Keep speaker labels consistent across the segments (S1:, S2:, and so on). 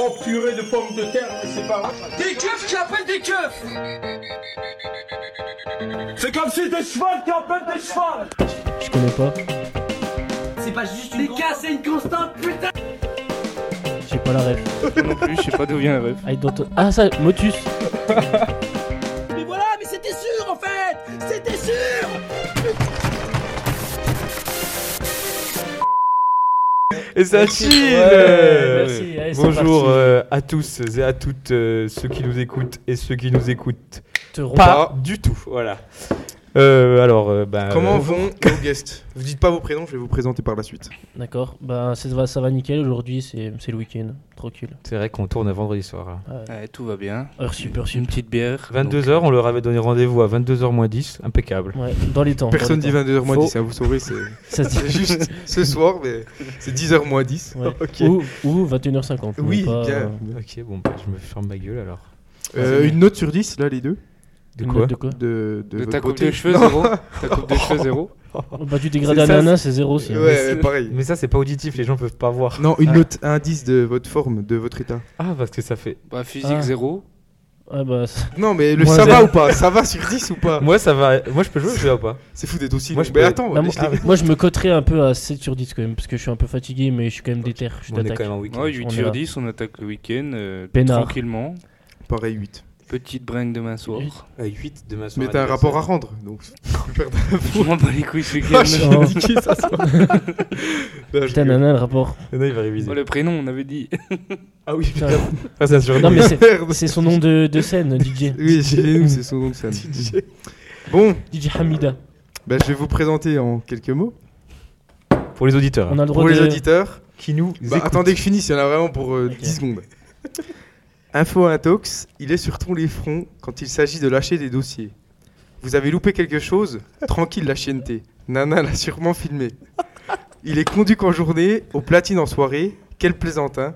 S1: Oh purée de pommes de terre, mais c'est pas vrai.
S2: Des keufs qui appellent des keufs
S1: C'est comme si des chevals qui appellent des chevals
S3: Je connais pas.
S2: C'est pas juste une. Les gars, c'est une constante, putain
S3: J'ai pas la ref.
S4: non plus, je sais pas d'où vient la ref.
S3: I don't- Ah ça, Motus.
S2: Mais voilà, mais c'était sûr en fait C'était sûr
S4: Et ça
S3: Merci.
S4: chill
S3: Ouais, merci. Allez, c'est
S4: Bonjour
S3: parti.
S4: euh, à tous et à toutes euh, ceux qui nous écoutent et ceux qui nous écoutent
S3: Te romps
S4: pas, du tout. Voilà. Euh, alors, euh, bah,
S5: Comment
S4: euh,
S5: vont nos guests Vous dites pas vos prénoms, je vais vous présenter par la suite.
S3: D'accord. Ben ça va, ça va nickel aujourd'hui. C'est c'est le week-end. Tranquille.
S4: C'est vrai qu'on tourne un vendredi soir. hein. là.
S6: Ouais, tout va bien.
S5: Ah,
S3: Heure super
S6: Une
S3: super.
S6: petite bière.
S4: 22h, on leur avait donné rendez-vous à 22h moins 10, impeccable.
S3: Ouais, dans les temps. dans
S5: Personne
S3: les
S5: dit
S3: temps.
S5: 22h moins
S3: Faux.
S5: 10, à vous sauver, c'est
S3: Ça se
S5: c'est
S3: dit.
S5: juste ce soir, mais c'est 10h moins 10.
S3: Ouais.
S5: Ok.
S3: Ou, ou 21h50. mais
S5: Oui,
S3: pas, euh,
S5: bien.
S4: Ok, bon, bah, je me ferme ma gueule alors.
S5: Euh, une note sur 10, là, les deux
S4: De
S3: une
S4: quoi
S3: note de quoi
S5: De, de
S6: De
S5: votre
S6: ta coupe
S5: beauté.
S6: de cheveux, zéro. Ta coupe de cheveux, zéro.
S5: Oh.
S3: Bah du dégradé à
S4: C'est ça,
S3: nana, c'est zéro. c'est-
S5: Ouais, pareil.
S4: Mais ça, c'est pas auditif, les gens peuvent pas voir.
S5: Non, une
S6: Ah.
S5: note, un indice de votre forme, de votre état.
S4: Ah, parce que ça fait.
S6: Bah, physique,
S3: Ah.
S6: zéro.
S3: Ah bah ça-
S5: Non, mais le
S3: Moins
S5: ça va
S3: zéro.
S5: ou pas Ça va sur 10 ou pas
S4: Ah. Moi, ça va. Moi, je peux jouer, je vais ou pas
S5: C'est fou d'être aussi.
S4: Moi,
S5: long.
S4: je
S5: Mais
S4: peux-
S5: attends,
S3: Bah, moi,
S5: laisse les-
S3: moi, je me coterais un peu à 7 sur 10 quand même parce que je suis un peu fatigué mais je suis quand même déter, je suis
S4: On est
S3: d'attaque.
S4: quand même en week-end.
S6: Ouais,
S3: on
S6: 8
S3: est là.
S6: sur 10, on attaque le week-end. euh,
S3: Peinard.
S6: tranquillement.
S5: pareil 8.
S6: Petite bringue demain soir.
S4: À 8 Ah, demain soir.
S5: Mais t'as un rapport à rendre, donc.
S6: Je m'en bats les couilles ce
S5: Ah, je
S6: week-end.
S3: Oh.
S5: vais niquer ça ce soir. Non, je
S3: Putain
S5: rigole.
S3: nana le rapport.
S4: Non, il va réviser.
S6: Oh, le prénom, on avait dit.
S4: Ah oui,
S3: Putain.
S4: Ah, ça se
S3: Non mais c'est
S5: Merde.
S3: c'est son nom de, de scène DJ.
S5: Oui, j'ai c'est son nom de scène. Bon,
S3: DJ Hamida.
S5: bah, je vais vous présenter en quelques mots.
S4: Pour les auditeurs.
S3: On a le droit
S5: Pour les
S3: de
S5: auditeurs,
S4: Qui nous.
S5: Bah,
S4: écoutent.
S5: attendez que je finisse, il y en a vraiment pour euh, 10 secondes. Info Intox, il est sur tous les fronts quand il s'agit de lâcher des dossiers. Vous avez loupé quelque chose Tranquille la chienneté. Nana l'a sûrement filmé. Il est conduit qu'en journée, au platine en soirée, quel plaisantin.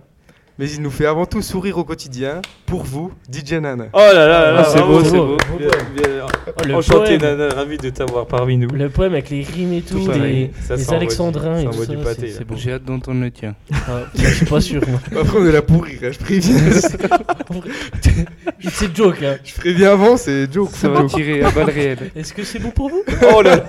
S5: Mais il nous fait avant tout sourire au quotidien. Pour vous, DJ Nana.
S4: Oh là là là,
S3: Ah, c'est
S4: bravo,
S3: beau, c'est beau.
S4: Bien, bien.
S3: Oh, le
S4: Enchanté,
S3: poème.
S4: Nana, ravi de t'avoir parmi nous.
S3: Le poème avec les rimes et tout,
S4: Tout
S3: des,
S4: pareil. Ça,
S3: des
S4: ça envoie
S3: alexandrins
S4: du-
S3: et
S4: ça
S3: tout
S4: envoie
S3: ça,
S4: du pâté,
S3: c'est-
S4: là.
S3: c'est beau.
S6: J'ai hâte d'entendre le tien.
S5: hein.
S3: Ah, je suis pas sûr. moi.
S5: Après, on est là pour rire, hein, je préviens.
S3: C'est joke. Hein.
S5: Je préviens avant, c'est joke.
S6: Ça va tirer à balles réelles.
S3: Est-ce que c'est bon pour vous
S4: Oh là là.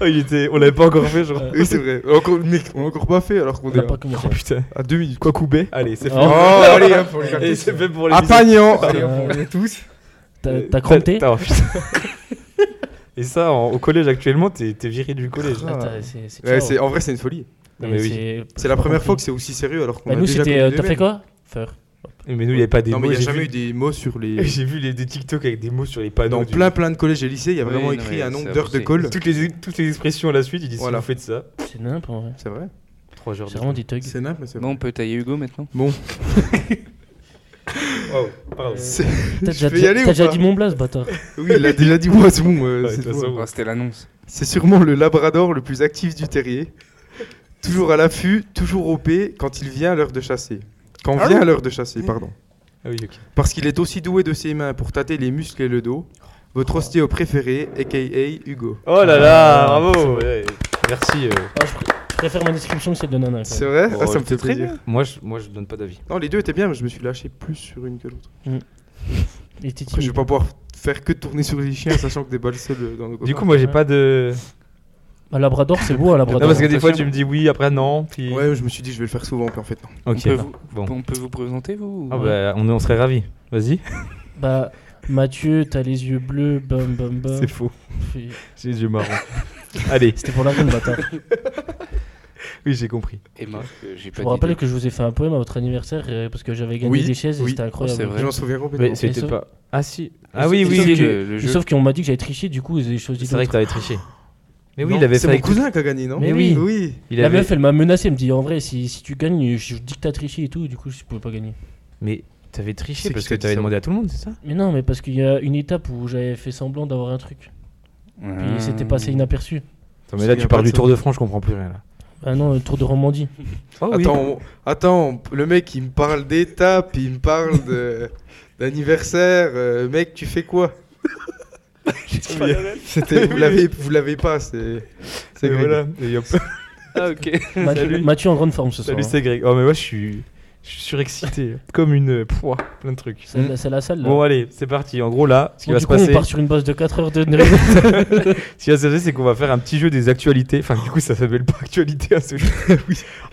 S4: Oh, il était... On l'avait pas encore fait, genre.
S5: Oui, c'est vrai. Encore, mec, on l'a encore pas fait alors qu'on
S3: On n'a
S5: est
S3: pas commencé.
S4: Oh, Putain.
S5: à 2 minutes. Quoi coubé
S4: Allez, c'est fait.
S3: Oh.
S5: Oh, allez, hop, on les
S4: Et
S5: garde
S4: c'est fait pour les
S5: À
S4: bisous.
S5: Pagnan
S3: Allez, hop, on les
S5: tous. Euh,
S3: T'as Ah, t'as cranté
S4: T'as- t'as- Et ça, en- au collège actuellement, t'es t'es viré du collège.
S5: Ah.
S3: Attends, c'est c'est
S5: Ouais,
S3: ciao.
S5: c'est, en vrai, c'est une folie.
S3: Mais
S4: mais oui.
S3: c'est-
S5: C'est la première fois que c'est aussi sérieux alors qu'on
S3: Bah,
S5: a
S3: nous
S5: déjà
S3: c'était
S5: connu
S3: euh,
S5: des
S3: t'as fait
S5: mêmes.
S3: quoi Faire.
S4: Mais nous, il n'y avait pas des
S5: Non, mais
S4: mots.
S5: il n'y a
S4: j'ai
S5: jamais
S4: vu-
S5: eu des mots sur les.
S4: J'ai vu les, des TikTok avec des mots sur les panneaux.
S5: Dans
S4: du-
S5: plein plein de collèges et lycées, il y a
S6: Oui,
S5: vraiment
S6: non,
S5: écrit
S6: mais
S5: un
S6: ça,
S5: nombre d'heures de
S6: c'est-
S5: colle.
S4: Toutes les, toutes les expressions à la suite, ils disent
S5: Voilà.
S4: si vous faites ça.
S3: C'est nimp en vrai.
S5: C'est vrai
S4: Trois heures
S3: C'est vraiment des thugs.
S5: C'est nimp, mais c'est
S6: Bon, on peut tailler Hugo maintenant
S4: Wow, Oh, pardon.
S3: Euh.
S5: C'est-
S3: T'as déjà,
S5: peux y aller
S3: t'as
S5: ou
S3: déjà
S5: pas
S3: dit mon blase, bâtard.
S5: Oui, il a déjà dit moi, c'est bon.
S4: Ouais,
S5: euh,
S4: de
S5: cette
S4: toute
S5: fois.
S4: façon,
S6: Ah, C'était l'annonce.
S5: C'est sûrement le labrador le plus actif du terrier. Toujours à l'affût, toujours au paix quand il vient à l'heure de chasser. Quand vient à l'heure de chasser, pardon.
S4: Ah oui, ok.
S5: Parce qu'il est aussi doué de ses mains pour tâter les muscles et le dos. Votre ostéo préféré, a.k.a. Hugo.
S4: Oh là là, bravo. Ouais, Merci. euh.
S3: Ah, je, pr- je préfère ma description que celle de Nana. quand
S5: C'est
S3: même.
S5: vrai
S4: Oh,
S5: Ah, ça me
S4: c'était
S5: fait
S4: très
S5: plaisir.
S4: bien. Moi, je, moi, je donne pas d'avis.
S5: Non, les deux étaient bien, mais je me suis lâché plus sur une que l'autre.
S3: Il était
S5: Après, je vais
S3: timide.
S5: pas pouvoir faire que tourner sur les chiens, sachant que des balles seules euh, dans nos
S4: Du coup, moi, j'ai
S3: Ouais.
S4: pas de.
S3: Un Bah, labrador, c'est beau un
S4: Non,
S3: labrador.
S4: parce que des fois, tu
S6: attention.
S4: me dis oui, après non, puis.
S5: Ouais, je me suis dit, je vais le faire souvent, puis en fait, non.
S4: Ok. bah,
S6: on, peut vous...
S4: Bon.
S6: on peut vous présenter, vous
S4: Ah bah, on, on serait ravis. Vas-y.
S3: Bah, Mathieu, t'as les yeux bleus, bum bum bum.
S4: C'est faux.
S3: Puis-
S4: J'ai les yeux marrons. Allez.
S3: C'était pour la rime, bâtard.
S4: Oui, j'ai compris.
S6: Et Marc, euh,
S3: Je
S6: j'ai pas
S3: vous
S6: dit.
S3: rappelle que je vous ai fait un poème à votre anniversaire euh, parce que j'avais gagné
S5: Oui,
S3: des chaises et
S5: oui,
S3: c'était
S6: c'est
S3: incroyable.
S6: vrai.
S5: Je m'en souviens complètement.
S4: Mais c'était
S3: sauf-
S4: pas. Ah si. Ah oui, oui.
S3: sauf
S4: oui.
S3: que-
S6: le, le
S3: Et
S6: jeu.
S3: Sauf qu'on m'a dit que j'avais triché, du coup, j'ai choisi
S4: C'est vrai que
S3: d'autres.
S4: t'avais triché. Mais oui,
S5: Non,
S4: il avait fait.
S5: C'est mon
S4: avec-
S5: cousin qui a gagné, non
S3: Mais oui.
S5: Oui.
S4: Il
S3: La
S4: avait...
S3: meuf, elle m'a menacé, elle me dit en vrai, si, si tu gagnes, je dis que t'as triché et tout, du coup, je pouvais pas gagner.
S4: Mais t'avais triché
S5: C'est
S4: parce
S5: qui
S4: que
S5: t'a dit
S4: t'avais
S5: ça
S4: demandé à tout le monde, c'est ça
S3: Mais non, mais parce qu'il y a une étape où j'avais fait semblant d'avoir un truc. Puis
S6: Ah.
S3: c'était passé inaperçu.
S4: Attends,
S5: Je
S4: mais là,
S5: me
S4: tu
S5: souviens
S4: parles
S5: pas
S4: du
S5: de
S4: Tour de France, je comprends plus rien là.
S3: Ah non, le tour de Romandie.
S4: Oh,
S5: Attends, on- attends, le mec, il me parle d'étape, il me parle de- d'anniversaire. euh, mec, tu fais quoi C'était, vous l'avez, vous l'avez pas, c'est.
S4: c'est
S5: Greg.
S4: voilà. Et hop.
S6: Ah, ok.
S3: Mathieu,
S4: Salut.
S3: Mathieu en grande forme ce soir. hein.
S4: Salut, c'est Greg. Oh, mais moi, je suis, je suis surexcité. comme une euh, poids. Plein de trucs.
S3: C'est la- c'est la salle. là.
S4: Bon, allez, c'est parti. En gros, là, ce qui
S3: Bon,
S4: va
S3: du
S4: se
S3: coup, on
S4: passer,
S3: part sur une base de 4 heures de
S4: ce qui va se passer, c'est qu'on va faire un petit jeu des actualités. Enfin, du coup, ça s'appelle pas actualité insolite.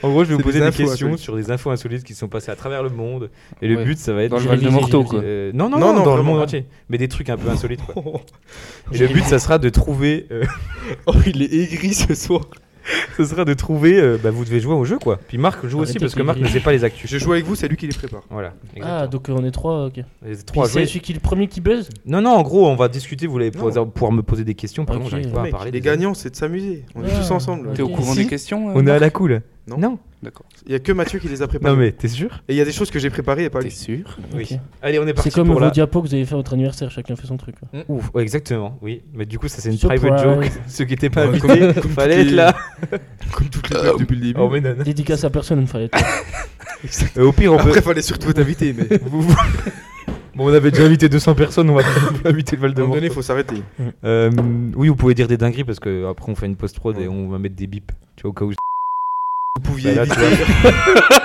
S4: En gros, je vais
S5: C'est
S4: vous poser
S5: des
S4: des,
S5: infos
S4: questions
S5: insolites.
S4: sur des infos insolites qui sont passées à travers le monde. Et le
S6: Ouais.
S4: but, ça va être.
S6: Dans le
S3: J'ai
S6: Val de
S3: révisé,
S6: Morteau,
S3: j'ai
S6: quoi.
S4: Euh, non, non,
S5: Non,
S4: non,
S5: non,
S4: dans le
S5: vraiment
S4: monde
S5: pas.
S4: entier. Mais des trucs un peu insolites, quoi. Et
S3: J'ai
S4: le but, ça sera de trouver. euh,
S5: Oh, il est aigri ce soir.
S4: ça sera de trouver. euh, bah, vous devez jouer au jeu, quoi. Puis Marc joue aussi,
S3: Arrêtez
S4: parce que
S3: de
S4: Marc ne
S3: rire.
S4: sait pas les actus.
S5: Je joue avec vous, c'est lui qui les prépare.
S4: Voilà.
S3: Ah,
S4: exactement.
S3: donc euh, on est 3, ok.
S4: Les
S3: Puis
S4: trois
S3: c'est
S4: joués.
S3: celui qui est le premier qui buzz
S4: Non, non, en gros, on va discuter. Vous allez pouvoir, pouvoir me poser des questions. Pardon,
S3: Ok.
S4: j'arrive pas à
S5: Mec,
S4: parler.
S5: les
S4: désolé.
S5: gagnants, c'est de s'amuser. On est
S3: Ah.
S5: tous ensemble.
S3: Ouais.
S6: T'es au
S3: Ok.
S6: courant
S4: Si.
S6: des questions euh,
S4: On est à
S6: Marc
S4: la cool.
S5: Non.
S4: non.
S6: D'accord.
S5: Il y a que Mathieu qui les a préparés.
S4: Non mais t'es sûr
S5: Et il y a des choses que j'ai préparées et pas
S6: T'es
S5: lui.
S6: sûr
S3: Ok.
S4: Allez, on est parti
S3: C'est comme
S4: pour
S3: vos
S4: la...
S3: diapos que vous avez fait à votre anniversaire, chacun fait son truc. quoi.
S4: Mm. Ouf, ouais, exactement, oui. Mais du coup, ça c'est une
S3: Surprise.
S4: private joke. Ceux qui étaient pas
S5: Ouais,
S4: invités,
S5: comme- comme
S4: fallait
S5: toutes
S4: être là.
S5: Comme toutes les meufs depuis le début.
S4: Oh mais non. non.
S3: Dédicace à personne, il me fallait. toi.
S4: Euh, au pire, on peut...
S5: Après, fallait surtout t'inviter, mais.
S4: Vous- vous- bon, on avait déjà invité 200 personnes, on va pas inviter le Val
S5: À un
S4: de
S5: moment donné,
S4: Morte.
S5: faut s'arrêter.
S4: Euh, oui, vous pouvez dire des dingueries parce que après on fait une post-prod et on va mettre des bips. Tu vois, au cas où... Ah,
S5: Vous pouviez
S4: Bah là, tu
S5: éviter.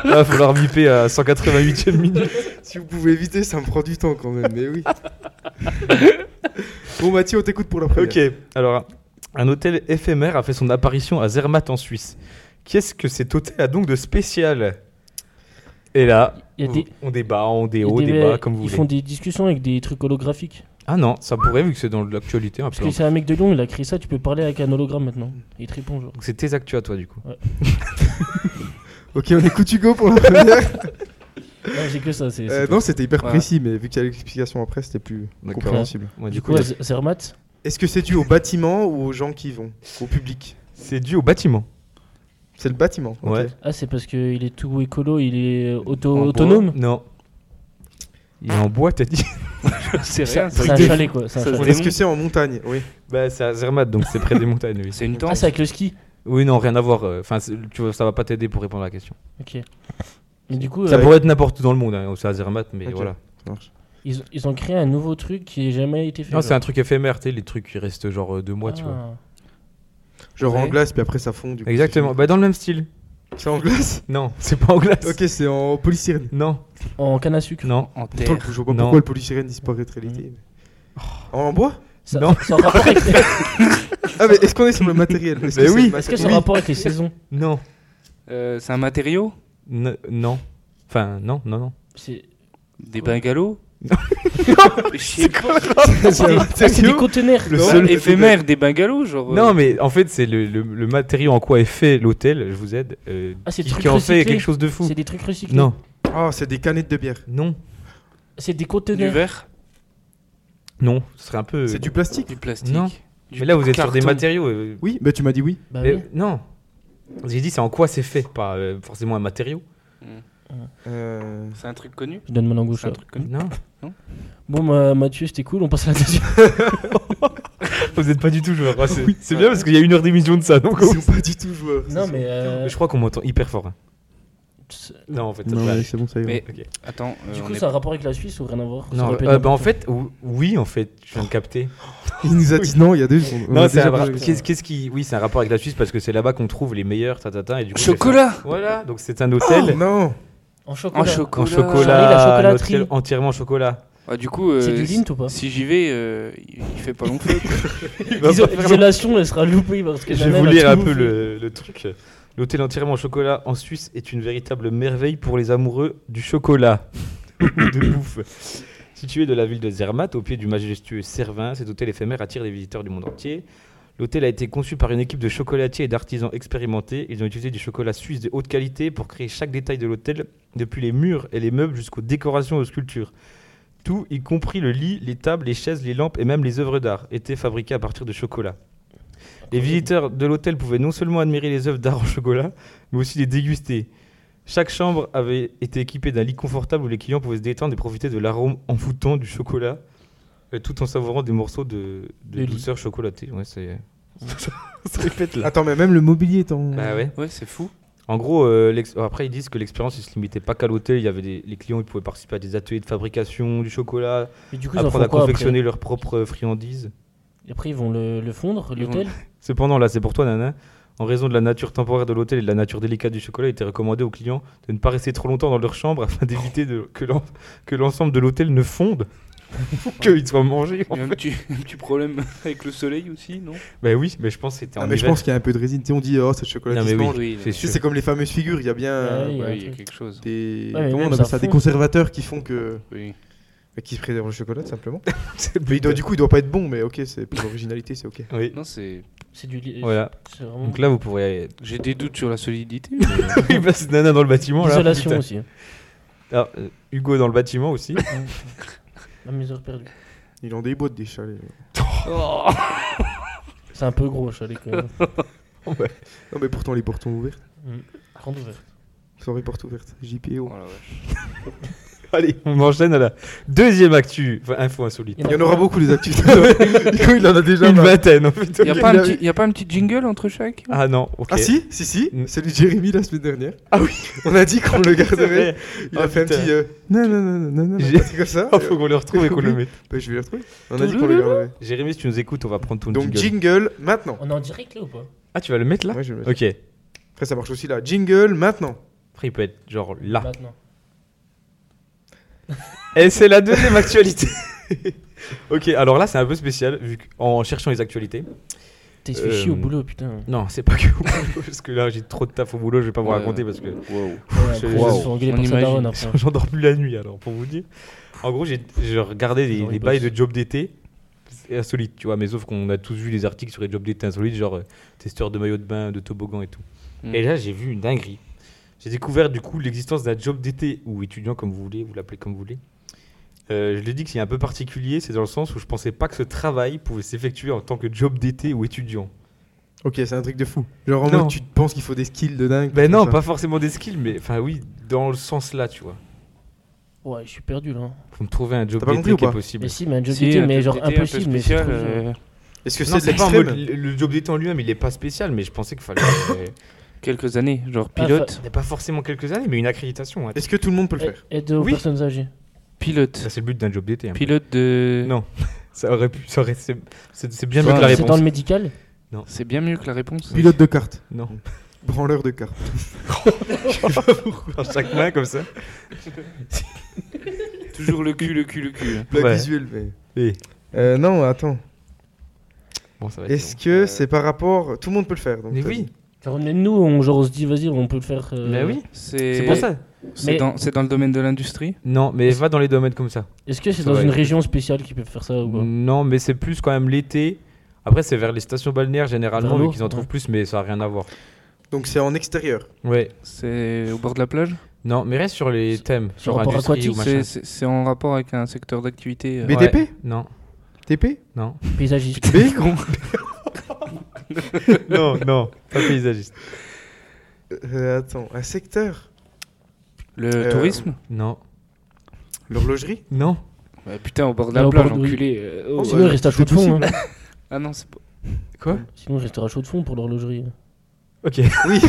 S4: Il va falloir biper à 188 e minute.
S5: Si vous pouvez éviter, ça me prend du temps quand même, mais oui. bon, Mathieu, on t'écoute pour la première.
S4: Ok, alors un hôtel éphémère a fait son apparition à Zermatt en Suisse. Qu'est-ce que cet hôtel a donc de spécial Et là,
S3: Il y a des-
S4: on débat,
S3: il
S4: on
S3: y a
S4: déhaut,
S3: des-
S4: débat, comme vous
S3: Ils
S4: voulez.
S3: font des discussions avec des trucs holographiques.
S4: Ah non, ça pourrait, vu que c'est dans l'actualité un
S3: Parce
S4: peu.
S3: que c'est un mec de Lyon, il a créé ça, tu peux parler avec un hologramme maintenant. Il te répond, genre.
S4: hein. Donc c'est tes actus à toi, du coup.
S5: Ok, on écoute Hugo pour la première.
S3: Ah, j'ai que ça, c'est.
S5: Euh,
S3: c'est
S5: non, c'était hyper
S6: Voilà.
S5: précis, mais vu qu'il y a l'explication après, c'était plus
S4: D'accord.
S5: compréhensible.
S4: Ouais,
S3: Du coup, à Z- Zermatt,
S5: Est-ce que c'est dû au bâtiment ou aux gens qui y vont Au public
S4: c'est dû au bâtiment.
S5: C'est le bâtiment. ok.
S4: Ouais.
S3: ah, c'est parce qu'il est tout écolo, il est auto-
S4: En bois
S3: autonome.
S4: Non. Il est en bois, t'as dit
S6: C'est
S3: C'est
S6: rien,
S3: c'est
S6: ça.
S3: un chalet, quoi. c'est un
S6: Ça se
S3: chalet.
S6: défonce.
S5: Est-ce que c'est en montagne Oui.
S4: Bah, c'est à Zermatt, donc c'est près des montagnes. Oui,
S6: C'est une
S3: Ah,
S6: tente.
S3: c'est avec le ski
S4: Oui, non, rien à voir. euh, Enfin, c'est- tu vois, ça va pas t'aider pour répondre à la question.
S3: Ok. Mais du coup,
S4: Ça
S3: euh,
S4: pourrait être n'importe où dans le monde. hein, C'est à Zermatt, mais
S5: Ok.
S4: voilà.
S3: ils, ils ont créé un nouveau truc qui n'a jamais été fait.
S4: Non, c'est
S3: genre.
S4: un truc éphémère, tu sais, les trucs qui restent genre euh, deux mois, tu vois.
S3: euh. Ah.
S5: Genre en
S6: Ouais.
S5: glace, puis après ça fond. Du coup,
S4: Exactement, bah dans le même style.
S5: c'est fini. C'est en glace
S4: Non, c'est pas en glace.
S5: Ok, c'est en polystyrène.
S4: Non,
S3: Ah. En canne à sucre.
S4: non.
S6: En
S5: Attends,
S6: terre.
S5: je vois pas
S4: Non.
S5: pourquoi le polystyrène disparaîtrait l'été. mais- En bois
S3: Ça,
S4: Non.
S3: ça a un rapport avec-
S5: Ah, mais est-ce qu'on est sur le matériel Est-ce
S4: Mais
S5: que
S4: oui.
S5: c'est le
S3: Est-ce que ça a
S5: matériel
S3: rapport avec les saisons
S4: Non,
S6: Euh, C'est un matériau
S4: N- non. Enfin, non, non, non.
S3: C'est
S6: Des bungalows Je sais pas.
S5: C'est un
S3: Ah, c'est des
S5: matériau
S3: conteneurs.
S5: Le
S6: Ouais,
S5: seul-
S6: éphémère des bungalows, genre. euh,
S4: Non, mais en fait, c'est le, le- le matériau en quoi est fait l'hôtel, je vous aide, euh,
S3: Ah, c'est
S4: qui,
S3: le truc
S4: qui en fait
S3: recyclé.
S4: quelque chose de fou.
S3: C'est des trucs recyclés.
S4: Non,
S5: Ah, c'est des canettes de bière.
S4: non,
S3: C'est des
S6: Du
S3: conteneurs.
S6: verre,
S4: non. Ce serait un peu.
S5: C'est du plastique
S6: du plastique.
S4: Non.
S6: du
S4: Mais là, vous êtes sur des
S6: carton.
S4: matériaux. euh,
S5: Oui, bah tu m'as dit oui.
S3: Bah
S4: mais-
S3: oui.
S4: Non. J'ai dit, c'est en quoi c'est fait, pas euh, forcément un matériau.
S5: Euh,
S6: C'est un truc connu
S3: Je donne ma langue au
S6: C'est un
S3: chat.
S6: truc connu.
S4: Non.
S3: Bon, bah, Mathieu, c'était cool. On passe à la deuxième.
S4: vous n'êtes pas du tout joueur. c'est c'est bien parce qu'il y a une heure d'émission de ça. Donc,
S5: Ils sont pas du tout joueurs.
S3: non, mais. euh,
S4: Je crois qu'on m'entend hyper fort. hein.
S3: c'est-
S4: Non, en fait, ça
S5: Non,
S4: peut
S5: mais
S4: aller.
S5: c'est bon, ça y est.
S6: Mais
S4: Ok.
S6: attends, euh,
S3: Du
S6: on
S3: coup,
S6: est-
S3: ça a un rapport avec la Suisse ou rien à voir Ça
S4: Non,
S3: aurait pu
S4: euh,
S3: être
S4: bah en
S3: n'importe
S4: fait, ou- oui, en fait, je viens de capter.
S5: Il nous a dit non il y a deux secondes. On
S4: Non,
S5: a
S4: c'est un
S5: déjà
S4: rapport-
S5: parlé.
S4: qu'est-ce, qu'est-ce qui. Oui, c'est un rapport avec la Suisse parce que c'est là-bas qu'on trouve les meilleurs tatata. Et du coup, c'est
S6: Chocolat
S4: ça. Voilà, donc c'est un hôtel
S5: Non
S3: quoi. En chocolat.
S6: En chocolat.
S4: en
S3: Charlie, la
S4: chocolat, un
S3: chocolaterie.
S4: hôtel entièrement en chocolat.
S6: Ah, du coup, euh,
S3: C'est du
S6: si-
S3: lint ou pas
S6: si j'y vais, euh, il il fait pas long feu. quoi.
S3: L'iso- L'isolation, elle sera loupée parce que
S4: Je vais vous lire un peu le, le truc. L'hôtel entièrement en chocolat en Suisse est une véritable merveille pour les amoureux du chocolat. de bouffe. Situé de la ville de Zermatt, au pied du majestueux Cervin, cet hôtel éphémère attire des visiteurs du monde entier. L'hôtel a été conçu par une équipe de chocolatiers et d'artisans expérimentés. Ils ont utilisé du chocolat suisse de haute qualité pour créer chaque détail de l'hôtel, depuis les murs et les meubles jusqu'aux décorations et aux sculptures. Tout, y compris le lit, les tables, les chaises, les lampes et même les œuvres d'art, était fabriqué à partir de chocolat. Les visiteurs de l'hôtel pouvaient non seulement admirer les œuvres d'art en chocolat, mais aussi les déguster. Chaque chambre avait été équipée d'un lit confortable où les clients pouvaient se détendre et profiter de l'arôme envoûtant du chocolat, euh, tout en savourant des morceaux de, de
S3: De lit.
S4: douceur chocolatée. Ouais, c'est... euh, ça répète là.
S5: Attends, mais même le mobilier est en.
S4: Bah ouais.
S6: Ouais, c'est fou.
S4: En gros, euh, l'ex- après ils disent que l'expérience ne se limitait pas qu'à l'hôtel. Il y avait des... les clients, ils pouvaient participer à des ateliers de fabrication du chocolat,
S3: Mais du coup, ils en font
S4: apprendre à
S3: quoi
S4: confectionner
S3: après
S4: leurs propres friandises.
S3: Après, ils vont le le fondre,
S6: Ils vont-
S3: l'hôtel.
S4: Cependant, là, c'est pour toi, Nana. En raison de la nature temporaire de l'hôtel et de la nature délicate du chocolat, il était recommandé aux clients de ne pas rester trop longtemps dans leur chambre afin d'éviter de- que l'en- que l'ensemble de l'hôtel ne fonde. Qu'il soit mangé.
S6: Il y a un petit, un petit problème avec le soleil aussi, non
S4: Bah oui, mais je pense que c'était en
S5: Ah, mais je
S4: hiver.
S5: pense qu'il y a un peu de résine. Tu sais, on dit, oh, c'est le chocolat
S4: Non,
S5: qui
S4: mais
S5: se
S4: oui,
S5: mange.
S6: Oui,
S4: c'est
S5: Tu sais,
S4: sûr.
S5: c'est comme les fameuses figures. Il y a bien euh,
S3: Ouais,
S6: Ouais,
S3: il y a un
S6: il y a
S3: truc.
S6: quelque chose.
S5: des,
S3: Ouais, mais
S5: comment on
S3: même
S5: appelle
S3: ça
S5: ça, des
S3: fond.
S5: conservateurs qui font que. bah,
S6: Oui.
S5: Qui préservent le chocolat, tout simplement.
S4: C'est le
S5: Mais il doit-
S4: but.
S5: du coup, il doit pas être bon, mais ok, c'est pour l'originalité, c'est ok.
S4: Oui.
S6: Non, c'est.
S3: C'est du. li-
S4: Voilà.
S3: C'est vraiment.
S4: Donc là, vous pourrez
S6: J'ai des doutes sur la solidité.
S4: aller passer Nana dans le bâtiment. là.
S3: Isolation
S4: Putain.
S3: aussi. hein.
S4: Ah, euh, Hugo dans le bâtiment aussi.
S3: À mes heures perdues.
S5: Ils ont des boîtes, des chalets.
S3: C'est un peu gros, je suis quand même.
S5: Non, mais pourtant, les portes sont ouvertes.
S3: Grande ouverte.
S5: Sans les portes ouvertes. JPO.
S4: Allez, on enchaîne à la deuxième actu, enfin info insolite.
S5: Il y en aura beaucoup, les actus. Hugo, il en a déjà
S4: Une
S5: marre.
S4: vingtaine en fait.
S6: Il n'y a, pas un petit- y a pas un petit jingle entre chaque
S4: Ah non, ok.
S5: Ah si, si, si,
S4: Mm.
S5: celui de Jérémy la semaine dernière. Ah oui On a dit qu'on le garderait. Il
S4: Ah,
S5: a fait un
S4: putain.
S5: petit... euh, Non, non, non, non, non, non,
S4: J'ai-
S5: c'est comme ça.
S4: Ah, faut qu'on le retrouve et qu'on le mette.
S5: Bah, je vais le retrouver. On a dit qu'on le garderait.
S4: Jérémy, si tu nous écoutes, on va prendre ton
S5: Donc
S4: jingle.
S5: jingle, maintenant.
S3: On est en direct là ou pas
S4: Ah, tu vas le mettre là
S5: Ouais, je vais le mettre.
S4: Ok.
S5: Après ça marche aussi là. Jingle, maintenant.
S4: Après, il peut être genre là.
S3: Maintenant.
S4: Et c'est la deuxième actualité. ok, alors là, c'est un peu spécial, vu qu'en cherchant les actualités.
S3: T'es
S4: Euh,
S3: fait chier au boulot, putain.
S4: Non, c'est pas que au boulot, parce que là, j'ai trop de taf au boulot, je vais pas vous
S6: Ouais.
S4: raconter parce que
S6: Wow.
S3: Ouais,
S4: je-
S3: gros,
S4: wow.
S3: ils se sont engueulés
S6: On
S3: par sa
S6: imagine.
S3: daronne après.
S4: J'endors plus la nuit alors, pour vous dire. En gros, j'ai j'ai regardé
S3: Ils
S4: les,
S3: ont
S4: les
S3: les
S4: bails
S3: boss.
S4: de jobs d'été c'est insolites, tu vois, mais sauf qu'on a tous vu les articles sur les jobs d'été insolites, genre euh, testeur de maillot de bain, de toboggan et tout.
S5: Hmm.
S6: Mm.
S4: Et là, j'ai vu une dinguerie. J'ai découvert du coup l'existence d'un job d'été ou étudiant comme vous voulez, vous l'appelez comme vous voulez. Euh, je l'ai dit que c'est un peu particulier, c'est dans le sens où je pensais pas que ce travail pouvait s'effectuer en tant que job d'été ou étudiant.
S5: Ok, c'est un truc de fou. Genre en
S4: Non.
S5: mode, tu te penses qu'il faut des skills de dingue.
S4: Ben
S5: pour
S4: non,
S5: faire ça.
S4: pas forcément des skills, mais enfin oui, dans le sens là, tu vois.
S3: Ouais, je suis perdu là. hein.
S4: Faut me trouver un job
S5: T'as pas
S4: d'été
S5: compris ou
S4: qui est
S5: pas
S4: possible.
S3: Mais si, mais un job
S6: Si,
S3: d'été,
S6: un
S3: mais
S6: truc
S3: genre
S6: d'été un peu
S3: impossible, mais c'est
S6: spécial,
S3: trop
S6: euh,
S3: dur.
S5: Est-ce que
S4: Non,
S5: c'est de
S4: c'est pas en mode
S5: l'extrême
S4: le le job d'été en lui-même, il est pas spécial, mais je pensais qu'il fallait. euh,
S6: Quelques années, genre
S3: Ah,
S6: pilote.
S4: il y a pas forcément quelques années, mais une accréditation. hein.
S5: Est-ce que tout le monde peut le
S3: Aide-
S5: faire
S3: Aide Eh, aux
S4: Oui.
S3: personnes âgées.
S6: Pilote.
S4: Ça, c'est le but d'un job d'été. hein.
S6: Pilote de.
S4: Non. Ça aurait pu. ça aurait- c'est, c'est- c'est bien mieux
S6: Soit
S4: que la
S6: un-
S3: C'est dans
S4: réponse.
S3: le médical
S6: C'est bien mieux que la réponse.
S5: Pilote de carte.
S4: Non.
S5: Branleur de carte.
S4: À chaque main, comme ça.
S6: Toujours le cul, le cul, le cul. hein.
S5: Blague
S4: Ouais.
S5: visuelle, mais...
S4: Et...
S5: Euh, non, attends.
S4: Bon, ça va être
S5: Est-ce
S4: long.
S5: que c'est par rapport... Tout le monde peut le faire. donc
S4: Mais
S5: t'as
S4: oui,
S5: dit.
S3: Genre, même nous, on, genre, on se dit, vas-y, on peut le faire. euh,
S4: mais Ben oui,
S6: C'est
S4: c'est pour ça.
S6: C'est
S3: Mais-
S6: dans, c'est dans le domaine de l'industrie
S4: Non, mais va dans les domaines comme ça.
S3: Est-ce que c'est
S4: Ça
S3: dans
S4: va
S3: une
S4: être-
S3: région spéciale qu'ils peuvent faire ça ou quoi
S4: Non, mais c'est plus quand même l'été. Après, c'est vers les stations balnéaires généralement,
S3: Vers
S4: vu
S3: l'eau,
S4: qu'ils en trouvent
S3: ouais.
S4: plus, mais ça n'a rien à voir.
S5: Donc c'est en extérieur.
S4: Ouais.
S6: C'est au bord de la plage
S4: Non, mais reste sur les thèmes. Sur
S3: rapport
S4: industrie ou
S3: aquatique,
S4: machin.
S6: C'est- C'est c'est en rapport avec un secteur d'activité. euh,
S5: Mais- BTP
S4: Ouais. Non,
S5: TP
S4: non.
S3: Paysagiste.
S5: B
S4: non, non, pas paysagiste.
S5: Euh, attends, un secteur
S6: Le
S5: Euh,
S6: tourisme
S4: Non,
S5: L'horlogerie
S4: non.
S6: Bah, Putain, au bord de
S3: Ah,
S6: la
S3: au
S6: plage,
S3: bord de- oui.
S6: enculé. euh, oh,
S3: Sinon, il
S6: euh,
S3: reste à chaud de fond. hein.
S6: Ah non, c'est pas.
S4: Quoi
S3: Sinon, il restera chaud de fond pour l'horlogerie.
S4: Ok.
S5: Oui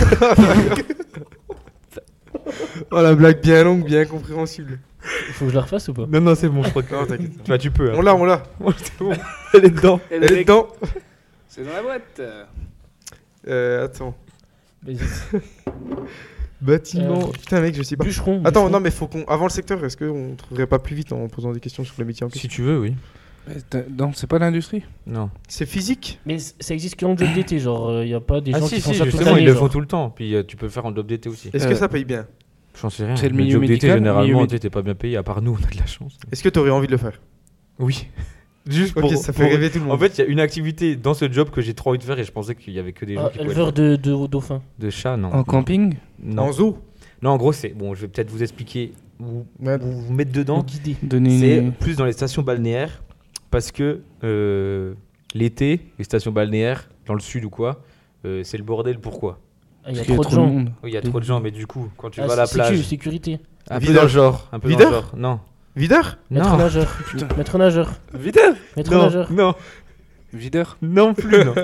S5: Oh la blague bien longue, bien compréhensible.
S3: Faut que je la refasse ou pas
S4: Non, non, c'est bon, je crois
S5: Non, t'inquiète.
S4: Bah, tu peux.
S5: On l'a, on l'a.
S4: c'est bon. Elle est dedans.
S5: Elle est dedans.
S6: C'est dans la boîte.
S5: Euh, attends.
S3: Vas-y.
S5: Bâtiment.
S3: Euh,
S5: Putain, mec, je sais
S4: Bah,
S5: pas.
S3: Bûcheron.
S5: Attends,
S3: bûcheron.
S5: non, mais faut qu'on. Avant le secteur, est-ce qu'on trouverait pas plus vite en posant des questions sur le métier en question
S4: Si tu veux, oui.
S6: Non, c'est pas l'industrie
S4: Non.
S5: C'est physique
S3: Mais c- ça existe qu'en job d'été, genre, il n'y a pas des
S4: Ah,
S3: gens
S4: si,
S3: qui font
S4: si,
S3: ça toute
S4: justement, ils
S3: l'année.
S4: le
S3: genre.
S4: font tout le temps. Puis euh, tu peux faire en job d'été aussi.
S5: Est-ce que
S6: Euh.
S5: ça paye bien
S4: J'en sais rien.
S6: C'est le milieu
S4: job d'été,
S6: médical, milieu
S4: généralement,
S6: médi-
S4: tu t'es pas bien payé. À part nous, on a de la chance.
S5: Est-ce que t'aurais envie de le faire
S4: Oui. Juste
S5: Ok,
S4: pour.
S5: ça fait
S4: pour-
S5: rêver tout le monde.
S4: En fait, il y a une activité dans ce job que j'ai trop envie de faire et je pensais qu'il y avait que des gens
S3: Ah,
S4: qui pouvaient. le
S3: Éleveur de,
S4: faire.
S3: de dauphins.
S4: De chat, non.
S6: En camping
S4: Non.
S5: En zoo
S4: Non, en gros, c'est. Bon, je vais peut-être vous expliquer ou
S5: Ouais.
S4: ou vous mettre dedans.
S3: Guidé.
S6: Donner
S4: C'est
S6: une.
S4: plus dans les stations balnéaires parce que euh, l'été, les stations balnéaires, dans le sud ou quoi, euh, c'est le bordel. Pourquoi
S3: Ah, Il y a
S6: Parce qu'il
S3: trop de gens.
S6: monde.
S4: Oui, Il y a trop de gens, mais du coup, quand tu
S3: Ah,
S4: vas à la
S3: sé- sécu,
S4: plage.
S3: sécurité.
S4: Un peu
S5: Videur.
S4: dans le genre. Un peu dans le
S5: Videur
S4: genre. Non.
S5: Videur
S3: Maître
S4: Non.
S3: nageur. Maître nageur.
S4: Videur
S3: Maître
S4: Non,
S3: nageur.
S4: non,
S6: Videur
S4: non plus. non.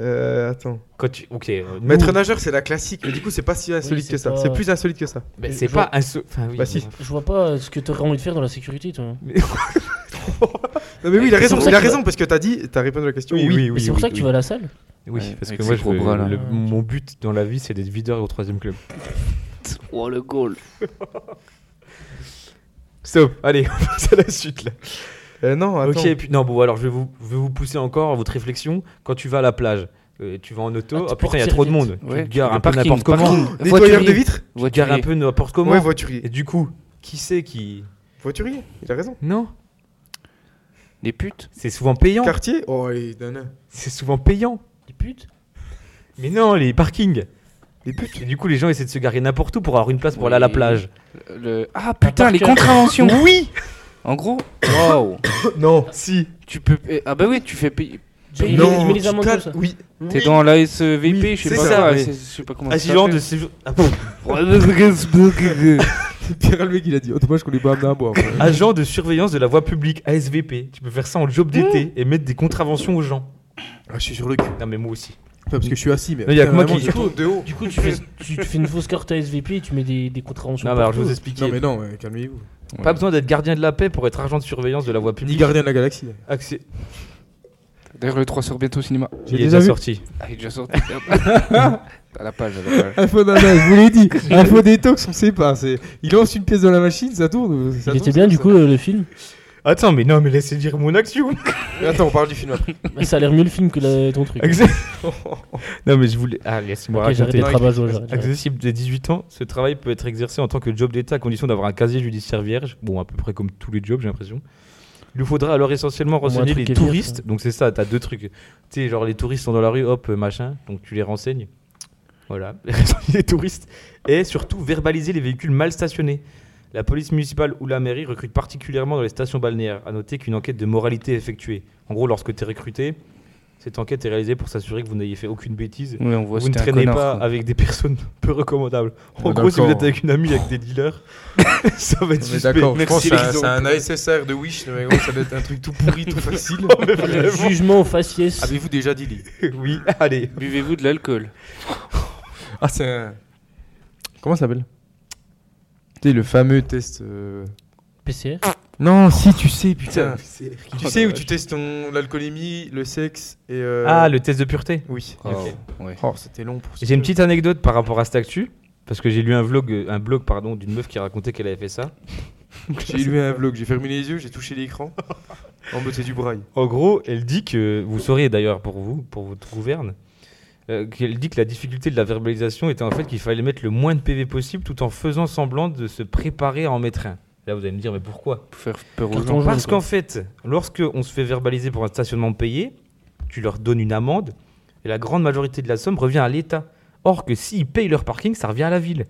S5: Euh, attends.
S4: Quand tu... Ok. euh, nous-
S5: Maître nageur, c'est la classique, mais du coup, c'est pas si insolite
S3: c'est
S5: que ça.
S3: pas-
S5: C'est plus insolite que ça.
S4: Mais c'est
S3: Genre-
S4: pas un seul. Enfin, oui,
S5: Bah si.
S3: Je vois pas euh, ce que t'aurais envie de faire dans la sécurité, toi.
S5: Non, mais oui, il a
S3: C'est
S5: raison,
S3: pour ça
S5: il a
S3: qu'il va-
S5: raison, parce que t'as dit, t'as répondu à la question.
S4: Oui, oui, oui.
S3: Mais c'est pour
S4: oui,
S3: ça que tu
S4: oui.
S3: vas à la salle.
S4: Oui,
S6: Ouais,
S4: parce
S6: avec
S4: que
S6: ses
S4: moi, je
S6: gros
S4: veux-
S6: bras, là.
S4: le- mon but dans la vie, c'est d'être videur au troisième club.
S6: Oh le goal.
S4: Stop, allez, on passe à la suite là.
S5: Euh, non, attends.
S4: Ok, puis non, bon, alors je vais vous, je vais vous pousser encore à votre réflexion. Quand tu vas à la plage, euh, tu vas en
S3: Ah,
S4: auto,
S3: tu
S4: ah, putain, il y a
S3: peux
S4: trop de
S3: tirer
S4: monde.
S6: Ouais,
S4: Tu te gares
S6: le
S4: un peu
S6: parking,
S4: n'importe comment.
S6: parking.
S5: Nettoyeur de
S6: Voiturier.
S5: vitres
S4: Tu te gares un
S6: Voiturier.
S4: peu n'importe comment.
S5: Ouais,
S4: Et
S5: voiturier.
S4: du coup, qui c'est qui.
S5: Voiturier, il a raison.
S4: Non
S6: Des putes.
S4: C'est souvent payant.
S5: Quartier Oh, les nanas.
S4: C'est souvent payant.
S3: Des putes
S4: Mais non, les parkings.
S5: Les putes.
S4: Et du coup, les gens essaient de se garer n'importe où pour avoir une place pour aller à la
S6: Oui.
S4: plage.
S6: Le... Ah putain, les
S3: parker.
S6: contraventions. Oui. En gros. Waouh.
S5: Oh, Non, si.
S6: Tu peux. eh, Ah bah oui, tu fais payer.
S3: Il
S5: non,
S3: met les
S5: tu
S3: amendes
S5: tapes-
S3: comme ça.
S5: Oui.
S6: T'es dans la SVP,
S4: Oui,
S6: je sais
S4: c'est
S6: pas
S4: ça,
S6: quoi,
S4: mais-
S6: c'est- je sais pas comment
S4: Asylum de
S6: s'appelle.
S4: séjour. Ah
S5: Pierre, le mec, il a dit. Autrement, je connais pas amener à boire.
S4: Agent de surveillance de la voie publique, ASVP. Tu peux faire ça en job
S6: Mmh.
S4: d'été et mettre des contraventions aux gens.
S5: Ah, je suis sur le cul.
S4: Non, mais moi aussi.
S5: Pas parce que je suis assis, mais.
S4: Non, y a
S5: Putain,
S4: que moi
S5: vraiment,
S4: qui-
S5: je tourne de haut.
S3: Du coup, tu fais, tu, tu fais une fausse carte à SVP et tu mets des, des contraventions.
S4: Non, mais alors je
S3: partout.
S4: vais vous expliquer.
S5: Non, mais non, euh, calmez-vous.
S4: Pas besoin d'être gardien de la paix pour être agent de surveillance de la hein. voie
S5: Ni
S4: publique.
S5: gardien de la galaxie.
S4: Accès-
S6: D'ailleurs, le 3 sort bientôt au cinéma.
S4: Il est déjà sorti.
S6: Ah, il est déjà sorti. à la page, à la page.
S5: Info nana, je vous l'ai dit. Info détox, on sait pas. c'est- Il lance une pièce dans la machine, ça tourne. ça
S3: Il
S5: tourne,
S3: était
S5: ça
S3: bien du
S5: tourne.
S3: coup euh, le film
S4: Attends, mais non, mais laissez dire mon action.
S5: Attends, on parle du film après.
S3: Bah, Ça a l'air mieux le film que la- ton truc.
S4: Accès- non, mais je voulais. Ah, laissez-moi
S3: Ok, j'arrête
S4: raconter.
S3: d'être rabat joie. j'arrête, j'arrête.
S4: Accessible dès 18 ans, ce travail peut être exercé en tant que job d'État à condition d'avoir un casier judiciaire vierge. Bon, à peu près comme tous les jobs, j'ai l'impression. Il nous faudra alors essentiellement
S3: moins, un
S4: renseigner
S3: truc
S4: les
S3: est vierge,
S4: touristes. Donc c'est ça, t'as deux trucs. Tu sais, genre les touristes sont dans la rue, hop, euh, machin. Donc tu les renseignes. Voilà, les touristes. Et surtout, verbaliser les véhicules mal stationnés. La police municipale ou la mairie recrute particulièrement dans les stations balnéaires. À noter qu'une enquête de moralité est effectuée. En gros, lorsque tu es recruté, cette enquête est réalisée pour s'assurer que vous n'ayez fait aucune bêtise
S6: Ouais, on voit
S4: vous ne
S6: c'était un
S4: traînez
S6: connard,
S4: pas
S6: quoi.
S4: avec des personnes peu recommandables. En
S5: Ouais,
S4: gros, si vous
S5: d'accord.
S4: êtes avec une amie avec des dealers, ça va être
S5: Mais
S4: suspect.
S5: d'accord, je
S6: Merci,
S5: pense que
S6: les
S5: c'est un-
S6: guidons.
S5: c'est un ASSR de Wish, mais gros, ça doit être un truc tout pourri, tout facile.
S3: Le Jugement aux faciès.
S4: Ah,
S5: Avez-vous déjà dit les
S4: oui, allez.
S6: Buvez-vous de l'alcool
S5: Ah, c'est un. Comment ça s'appelle Tu sais, le fameux test. euh,
S3: PCR.
S5: Non, si, tu sais, putain.
S4: Putain, c'est-
S5: Tu sais où tu testes ton l'alcoolémie, le sexe et. euh,
S4: Ah, le test de pureté.
S5: Oui.
S6: ouais.
S5: Oh, c'était long pour ça.
S4: J'ai une petite anecdote par rapport à cette actu. Parce que j'ai lu un vlog, euh, un blog pardon, d'une meuf qui racontait qu'elle avait fait ça.
S5: J'ai lu un vlog, j'ai fermé les yeux, j'ai touché l'écran. En mode, c'est du braille.
S4: En gros, elle dit que vous saurez d'ailleurs pour vous, pour votre gouverne, euh, qu'elle dit que la difficulté de la verbalisation était en fait qu'il fallait mettre le moins de PV possible tout en faisant semblant de se préparer à en mettre un. Là, vous allez me dire mais pourquoi
S6: Pour faire peur aux
S3: Carton
S6: gens.
S3: jaune,
S4: Parce
S3: quoi.
S4: qu'en fait, lorsque on se fait verbaliser pour un stationnement payé, tu leur donnes une amende et la grande majorité de la somme revient à l'État. Or que s'ils payent leur parking, ça revient à la ville.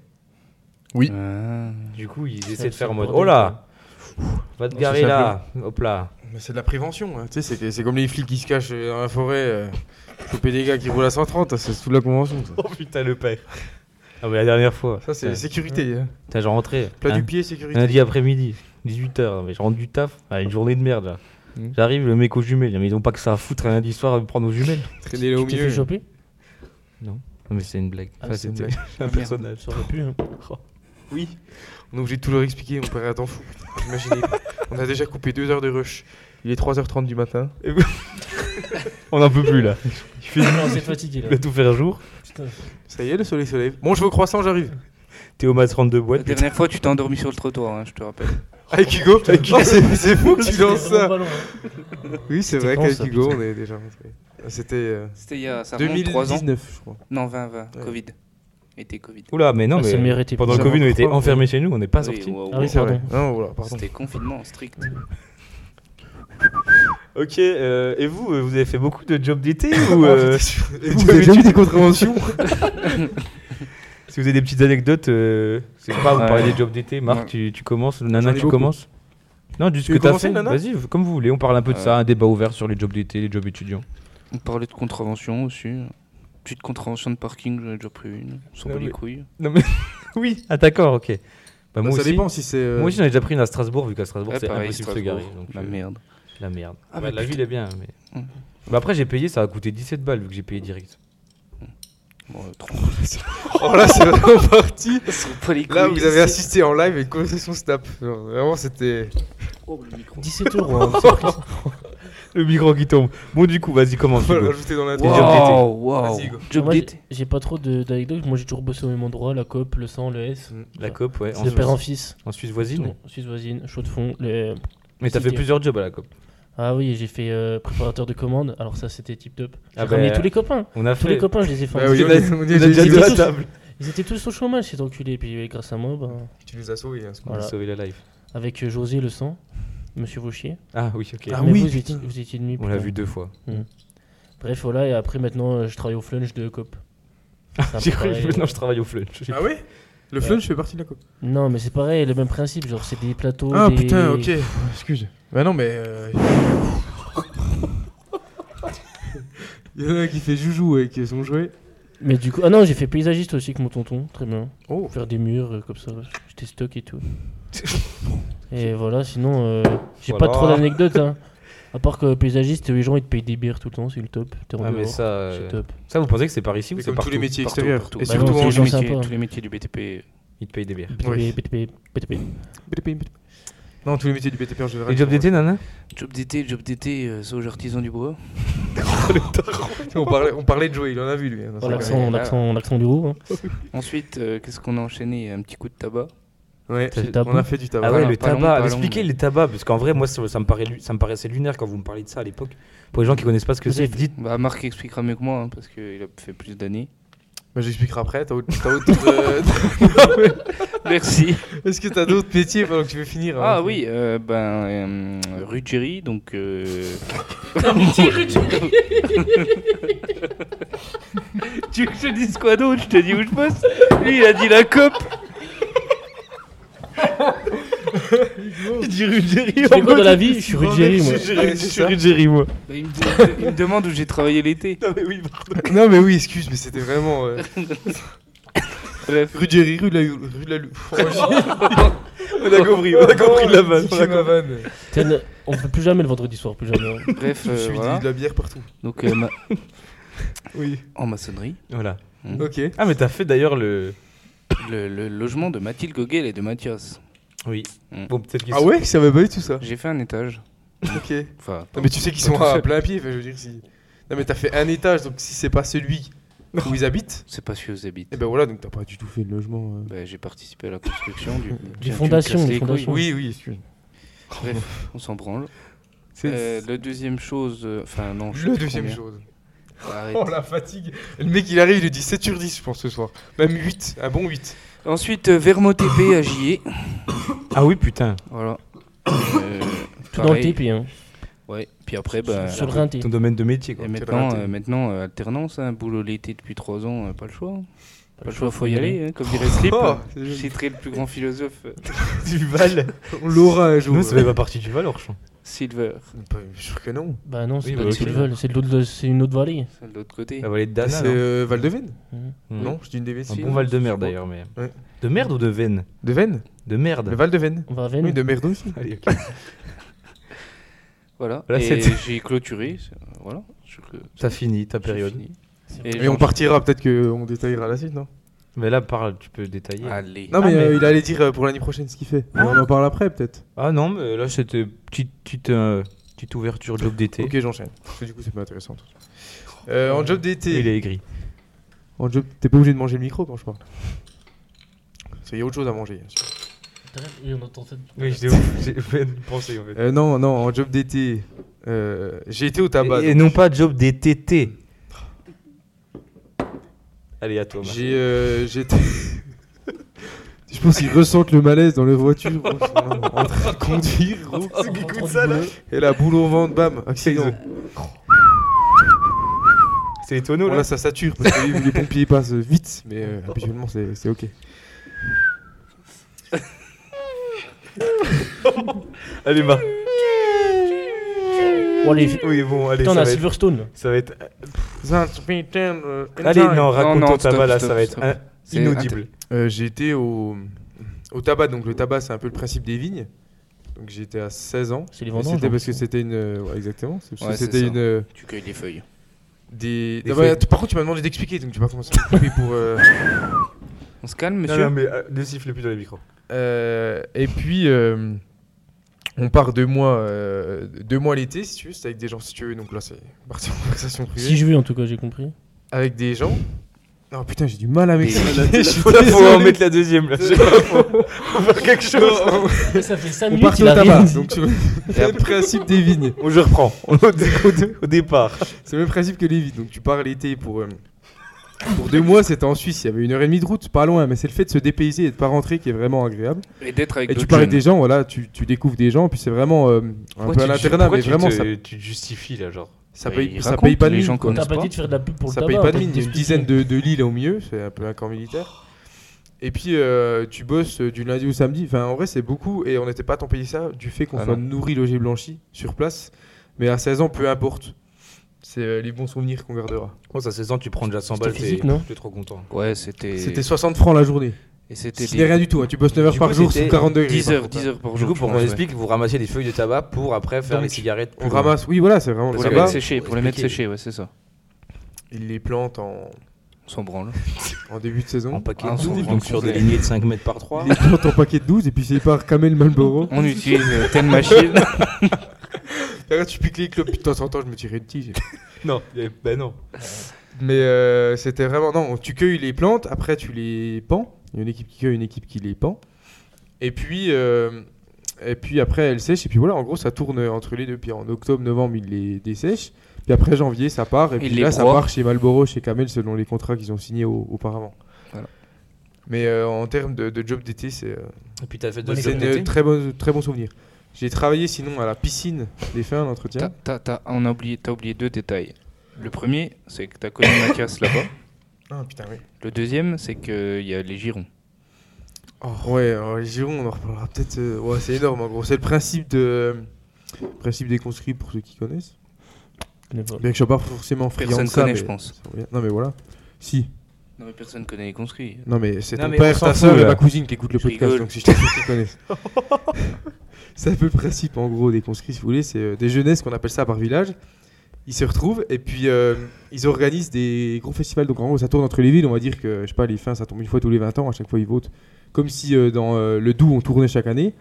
S6: Ah.
S4: Du coup, ils
S3: c'est
S4: essaient de faire en
S3: le
S4: mode
S3: bordel,
S4: Oh là Va te
S5: Non,
S4: garer
S5: c'est
S4: là Hop là
S5: Mais c'est de la prévention, hein. tu sais, c'est que- c'est comme les flics qui se cachent euh, dans la forêt, euh, choper des gars qui roulent à 130, hein, c'est sous la convention. Ça,
S4: Oh putain, le père Ah, mais la dernière fois,
S5: Ça, c'est
S4: Ouais.
S5: sécurité. hein.
S4: t'as genre rentré.
S5: Plat
S4: hein,
S5: du pied, sécurité.
S4: Lundi après-midi, 18h, mais je rentre du taf, ah, une journée de merde là.
S5: Mm.
S4: J'arrive, le mec aux jumelles, mais ils ont pas que ça à foutre un lundi soir à me prendre aux jumelles.
S5: Traîner au
S3: Tu t'es fait
S5: milieu.
S3: choper
S4: Non, mais c'est une blague.
S3: Ah,
S4: Ça,
S3: c'est une
S4: c'était un
S3: Merde,
S4: personnage.
S3: Ça aurait pu. hein.
S5: Oui. On est obligé de tout leur expliquer, mon père t'en fou. Imaginez, on a déjà coupé 2 heures de rush. Il est 3h30 du matin.
S4: On en peut plus là.
S3: Non, c'est fatigué
S4: Il va
S3: là.
S4: tout faire jour.
S3: Putain.
S5: Ça y est, le soleil se lève. Bon, je veux croissant, j'arrive.
S4: Théoma 32
S6: La
S4: boîtes.
S6: dernière fois, tu t'es endormi sur le trottoir, hein, je te rappelle.
S5: Avec Hugo Oh, C'est c'est fou que tu lances
S3: C'était
S5: ça.
S3: vraiment pas loin,
S5: Oui, c'est
S3: C'était
S5: vrai
S3: quand,
S5: qu'avec
S3: ça,
S5: Hugo,
S3: putain
S5: on est déjà rentré. C'était euh,
S6: C'était il y a ça remonte 3 ans.
S5: 2019, je crois.
S6: Non, 20, 20.
S5: Ouais.
S6: Covid. Été Covid.
S4: Oula, mais non,
S3: Ah, c'est
S4: mais
S3: mérité.
S4: pendant le
S5: J'avais
S4: Covid, on était
S5: encore-
S4: enfermés chez nous, on n'est pas
S6: Oui,
S4: sortis.
S6: waouh,
S3: Ah oui,
S6: waouh.
S5: C'est vrai.
S3: Pardon.
S5: Non, voilà, pardon.
S6: C'était confinement strict.
S4: Ok, euh, et vous, euh, vous avez fait beaucoup de jobs d'été ou
S5: Oh,
S4: euh,
S5: j'étais sûr.
S4: vous
S5: Vous
S4: avez
S5: avez jamais
S4: tué-
S5: des contraventions
S4: Si vous avez des petites anecdotes, euh, c'est pas, vous
S6: Ouais.
S4: parlez des jobs d'été. Marc,
S6: Ouais.
S4: tu, tu commences, Nana,
S5: ai
S4: tu
S5: beaucoup.
S4: commences Non, du ce
S5: Tu
S4: que
S5: veux
S4: t'as
S5: commencer,
S4: fait.
S5: Nana
S4: Vas-y, comme vous voulez, on parle un peu de
S6: Ouais.
S4: ça, un débat ouvert sur les jobs d'été, les jobs étudiants.
S6: On parlait de contravention aussi. Petite contravention de parking, j'en ai déjà pris une. On s'en
S4: Non,
S6: bat les
S4: mais-
S6: couilles.
S4: Oui. Ah, d'accord, ok. Bah, moi,
S5: Ah, Ça
S4: aussi,
S5: dépend si c'est. euh,
S4: moi aussi, j'en ai déjà pris une à Strasbourg, vu qu'à Strasbourg,
S6: Ouais,
S4: c'est
S6: pareil,
S4: impossible de se
S6: Strasbourg.
S4: garer. donc,
S6: La
S4: euh,
S6: merde.
S4: La merde.
S6: Ah,
S4: Ouais,
S6: bah,
S4: la
S6: putain.
S4: ville est bien. Mais...
S6: Mm.
S4: Bah après, j'ai payé, ça a coûté 17 balles vu que j'ai payé direct.
S6: Bon, euh, trop.
S5: Oh là, c'est vraiment parti.
S6: Ils sont pas les couilles.
S5: Là, vous avez assisté en live à une conversation snap. Genre, Vraiment, c'était.
S6: Oh, le micro.
S3: 17 euros. hein, c'est-
S4: Le migrant qui tombe. Bon, du coup, vas-y, commence.
S5: Faut le
S4: Hugo.
S5: rajouter dans la
S4: Wow.
S6: Ah,
S4: Job d'été.
S6: wow.
S5: Vas-y, Hugo.
S6: Job
S3: Moi, j'ai-
S6: d'été.
S3: j'ai pas trop de- d'anecdotes. Moi, j'ai toujours bossé au même endroit la COP, le sang, le S.
S4: La COP, ouais.
S3: C'est
S4: En
S3: de père en
S4: Suisse,
S3: fils.
S4: en Suisse voisine.
S3: Tout, Suisse voisine, chaud de fond. les-
S4: Mais t'as
S3: Si,
S4: fait
S3: t'es-
S4: plusieurs jobs à la COP.
S3: Ah oui, j'ai fait euh, préparateur de commandes. Alors, ça, c'était tip top. J'ai
S4: Ah
S3: ramené
S4: bah,
S3: tous les copains.
S4: On a
S3: Tous les
S4: fait.
S3: copains, je les ai
S5: Bah
S3: formés.
S5: oui,
S4: Tu
S5: on
S4: l'as-
S5: est- on est
S4: on a déjà
S5: déjà
S4: dit
S5: deux.
S4: à
S3: tous-
S4: la table.
S3: Ils étaient tous au chômage, ces enculés. Et puis, grâce à moi, bah,
S5: Tu nous as sauvés. hein, ce
S4: On a
S3: Voilà.
S4: sauvé la life.
S3: avec euh, José Le Sang, Monsieur Vauchier.
S4: Ah oui, ok.
S3: Mais
S5: oui,
S3: vous, vous,
S5: putain.
S3: étiez, vous étiez demi.
S4: On l'a
S3: putain.
S4: vu deux fois.
S3: Bref, voilà, et après maintenant, euh, je travaille au flunch de COP. Ça me
S4: Ah, J'ai cru
S3: paraît-
S4: que maintenant je travaille au flunch.
S5: Ah ouais Le flunch fait partie de la coupe.
S3: Non, mais c'est pareil, le même principe, genre c'est des plateaux.
S5: Ah
S3: des-
S5: putain, ok. Excuse. Bah non, mais. euh, Il y en a un qui fait joujou avec son jouet.
S3: Mais du coup, ah non, j'ai fait paysagiste aussi avec mon tonton, très bien.
S5: Oh.
S3: Faire des murs euh, comme ça, j'étais stock et tout. et voilà, sinon, euh, j'ai
S4: Voilà.
S3: pas trop d'anecdotes. Hein. À part que paysagiste, les gens ils te payent des bières tout le temps, c'est le top. T'es en
S4: Ah, mais
S3: dehors,
S4: ça.
S3: c'est
S4: euh,
S3: top.
S4: Ça, vous pensez que c'est par ici ou
S5: Mais
S4: c'est
S5: comme
S4: partout
S5: tous les métiers
S6: partout,
S5: extérieurs.
S6: partout.
S5: Et
S3: Bah
S5: surtout
S3: non,
S5: en
S3: c'est
S6: tous, les
S3: gens
S6: métiers,
S3: sympas.
S6: tous les métiers du BTP.
S4: Ils te payent des bières.
S3: BTP,
S5: Oui.
S3: BTP, BTP.
S5: BTP. Non, tous les métiers du BTP en général.
S4: Et job d'été, nana
S6: Job d'été, job d'été, euh, sauge artisan du bois.
S5: on, parlait, on parlait de jouet, il en a vu lui. hein, dans
S3: Oh,
S5: sa
S3: l'accent,
S5: carrière.
S3: l'accent, l'accent du roux. hein.
S6: Ensuite, euh, qu'est-ce qu'on a enchaîné Un petit coup de tabac.
S5: Ouais,
S3: C'est
S5: on
S3: tabou.
S5: a fait du tabac.
S4: Ah ouais,
S6: Voilà,
S4: le
S6: pas long,
S4: tabac.
S6: pas long,
S4: Expliquez
S6: mais-
S4: le tabac, parce qu'en vrai, moi, ça, ça me paraît, lu- ça me paraissait lunaire quand vous me parlez de ça à l'époque. Pour les gens qui connaissent pas ce que
S3: Vous
S4: c'est,
S3: avez-
S4: dites.
S6: Bah, Marc expliquera mieux que moi, hein, parce qu'il a fait plus d'années.
S5: Bah, J'expliquerai après. T'as autre- t'as autre de-
S6: Merci.
S5: Est-ce que t'as d'autres métiers pendant que tu veux finir hein
S6: Ah oui, euh, ben, euh, Ruggieri, donc. euh, tu veux que je te dise quoi d'autre Je te dis où je bosse Lui, il a dit la COP.
S4: Je dis Ruggieri,
S3: Je fais quoi de la vie Je suis Ruggieri, moi.
S5: Ouais, c'est ça.
S4: Ruggieri, moi.
S6: Bah, il, me de- il me demande où j'ai travaillé l'été.
S5: Non, mais oui, excuse, mais c'était vraiment. euh,
S6: Bref,
S5: Rue Jerry, rue de la rue de la Lu- Oh,
S4: On a compris, on a compris de la vanne.
S5: j'ai- j'ai ma vanne.
S3: Tiens, ne- on fait plus jamais le vendredi soir, plus jamais. hein.
S6: bref,
S5: Je
S6: euh,
S5: suis
S6: voilà.
S5: de la bière partout.
S6: Donc, euh, ma-
S5: Oui.
S6: en maçonnerie,
S4: Voilà.
S5: Ok.
S4: Ah, mais t'as fait d'ailleurs le.
S6: le, le logement de Mathilde Gogel et de Mathias.
S4: Oui.
S6: Mm.
S4: Bon, peut-être qu'ils
S5: Ah ouais, je savais pas du tout ça.
S6: J'ai fait un étage.
S5: Ok. Non,
S6: Enfin,
S5: mais tu sais qu'ils sont à plein pied, enfin, je veux dire si. Non mais t'as fait un étage, donc si c'est pas celui où ils habitent,
S6: c'est pas celui où j'habite.
S5: et ben voilà, donc t'as pas du tout fait le logement. euh.
S6: Ben, j'ai participé à la construction du. Tiens, tu me
S3: fondations,
S6: casses
S3: des
S6: les couilles.
S3: fondations.
S5: Oui, oui, excuse.
S6: Bref, on s'en branle.
S5: C'est
S6: Euh, la deuxième chose, euh, enfin non, je sais
S5: le
S6: plus
S5: deuxième
S6: combien.
S5: chose.
S6: Arrête.
S5: Oh la fatigue. Le mec il arrive, il lui dit 7 sur 10 je pense ce soir. Même 8, un bon 8.
S6: Ensuite, euh, Vermo TP à JE.
S4: Ah oui, putain.
S6: E. Voilà. Euh,
S3: Tout dans le TP, hein.
S6: Ouais. Puis après, bah,
S3: Sur le rinté.
S4: Ton domaine de métier, quoi.
S6: et maintenant,
S5: raté.
S6: euh, maintenant euh, alternance, hein, boulot l'été depuis 3 ans, euh, pas le choix. hein. Pas le choix, faut
S3: y
S6: y aller, hein, comme dirait Slip.
S5: Oh, c'est
S6: J'ai Citerai le plus grand philosophe, euh,
S4: du Val.
S5: On l'aura un jour.
S4: Nous, ça fait pas partie du hein. Val, Orchon.
S6: Silver,
S5: Bah, Je suis sûr que non.
S3: Bah non, c'est
S4: Oui,
S3: pas
S4: bah,
S3: ici
S4: ok.
S3: le vol, c'est de l'autre- c'est une autre vallée.
S6: c'est de l'autre côté.
S4: La vallée de Dana.
S5: C'est
S4: non
S5: euh, Val de Venne
S4: Mm.
S5: Non, je dis une des
S4: Un
S5: bêtises.
S4: bon Val de merde, d'ailleurs, mais.
S5: Ouais.
S4: De merde ou de veine
S5: De Venne
S4: De
S5: Le
S4: merde.
S5: Val de Venne.
S3: On va à Vennes.
S5: Oui, de merde aussi.
S4: Allez, ok.
S6: Voilà.
S4: Voilà,
S6: et
S4: c'était-
S6: j'ai clôturé. c'est- euh, Voilà. Je crois que
S4: T'as fini ta
S6: j'ai
S4: période.
S6: fini.
S5: Et on partira, peut-être qu'on détaillera la suite, non
S4: Mais là, parle, tu peux détailler.
S6: Allez.
S5: Non, mais,
S3: mais-
S5: euh, il allait dire euh, pour l'année prochaine ce qu'il fait. Mais on en parle après, peut-être.
S4: Ah non, mais là, c'était petite, petite, euh, petite ouverture job d'été.
S5: Ok, j'enchaîne. Parce que du coup, c'est pas intéressant. tout ça. Euh, en
S4: Oh. Il
S5: job d'été.
S4: est aigri.
S5: En job... T'es pas obligé de manger le micro quand je parle. Parce qu'il y a autre chose à manger. bien sûr.
S3: Oui, on entend ça.
S4: Oui, j'ai oublié de penser, en fait.
S5: Euh, non, non, en job d'été. euh, J'ai été au tabac.
S4: et, et
S5: donc.
S4: non pas job des TT. Allez, à toi. Marc.
S5: J'ai euh, j'ai été. Je pense qu'ils ressentent le malaise dans leur voiture gros, ils sont là, en train de conduire. gros.
S4: Oh,
S5: Et la boule au ventre, bam, accident.
S4: C'est étonnant,
S5: Bon,
S4: là.
S5: Oh là, ça sature parce que les- les pompiers passent vite, mais euh, habituellement, c'est c'est ok.
S4: Allez, bah.
S3: Oh, les...
S4: Oui, bon, allez,
S3: Putain, on
S4: ça
S3: a
S4: va, être,
S3: Silverstone.
S4: ça va être... Allez,
S5: Allez,
S4: non, raconte
S6: non,
S4: ton
S6: stop,
S4: tabac, là,
S6: stop,
S4: ça va être
S6: stop.
S4: un-
S6: C'est
S4: inaudible.
S5: Euh, j'ai été au, au tabac, donc le tabac c'est un peu le principe des vignes. Donc j'étais à 16 ans.
S3: C'est les
S5: Et
S3: vendanges.
S5: C'était
S3: hein.
S5: parce que c'était une. euh, ouais, exactement. c'est parce que
S6: Ouais, c'est
S5: c'était
S6: ça.
S5: une. euh,
S6: Tu cueilles des feuilles.
S5: Des.
S4: Des
S5: Non, bah,
S4: feuilles.
S5: tu- par contre, tu m'as demandé d'expliquer, donc tu vas commencer à me couper pour. euh,
S6: On se calme,
S4: Non,
S6: monsieur
S4: non, mais euh, ne sifflez plus dans les micros.
S5: euh, et puis. euh, On part deux mois, euh, deux mois l'été, si tu veux, c'est avec des gens, si tu veux. Donc là, c'est parti en conversation privée.
S3: Si je veux, en tout cas, j'ai compris.
S5: Avec des gens. Oh putain, j'ai du mal à m'exprimer. je suis
S4: Faut là, faut en
S5: désolé.
S4: mettre la deuxième là. Faut faire quelque chose.
S3: ça fait 5
S5: On
S3: minutes
S5: part au
S3: qu'il a rien
S5: tabac.
S3: dit.
S5: Donc, tu vois, c'est le principe des vignes.
S4: On je reprends. Au dé- Au départ.
S5: C'est le même principe que les vides. Donc tu pars l'été pour. euh, pour deux mois, c'était en Suisse. Il y avait une heure et demie de route, c'est pas loin. Mais c'est le fait de se dépayser et de pas rentrer qui est vraiment agréable.
S6: Et d'être avec
S5: Et tu
S6: d'autres
S5: parles avec
S6: jeunes.
S5: des gens, voilà, tu, tu découvres des gens. Puis c'est vraiment euh, un
S4: Pourquoi
S5: peu à
S4: tu-
S5: l'internat,
S4: pourquoi
S5: mais
S4: tu
S5: vraiment
S4: te-
S5: ça,
S4: Tu te justifies là, genre.
S5: ça
S6: euh, Ouais,
S5: paye,
S6: il
S5: ça
S6: raconte
S5: paye pas de
S6: les
S5: mine.
S6: gens
S5: quoi.
S6: qu'on
S3: T'as
S6: n'est-ce
S3: pas
S6: pas
S3: dit de faire de la pub pour
S5: Ça
S3: le
S5: paye
S3: tabac. hein.
S5: pas
S3: t'as
S5: de mine. Il y a une
S3: expliqué.
S5: dizaine de, de lits là au milieu, c'est un peu un camp militaire. Et puis euh, tu bosses euh, du lundi au samedi. Enfin, en vrai, c'est beaucoup. Et on n'était pas tant payé ça du fait qu'on
S4: Ah
S5: soit
S4: non.
S5: nourri, logé, blanchi sur place. Mais à 16 ans, peu importe. C'est euh, les bons souvenirs qu'on gardera.
S4: Moi, Oh, ça 16 ans, tu prends déjà 100
S3: C'était
S4: balles.
S3: physique,
S4: t'es-
S3: non
S4: T'es trop content.
S6: Ouais, c'était.
S5: C'était 60 francs la journée.
S6: Et c'était.
S5: C'était rien du tout. hein. Tu bosses 9 heures
S4: Du
S5: par
S4: coup,
S5: jour sous
S4: c'était
S5: 40 degrés.
S6: 10
S5: par
S6: heures,
S5: contre, hein.
S6: 10 heures par
S4: Du
S6: jour.
S4: coup,
S6: je
S4: pour qu'on
S6: pense, ouais.
S4: explique, vous ramassez des feuilles de tabac pour après faire
S5: Donc,
S4: les cigarettes.
S5: On ramasse. Oui, voilà, c'est vraiment
S6: Pour
S5: ça
S6: les
S5: va.
S6: mettre séchés, pour les mettre
S4: Expliquer.
S6: séchés, ouais, c'est ça.
S5: Il les plante en,
S6: On s'en branle.
S5: en début de
S4: En
S5: saison.
S4: paquet,
S6: Ah, on s'en
S4: donc
S6: fout.
S4: sur des lignées de 5 mètres par
S5: Il
S4: 3.
S5: les plante en paquet de 12 et puis c'est par Camel Malboro.
S6: On utilise euh, telle machine.
S5: tu piques les clopes, puis de temps en temps je me tirais une tige.
S4: Non, eh, ben non.
S5: Mais euh, c'était vraiment. Non, tu cueilles les plantes, après tu les pends. Il y a une équipe qui cueille, une équipe qui les pend. Et puis, euh, et puis après, elles sèchent. Et puis voilà, en gros, ça tourne entre les deux. Puis en octobre, novembre, ils les dessèchent. Puis après, janvier, ça part. Et puis
S6: Ils les
S5: là, ça
S6: broient.
S5: part chez Malboro, chez Camel, selon les contrats qu'ils ont signés au- auparavant.
S6: Voilà.
S5: Mais euh, en termes de, de job d'été, c'est euh,
S4: Et puis t'as fait deux
S5: c'est
S4: jobs
S5: une
S4: d'été.
S5: très bon, très bon souvenir. J'ai travaillé sinon à la piscine des fins
S6: T'as-
S5: d'entretien.
S6: t'as- t'as- On a oublié, t'as oublié deux détails. Le premier, c'est que t'as connu Mathias là-bas.
S5: Ah putain, oui.
S6: Le deuxième, c'est qu'il y a les girons.
S5: Oh. Ouais, alors les girons, on en reparlera peut-être. euh, Ouais, c'est énorme en gros. C'est le principe de. Principe des conscrits pour ceux qui connaissent.
S3: Je connais pas.
S5: Bien que je sois pas forcément friand
S6: Personne
S5: de ça,
S6: connaît,
S5: mais-
S6: je pense.
S5: ça revient. Non, mais voilà. Si.
S6: Non, mais personne connaît les conscrits.
S5: Non, mais c'est
S4: Non,
S5: ton
S4: mais on
S5: père,
S4: s'en
S5: ta
S4: fout,
S5: soeur et
S4: là.
S5: ma cousine qui écoutent le
S6: Je
S5: podcast,
S6: rigole.
S5: donc si je t'assure qu'ils connaissent. c'est un peu le principe en gros des conscrits, si vous voulez. C'est euh, des jeunesses qu'on appelle ça par village. Ils se retrouvent et puis euh, ils organisent des gros festivals. Donc en gros, ça tourne entre les villes. On va dire que, je sais pas, les fins, ça tombe une fois tous les 20 ans. À chaque fois, ils votent. Comme si euh, dans euh, le Doubs, on tournait chaque année.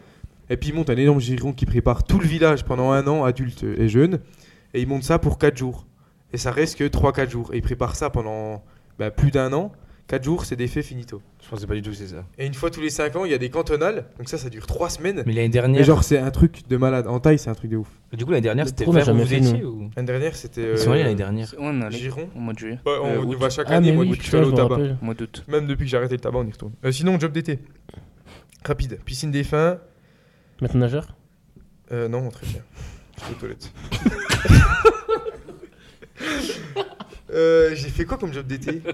S5: Et puis ils montent un énorme giron qui prépare tout le village pendant un an, adultes et jeunes. Et ils montent ça pour 4 jours. Et ça reste que 3-4 jours. Et ils préparent ça pendant bah, plus d'un an. 4 jours, c'est des faits finito.
S4: Je pensais pas du tout que c'est ça.
S5: Et une fois tous les 5 ans, il y a des cantonales. Donc ça, ça dure 3 semaines.
S4: Mais l'année
S5: Mais
S4: dernière,
S5: genre, c'est un truc de malade. En taille, c'est un truc de ouf.
S4: du coup, l'année dernière,
S3: Mais
S4: c'était
S3: pourquoi on a
S4: vert où
S3: jamais fait,
S4: vous
S3: nous
S4: étiez ou
S5: L'année dernière, c'était.
S4: hein.
S5: euh,
S4: Ils sont allés l'année dernière.
S6: C'est- On est allé
S5: Giron.
S6: au mois de juillet.
S5: Ouais, on
S6: Euh,
S5: y
S6: août.
S5: va chaque
S3: Ah,
S5: année.
S3: mais
S5: moi,
S3: oui,
S5: je suis
S3: putain,
S5: allé
S3: je
S5: au
S3: me
S5: tabac.
S3: rappelle.
S6: Au mois d'août.
S5: Même depuis que j'ai arrêté le tabac, on y retourne. Euh, sinon, job d'été. Rapide. Piscine des fins.
S3: Maître nageur
S5: Euh, non, très bien. Je suis aux toilettes. Euh, j'ai fait quoi comme job d'été
S4: Bah,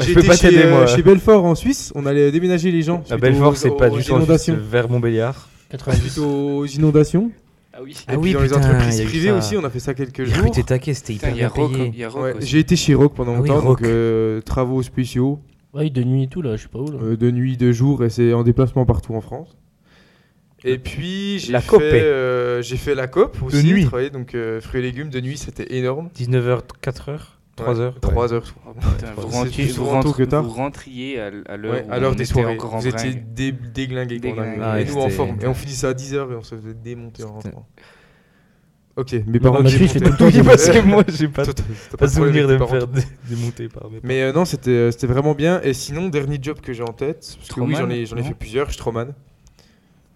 S4: je
S5: J'ai
S4: peux
S5: été
S4: pas
S5: chez, euh,
S4: t'aider, moi.
S5: chez Belfort en Suisse. On allait déménager les gens.
S4: La
S5: suite aux-
S4: Belfort, c'est pas
S5: aux
S4: du tout en Suisse, euh, c'est
S5: inondations.
S4: vers Montbéliard.
S5: Suite aux inondations.
S6: Ah oui.
S5: Et puis dans les entreprises privées aussi, on a fait ça quelques
S4: Il y a
S5: jours.
S4: eu taquet, c'était
S6: Putain,
S4: hyper
S6: il y a
S4: bien
S6: Rock,
S4: payé.
S6: il y a Rock
S5: Ouais,
S6: aussi.
S5: j'ai été chez Rock pendant
S4: Ah oui,
S5: longtemps,
S4: Rock.
S5: donc euh, travaux spéciaux,
S3: Ouais, de nuit et tout, là, je sais pas où. Là.
S5: euh, de nuit, de jour, et c'est en déplacement partout en France. Et puis j'ai
S4: La
S5: fait,
S4: COP.
S5: euh, j'ai fait la COP aussi,
S4: nuit.
S5: travaillé, donc euh, fruits et légumes de nuit, c'était énorme.
S4: 19h, 4h, 3h.
S5: 3 heures.
S6: Oh, putain, vous
S5: C'est
S6: rentiez-
S5: plus
S6: vous
S5: souvent tôt
S6: rentre-
S5: que tard.
S6: vous rentriez à l- à l'heure
S5: Ouais,
S6: où
S5: à l'heure
S6: on
S5: des
S6: était
S5: soirées,
S6: encore en
S5: vous étiez
S6: bringue.
S5: dé- déglingués. quand on
S6: Déglingués.
S5: arrivait. et
S4: Ouais,
S5: nous en
S4: c'était-
S5: forme. Et on finissait à 10h et on se faisait démonter en rentrant. Ok, mes
S3: Non,
S5: parents
S3: on a
S5: qui
S3: fait, je fais
S5: montaient.
S3: tout le temps
S4: parce que moi, j'ai pas,
S5: Toi, t'as- t'as
S4: pas
S5: de problème
S4: souvenir de
S5: avec tes
S4: me
S5: parents.
S4: faire dé- démonter par mes
S5: Mais euh, non, c'était euh, c'était vraiment bien. Et sinon, dernier job que j'ai en tête, parce que oui,
S6: Stroman,
S5: j'en ai, j'en ai
S6: non
S5: fait plusieurs, Stroman.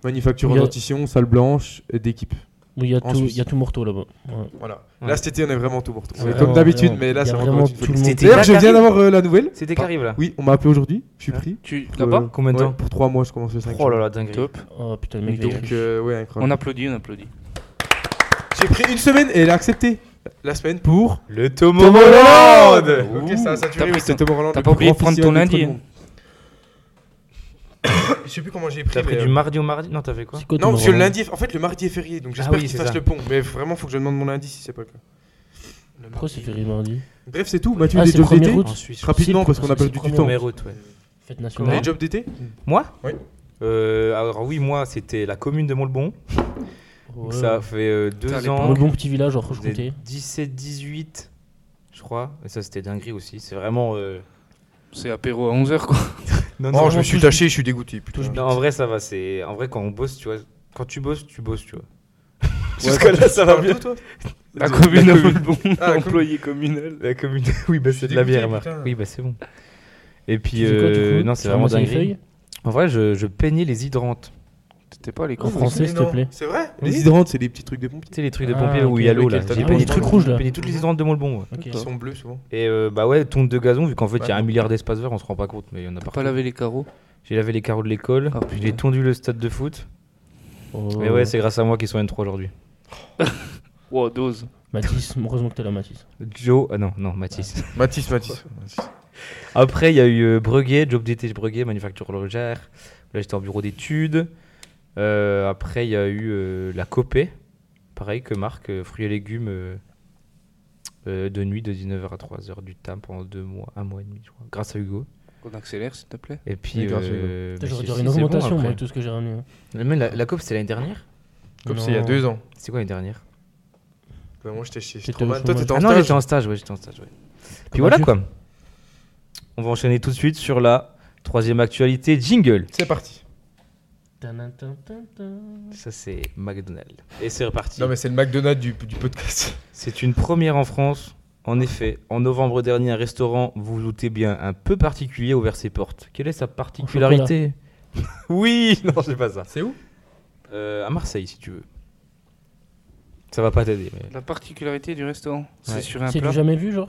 S5: Manufacture en
S3: Il y a-
S5: dentition, salle blanche, et d'équipe.
S3: Où il y a
S5: en
S3: tout,
S5: Suisse.
S3: il y a tout Morteau là-bas. Ouais.
S5: Voilà.
S4: Ouais.
S5: Là, cet été, on est vraiment tout pour tout.
S3: C'est
S5: On est
S3: vraiment-
S5: comme d'habitude,
S3: vraiment-
S5: mais là,
S3: il y
S5: c'est
S3: a
S5: encore
S3: vraiment
S5: une fois
S3: tout le
S5: que-
S3: monde.
S4: C'était
S5: D'ailleurs, je viens
S4: Carré-
S5: d'avoir euh, la nouvelle.
S4: C'était qui arrive là
S5: Oui, on m'a appelé aujourd'hui. Je suis pris.
S6: Tu
S5: Pour,
S6: là-bas
S5: euh,
S4: Combien de
S5: ouais,
S4: temps
S5: Pour 3 mois, je commence le 5.
S4: Oh là là, dingue.
S6: Top.
S3: Oh putain, le mec,
S6: Donc,
S3: il a
S5: Donc, euh, ouais,
S6: On
S5: incroyable.
S6: applaudit, on applaudit.
S5: J'ai pris une semaine et elle a accepté. La semaine pour.
S4: Le Tom
S5: Tom
S4: Holland
S5: Holland Ok, ça a
S6: T'as
S5: saturé,
S6: pris
S5: mais c'était Tom Holland.
S6: t'as
S5: le
S6: pas
S5: plus
S6: oublié
S5: grand
S6: de prendre
S5: physicien
S6: ton
S5: de tout le
S6: lundi.
S5: monde. Je sais plus comment j'ai pris.
S4: T'as
S5: mais,
S4: pris
S5: euh,
S4: du mardi au mardi Non, t'as fait quoi
S3: C'est quoi ton
S5: Non, parce que le
S3: Morteau
S5: lundi, est- en fait, le mardi est férié, donc j'espère
S4: oui,
S5: qu'il
S4: c'est
S5: fasse
S4: ça.
S5: le pont. Mais vraiment, faut que je demande mon lundi si c'est pas le cas.
S3: Pourquoi c'est férié mardi
S5: Bref, c'est tout. Mathieu,
S3: Ah,
S5: les
S3: c'est
S5: jobs
S3: le
S5: d'été
S3: premier août.
S4: En Suisse.
S5: Rapidement, parce qu'on a
S3: C'est le
S5: perdu du
S3: premier
S5: temps.
S4: Première route, ouais.
S3: Fête
S4: Comment
S5: Les
S3: nationale.
S5: jobs d'été
S4: Moi
S5: Oui.
S4: Euh, alors oui, moi, c'était la commune de Montbon.
S3: Ouais.
S4: Ça fait euh, deux
S6: Putain, les
S4: ans.
S3: Le bon petit village en
S4: C'était
S3: Franche-Comté.
S4: 17-18, je crois. Et ça, c'était dinguerie aussi. C'est vraiment. euh,
S6: C'est apéro à 11h quoi.
S4: Non,
S5: Oh,
S4: non,
S5: je me suis
S3: touche-
S5: taché, je suis dégoûté. putain.
S4: non, en vrai, ça va. C'est en vrai quand on bosse, tu vois. Quand tu bosses, tu bosses, tu vois. Jusque là, ça va bien.
S6: La commune a fait le bon.
S5: Ah,
S6: Employé communal.
S4: La commune. Oui, bah c'est de la
S5: dégoûté,
S4: bière, Marc.
S5: putain.
S4: Oui, bah c'est bon. Et puis,
S3: Tu fais quoi, du
S4: euh,
S3: coup
S4: non,
S3: Tu
S4: c'est vraiment
S3: ramasses une
S4: dingue.
S3: feuille
S4: En vrai, je, je peignais les hydrantes.
S6: C'était pas les
S3: En français, s'il te plaît.
S5: C'est vrai
S4: Oui.
S5: Les hydrantes, c'est des petits trucs de pompiers.
S4: Tu sais, les trucs de
S3: Ah,
S4: pompiers où
S3: ok,
S4: il y a l'eau
S3: lequel
S4: là.
S3: t'as Mhm.
S4: J'ai
S3: dit
S4: peigné
S3: Les trucs rouges, là.
S4: J'ai peigné toutes les hydrantes de Montbon. ouais.
S3: Ok.
S5: Ils sont bleus souvent.
S4: Et euh, bah ouais, tonte de gazon, vu qu'en fait, il y a un
S5: Ouais.
S4: milliard d'espace vert, on se rend pas compte, mais il y en a
S6: T'as
S4: partout.
S6: pas lavé les carreaux
S4: J'ai lavé les carreaux de l'école,
S6: Ah,
S4: puis
S6: putain.
S4: j'ai tondu le stade de foot.
S3: Oh.
S4: Mais ouais, c'est grâce à moi qu'ils sont N3 aujourd'hui.
S6: Wow, dose.
S3: Mathis, heureusement que t'es là, Mathis.
S4: Joe, ah non, non, Mathis.
S5: Mathis, Mathis.
S3: Ah.
S4: Après, il y a eu euh, Breguet, job d'été chez Breguet, manufacture horlogère. Là, j'étais en bureau d'études. Euh, après, il y a eu euh, la Copé, pareil que Marc, euh, fruits et légumes euh, euh, de nuit de 19h à 3h du temps pendant deux mois, un mois et demi, je crois, grâce à Hugo.
S6: On accélère, s'il te plaît.
S4: Et puis,
S5: Oui, grâce à Hugo.
S4: euh, mais
S3: J'aurais
S4: si-
S3: dire
S4: si,
S3: une
S4: c'est bon,
S3: augmentation,
S4: après.
S3: moi, de tout ce que j'ai ramené. hein.
S4: Mais la, la Cop, c'est l'année dernière
S5: Comme c'est il y a
S3: Non.
S5: deux ans.
S4: C'est quoi l'année dernière
S5: Bah, moi j'étais chez
S3: T'étais
S5: Stroman.
S3: au
S5: Toi
S3: chômage.
S5: t'étais en
S4: Ah non,
S5: stage.
S4: j'étais en stage, ouais, j'étais en stage, ouais. Puis
S3: Comment
S4: voilà
S3: tu-
S4: quoi. On va enchaîner tout de suite sur la troisième actualité, jingle.
S5: C'est parti.
S3: Tadadadadada.
S4: Ça c'est McDonald's. Et c'est reparti.
S5: Non mais c'est le McDonald's du, du podcast.
S4: C'est une première en France. En effet, en novembre dernier, un restaurant, vous vous doutez bien, un peu particulier a ouvert ses portes. Quelle est sa particularité Oui, non, c'est pas ça.
S5: C'est où
S4: Euh, à Marseille, si tu veux. Ça va pas t'aider, mais
S6: La particularité du restaurant, c'est
S4: Ouais.
S6: sur un
S3: C'est
S6: plat.
S3: du jamais vu, genre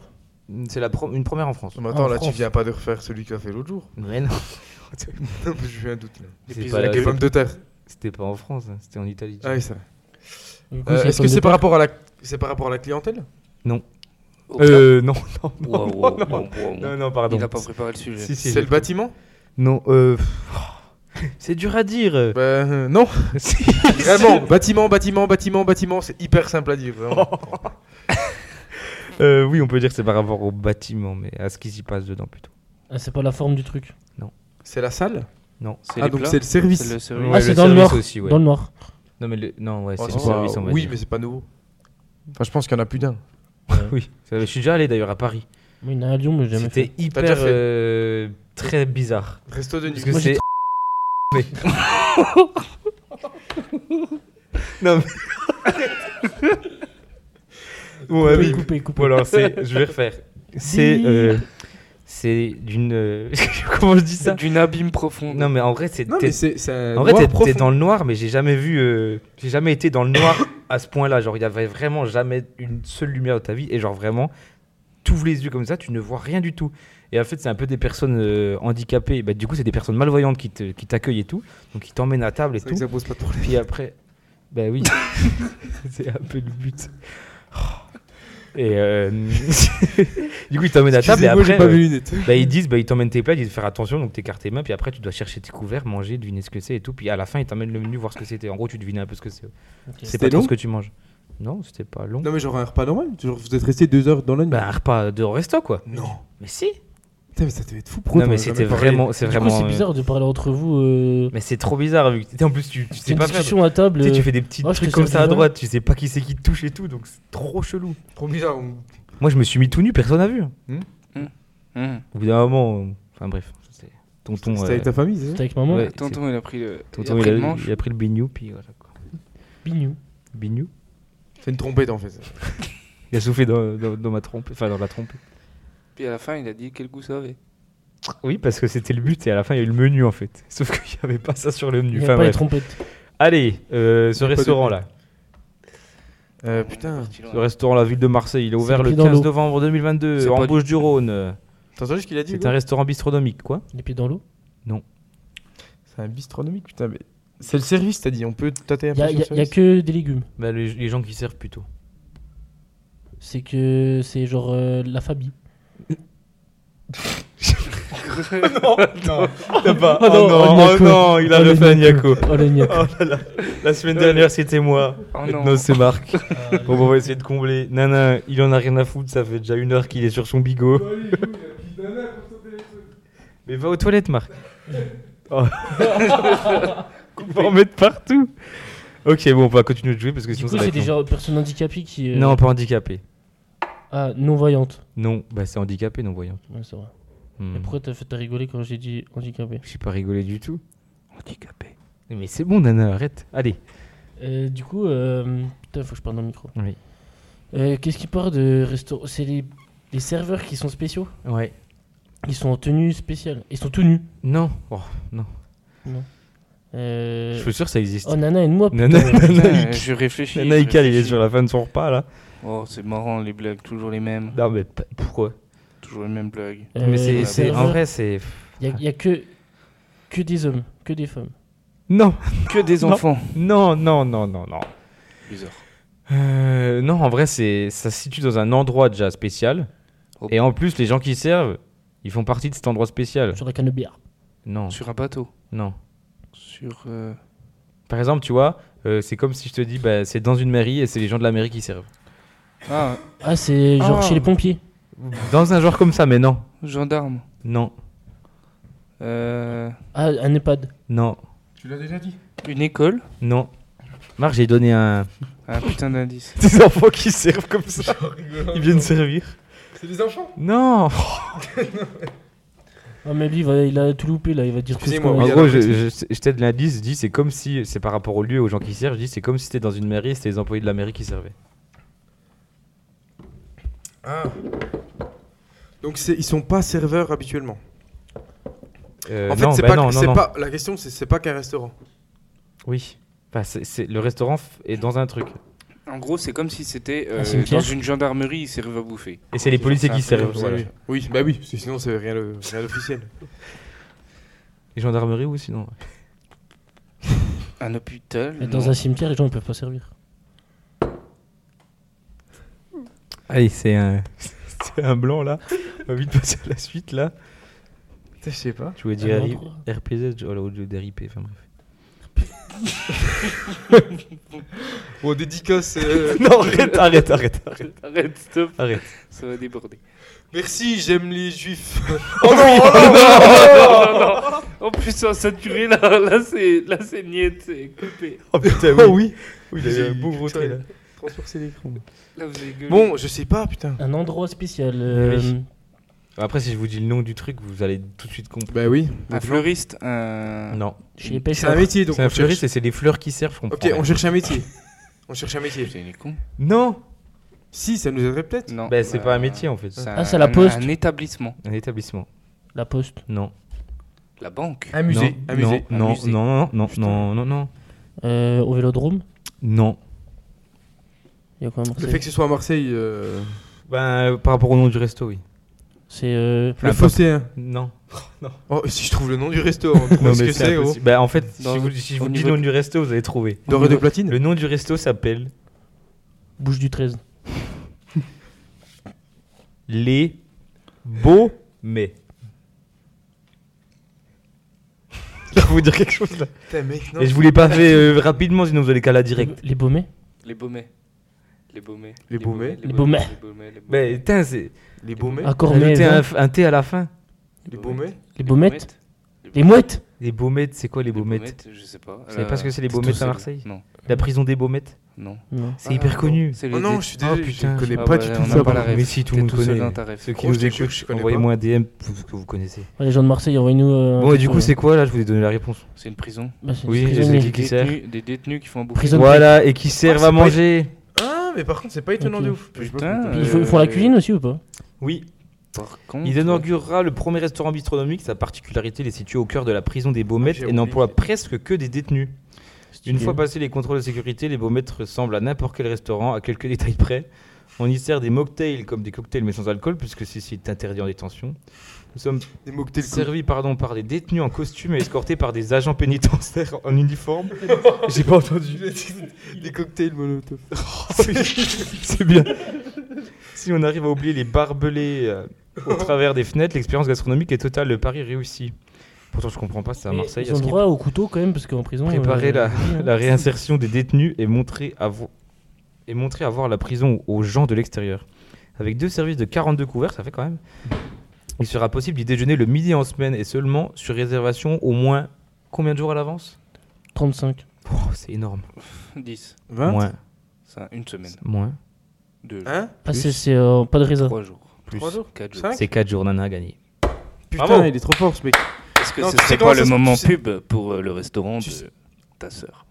S4: c'est la pro- une première en France.
S5: Non mais attends,
S3: En
S5: là tu
S3: France.
S5: viens pas de refaire celui que t'as fait l'autre jour.
S4: Ouais, non.
S5: Non, mais J'ai eu un doute là.
S4: C'est
S6: Épisode
S4: pas la-
S5: Avec les pommes de terre.
S4: C'était pas en France, hein, c'était en Italie.
S5: Ah oui, ça.
S3: Du coup,
S5: Euh,
S3: c'est
S5: Est-ce
S3: comme
S5: que c'est
S3: des
S5: par rapport à la c'est par rapport à la clientèle
S6: Au plat.
S4: Euh, non, non, non,
S6: Wow,
S4: non,
S6: wow,
S4: non,
S6: wow, wow.
S4: non, non, pardon.
S6: Il a pas préparé le sujet.
S4: Si, si,
S5: C'est
S4: j'ai-
S5: le bâtiment
S4: Non, euh... C'est dur à dire.
S5: Bah euh, non,
S4: Si.
S5: vraiment. Bâtiment, bâtiment, bâtiment, bâtiment, c'est hyper simple à dire. vraiment.
S4: Euh, oui, on peut dire que c'est par rapport au bâtiment, mais à ce qui s'y passe dedans plutôt.
S3: Ah, c'est pas la forme du truc.
S5: C'est la salle
S4: Non.
S6: C'est
S5: Ah
S6: les
S5: donc
S6: plats,
S5: c'est le service.
S6: c'est le service.
S3: Ah,
S4: Ouais,
S3: c'est
S4: le
S3: dans le
S4: service
S3: Nord.
S4: aussi, ouais.
S3: Dans le noir.
S4: Non, mais le- non, ouais,
S5: Oh,
S4: c'est
S5: c'est
S4: le
S5: pas-
S4: service, on va
S5: oui,
S4: dire.
S5: mais c'est pas nouveau. Enfin, je pense qu'il y en a plus d'un.
S4: Oui, Ça, je suis déjà allé d'ailleurs à Paris.
S3: Moi, il y en a à Lyon, mais j'ai jamais fait.
S4: C'était hyper
S5: déjà fait
S4: euh, très bizarre.
S5: Resto de
S4: Parce
S5: nuit.
S4: que
S3: Moi, j'ai
S4: c'est. Mais- non, mais. bon,
S3: Coupé,
S4: allez,
S3: coupé, coupé.
S4: Voilà, c'est. Je vais refaire. C'est. euh, c'est d'une. euh, Comment je dis ça
S6: D'une abîme profonde.
S4: Non, mais en vrai, c'est.
S5: Non,
S4: t'es-
S5: mais c'est c'est un
S4: En vrai,
S5: noir
S4: t'es-
S5: profond.
S4: t'es dans le noir, mais j'ai jamais vu. euh, J'ai jamais été dans le noir à ce point-là. Genre, il y avait vraiment jamais une seule lumière de ta vie. Et genre, vraiment, t'ouvres les yeux comme ça, tu ne vois rien du tout. Et en fait, c'est un peu des personnes euh, handicapées. Bah, du coup, c'est des personnes malvoyantes qui te- qui t'accueillent et tout. Donc, ils t'emmènent à table et
S5: C'est vrai que
S4: tout.
S5: ça pose pas de problème.
S4: Puis après, bah oui, c'est un peu le but. Et euh, du coup, ils t'emmènent à table et
S5: Excusez-moi, j'ai
S4: après,
S5: pas mes
S4: euh,
S5: lunettes.
S4: bah, ils disent, bah, ils t'emmènent tes plats, ils disent de faire attention, donc t'écartes tes mains, puis après, tu dois chercher tes couverts, manger, deviner ce que c'est et tout. Puis à la fin, ils t'emmènent le menu, voir ce que c'était. En gros, tu devinais un peu ce que c'est. C'est pas
S5: C'était
S4: trop
S5: long
S4: ce que tu manges. Non, c'était pas long.
S5: Non, mais genre un repas normal. Genre, vous êtes resté deux heures dans la nuit.
S4: Bah, un repas de resto, quoi.
S5: Non.
S4: Mais si
S5: Putain, mais ça devait être fou. pourquoi
S4: Non,
S5: t'en
S4: mais
S5: as jamais
S4: c'était
S5: parlé
S4: vraiment. C'est
S3: Du coup,
S4: vraiment.
S3: c'est
S4: euh,
S3: bizarre de parler entre vous. euh,
S4: Mais c'est trop bizarre, vu que t'étais- en plus, tu, tu
S3: C'est
S4: sais
S3: une
S4: pas faire.
S3: discussion à table.
S4: Tu sais, tu
S3: euh,
S4: fais des petits
S3: Oh, je te
S4: trucs comme
S3: sers
S4: ça
S3: du
S4: à
S3: vin.
S4: droite, tu sais pas qui c'est qui te touche et tout, donc c'est trop chelou.
S5: Trop bizarre. on-
S4: Moi, je me suis mis tout nu, personne n'a vu.
S6: Hum.
S4: Au bout d'un moment, euh, enfin bref, c'est tonton. euh,
S5: C'était avec ta famille, c'est
S3: C'était
S5: ça
S3: avec maman.
S4: Ouais.
S6: Tonton, il a pris le. il a
S4: tonton,
S6: pris
S4: il,
S6: le
S4: a,
S6: manche.
S4: il a pris le bignou, puis voilà quoi.
S3: Bignou.
S4: Bignou
S5: C'est une trompette en fait.
S4: Il a soufflé dans, dans- dans ma trompe, enfin dans la trompe.
S6: Puis à la fin, il a dit quel goût ça avait.
S4: Oui, parce que c'était le but et à la fin il y a eu le menu en fait. Sauf qu'il n'y avait pas ça sur le
S3: Il
S4: menu.
S3: n'y
S4: Enfin,
S3: a pas les
S4: bref.
S3: trompettes.
S4: Allez, euh, ce
S5: Il y a pas de-
S4: restaurant là.
S5: Euh, putain.
S6: Parti loin.
S4: Ce restaurant, la ville de Marseille, il a ouvert
S3: le
S4: le
S3: pied dans
S4: 15
S3: l'eau.
S4: novembre 2022
S6: C'est
S4: en
S6: pas du-
S4: Bouches-du-Rhône.
S5: T'as entendu ce qu'il a dit
S4: C'est
S5: Hugo
S4: un restaurant bistronomique quoi.
S3: Les pieds dans l'eau.
S5: C'est un bistronomique, putain. Mais... C'est le service, t'as dit. On peut tâter un
S3: Il n'y a,
S5: peu
S3: y
S5: sur
S3: a-
S5: le
S3: y a
S5: service
S3: que des légumes.
S4: Bah, les, les gens qui servent plutôt.
S3: C'est que c'est genre euh, la Fabie.
S4: Ah bah, non, pas.
S3: Oh non, oh Niaco.
S4: il
S3: Oh, le
S4: refait un Niaco.
S3: Oh le gnac.
S4: Oh là là. La semaine dernière, c'était moi.
S6: Oh
S4: Maintenant,
S6: non. Ah,
S4: c'est Marc. bon, bon, on va essayer de combler. Nana, il en a rien à foutre. Ça fait déjà une heure qu'il est sur son bigot.
S1: Bah
S4: Mais va aux toilettes, Marc. Oh. on va en mettre partout. Ok, bon, on va continuer de jouer parce que
S3: Du
S4: sinon
S3: coup,
S4: ça va
S3: c'est
S4: être
S3: des
S4: long.
S3: gens- personnes handicapées qui. euh,
S4: Non, pas handicapé.
S3: Ah, non-voyantes.
S4: Non, bah c'est handicapé, non voyant.
S3: Ouais, c'est vrai.
S4: Hmm.
S3: Et pourquoi t'as fait t'as rigolé quand j'ai dit handicapé
S4: J'ai pas rigolé du tout.
S6: Handicapé.
S4: Mais c'est bon, Nana, arrête. Allez.
S3: Euh, du coup, euh, putain, faut que je parle dans le micro.
S7: Oui.
S3: Euh, Qu'est-ce qui part de restaurant C'est les, les serveurs qui sont spéciaux
S7: Ouais.
S3: Ils sont en tenue spéciale. Ils sont tout nus.
S7: Non. Oh,
S3: Euh,
S4: Je suis sûr que ça existe.
S3: Oh, Nana et moi.
S4: Nana,
S6: Putain,
S4: Nanaïka,
S6: je réfléchis. je
S4: il est
S6: réfléchis.
S4: sur la fin de son repas là.
S6: Oh, c'est marrant les blagues, toujours les
S3: Euh,
S6: mêmes.
S4: Non mais p- pourquoi
S6: Toujours les mêmes blagues.
S7: mais c'est, c'est- en vrai, c'est.
S3: Il n'y a, que, que des hommes, que des femmes.
S4: Non,
S6: Que des
S4: Non.
S6: enfants.
S4: non, non, non, non, non.
S6: Bizarre.
S4: Euh, non, en vrai, c'est ça se situe dans un endroit déjà spécial.
S6: Oh.
S4: Et en plus, les gens qui servent, ils font partie de cet endroit spécial.
S3: Sur la canne de bière.
S4: Non,
S6: Sur un bateau.
S4: non.
S6: Sur. euh,
S4: Par exemple, tu vois, euh, c'est comme si je te dis, bah, c'est dans une mairie et c'est les gens de la mairie qui servent.
S6: Ah,
S3: Ah, c'est genre
S6: Ah.
S3: chez les pompiers.
S4: Dans un genre comme ça, mais non,
S6: gendarme.
S4: non,
S6: Euh,
S3: Ah, un EHPAD.
S4: non,
S5: Tu l'as déjà dit
S6: une école.
S4: non. Marc, j'ai donné un.
S6: Un putain d'indice.
S4: Des enfants qui servent comme ça. Ils viennent servir.
S5: C'est des enfants
S4: Non.
S3: Ah, mais lui, il, va- il a tout loupé là. Il va dire tout ce
S5: Excusez-moi,
S3: qu'on a
S4: En
S5: Oui,
S3: dit.
S4: gros,
S5: alors,
S4: je,
S5: vas-y.
S4: je, je t'aide l'indice, je dis c'est comme si, c'est par rapport au lieu, aux gens qui servent, je dis c'est comme si c'était dans une mairie et c'était les employés de la mairie qui servaient.
S5: Ah. Donc c'est- ils sont pas serveurs habituellement.
S4: Euh,
S5: en fait,
S4: non,
S5: c'est
S4: bah
S5: pas,
S4: non, non,
S5: c'est
S4: non.
S5: pas- La question, c'est c'est pas qu'un restaurant.
S4: Oui. Enfin, c'est, c'est- le restaurant f- est dans un truc.
S6: En gros, c'est comme si c'était euh,
S3: Un cimetière.
S6: dans une gendarmerie, ils servent à bouffer.
S4: Et c'est les policiers
S6: ça,
S4: qui
S6: c'est
S4: servent.
S6: comme ça.
S4: voilà.
S5: Oui, oui, bah oui, parce que sinon c'est rien, de- rien d'officiel.
S4: Et gendarmerie ou sinon
S6: Un hôpital.
S3: Mais
S6: non.
S3: Dans un cimetière, les gens ne peuvent pas servir.
S4: Allez, c'est un, c'est un blanc là. On va vite passer à la suite là.
S5: Je sais pas.
S4: Tu voulais dire
S3: Un
S4: RI-
S3: endroit.
S4: RPZ, je- oh là, au lieu d'RIP, enfin bref.
S5: Bon, dédicace. euh,
S4: Non, arrête, arrête, arrête, arrête.
S6: Arrête, stop,
S4: arrête.
S6: ça va déborder.
S5: Merci, j'aime les juifs.
S6: En plus, ça saturé là, là c'est, là c'est niette, c'est coupé.
S4: Oh putain, oui. oui. il a eu un beau
S5: Putain,
S4: retrait là.
S5: Transpercer l'écran.
S6: Là, vous avez gueulé.
S5: Bon, je sais pas, putain.
S3: Un endroit spécial. euh,
S4: Oui. Après, si je vous dis le nom du truc, vous allez tout de suite comprendre.
S5: Bah oui.
S6: un fleuriste, un.
S4: Non.
S3: Chez les
S5: C'est un
S3: pêcheurs.
S5: métier, donc.
S4: C'est un
S5: on cherche.
S4: fleuriste et c'est les fleurs qui servent, je comprends
S5: Ok,
S4: rien.
S5: on cherche un métier. On cherche un métier.
S6: Putain, il est con.
S4: Non
S5: Si, ça nous aiderait peut-être.
S6: Non.
S4: Bah,
S3: Ben,
S4: c'est
S6: euh,
S4: pas un métier en fait.
S6: c'est
S3: Ah, c'est la
S6: un-
S3: poste.
S6: Un établissement.
S4: Un établissement.
S3: La poste.
S4: Non.
S6: La banque.
S5: Un musée.
S4: Non,
S5: un musée.
S6: Un
S4: Non,
S6: musée.
S4: non, non,
S5: Putain.
S4: non, non, non, non.
S3: Euh, au vélodrome.
S4: Non.
S3: Il y a quoi à
S5: Le
S3: Marseille
S5: fait que ce soit à Marseille, euh,
S4: Ben, euh, par rapport au nom du resto, oui.
S3: C'est. euh,
S5: le hein.
S4: Ah,
S5: phocéen.
S4: Non.
S5: Oh, si je trouve le nom du resto, on trouve
S4: Non,
S5: ce
S4: mais
S5: que
S4: c'est
S5: c'est, gros.
S4: impossible. Ben, en fait,
S6: Dans-
S4: si vous, si je
S6: au
S4: vous dis
S6: niveau
S4: le nom
S6: de-
S4: du resto, vous allez trouver.
S5: Doré de platine
S4: Le nom du resto s'appelle
S3: Bouche du 13.
S4: Les Beaux Mais. Ça va vous dire quelque chose là
S5: Putain, mec, non.
S4: Et je vous l'ai pas fait euh, rapidement, sinon vous allez qu'à la direct.
S3: Les Baumets.
S6: Les baumets. Les baumets.
S5: Les baumets.
S3: Les baumets.
S6: Les baumets. les baumets,
S4: Ben, putain, c'est.
S5: Les Baumets
S4: Ah,
S3: À Cormet.
S4: Rajoutez
S3: vingt.
S4: un, f- un thé à la fin.
S5: Les Baumets
S3: Ah, Les Baumettes. Les Mouettes.
S4: Les Baumettes, c'est quoi les
S6: Les
S4: Baumettes
S6: baumettes, je sais pas. Euh,
S4: Vous savez pas ce que c'est, les
S6: tout
S4: baumettes à
S6: seul.
S4: Marseille
S6: Non,
S4: La prison des Baumettes
S6: non. Ah,
S3: Non.
S4: C'est hyper connu.
S6: C'est
S5: Oh
S6: les
S5: non,
S6: dé-
S5: je suis
S4: Ah,
S5: désolé, je
S4: putain.
S5: connais
S6: Ah
S5: pas
S6: bah,
S5: du
S6: on
S5: tout
S6: a
S5: ça.
S6: pas
S5: par
S6: la
S5: contre.
S6: ref.
S4: Mais si, tout
S6: T'es
S4: le monde
S6: seul
S4: connaît.
S6: dans ta ref.
S4: Ceux qui
S5: Gros, je
S4: nous
S5: te jure, je
S4: écoutent,
S5: connais
S4: envoyez
S5: pas.
S4: moi un DM pour ce que vous connaissez.
S3: Ouais, Les gens de Marseille, envoyez-nous. euh, un
S4: Bon, et
S3: truc,
S4: du
S3: euh,
S4: coup, c'est quoi là Je vous ai donné la réponse.
S6: C'est une prison.
S3: bah, c'est-
S4: Oui,
S3: c'est
S4: les
S3: prisonnier.
S4: équipes. Qui
S6: Des
S4: sert
S6: détenus- Des détenus qui font à bouffer.
S3: Prison
S4: Voilà, et qui servent
S5: c'est
S4: à
S5: pas-
S4: manger.
S5: Ah, mais par contre, c'est pas étonnant
S3: Ok.
S5: de ouf.
S6: Putain.
S3: Puis ils font, ils font la cuisine aussi ou pas
S4: Oui,
S6: Par
S5: Mmh.
S6: contre.
S4: il inaugurera le premier restaurant bistronomique. Sa particularité, il est situé au cœur de la prison des Baumettes
S5: j'ai
S4: et n'emploie presque que des détenus. Une
S3: Stylé.
S4: fois passés les contrôles de sécurité, les Baumettes ressemblent à n'importe quel restaurant, à quelques détails près. On y sert des mocktails comme des cocktails mais sans alcool, puisque ceci est interdit en détention. Nous sommes
S5: Des mocktails cool.
S4: servis pardon, par des détenus en costume et escortés par des agents pénitentiaires en uniforme. J'ai pas entendu.
S5: Des cocktails molotov.
S4: C'est bien. Si on arrive à oublier les barbelés euh, au travers des fenêtres, l'expérience gastronomique est totale. Le pari réussi. Pourtant, je comprends pas, c'est à
S3: Et
S4: Marseille.
S3: Ils ont
S4: est-ce
S3: le
S4: qu'ils
S3: droit au couteau quand même, parce qu'en prison.
S4: Préparer
S3: euh,
S5: Mmh.
S3: oui, hein.
S4: la réinsertion des détenus et montrer à vo- et montrer à voir la prison aux gens de l'extérieur. Avec deux services de 42 couverts, ça fait quand même. Il sera possible d'y déjeuner le midi en semaine et seulement sur réservation au moins combien de jours à l'avance
S3: 35.
S4: Oh, C'est énorme.
S6: 10.
S4: Moins.
S6: Ça, une semaine.
S4: Moins.
S6: Deux.
S5: Hein
S3: Ah, c'est- c'est euh, pas de réseau.
S6: Trois jours.
S4: Plus.
S5: Trois jours
S6: Quatre jours.
S5: Cinq
S4: C'est 4 jours, Nana a gagné.
S5: Putain,
S4: Bravo.
S5: il est trop fort ce mec.
S6: Est-ce que
S5: Non,
S6: ce
S5: tu sais
S6: serait
S5: comment
S6: pas
S5: ça
S6: le
S5: se-
S6: moment
S5: tu sais-
S6: pub pour euh, le restaurant
S5: Tu
S6: de
S5: sais-
S6: ta sœur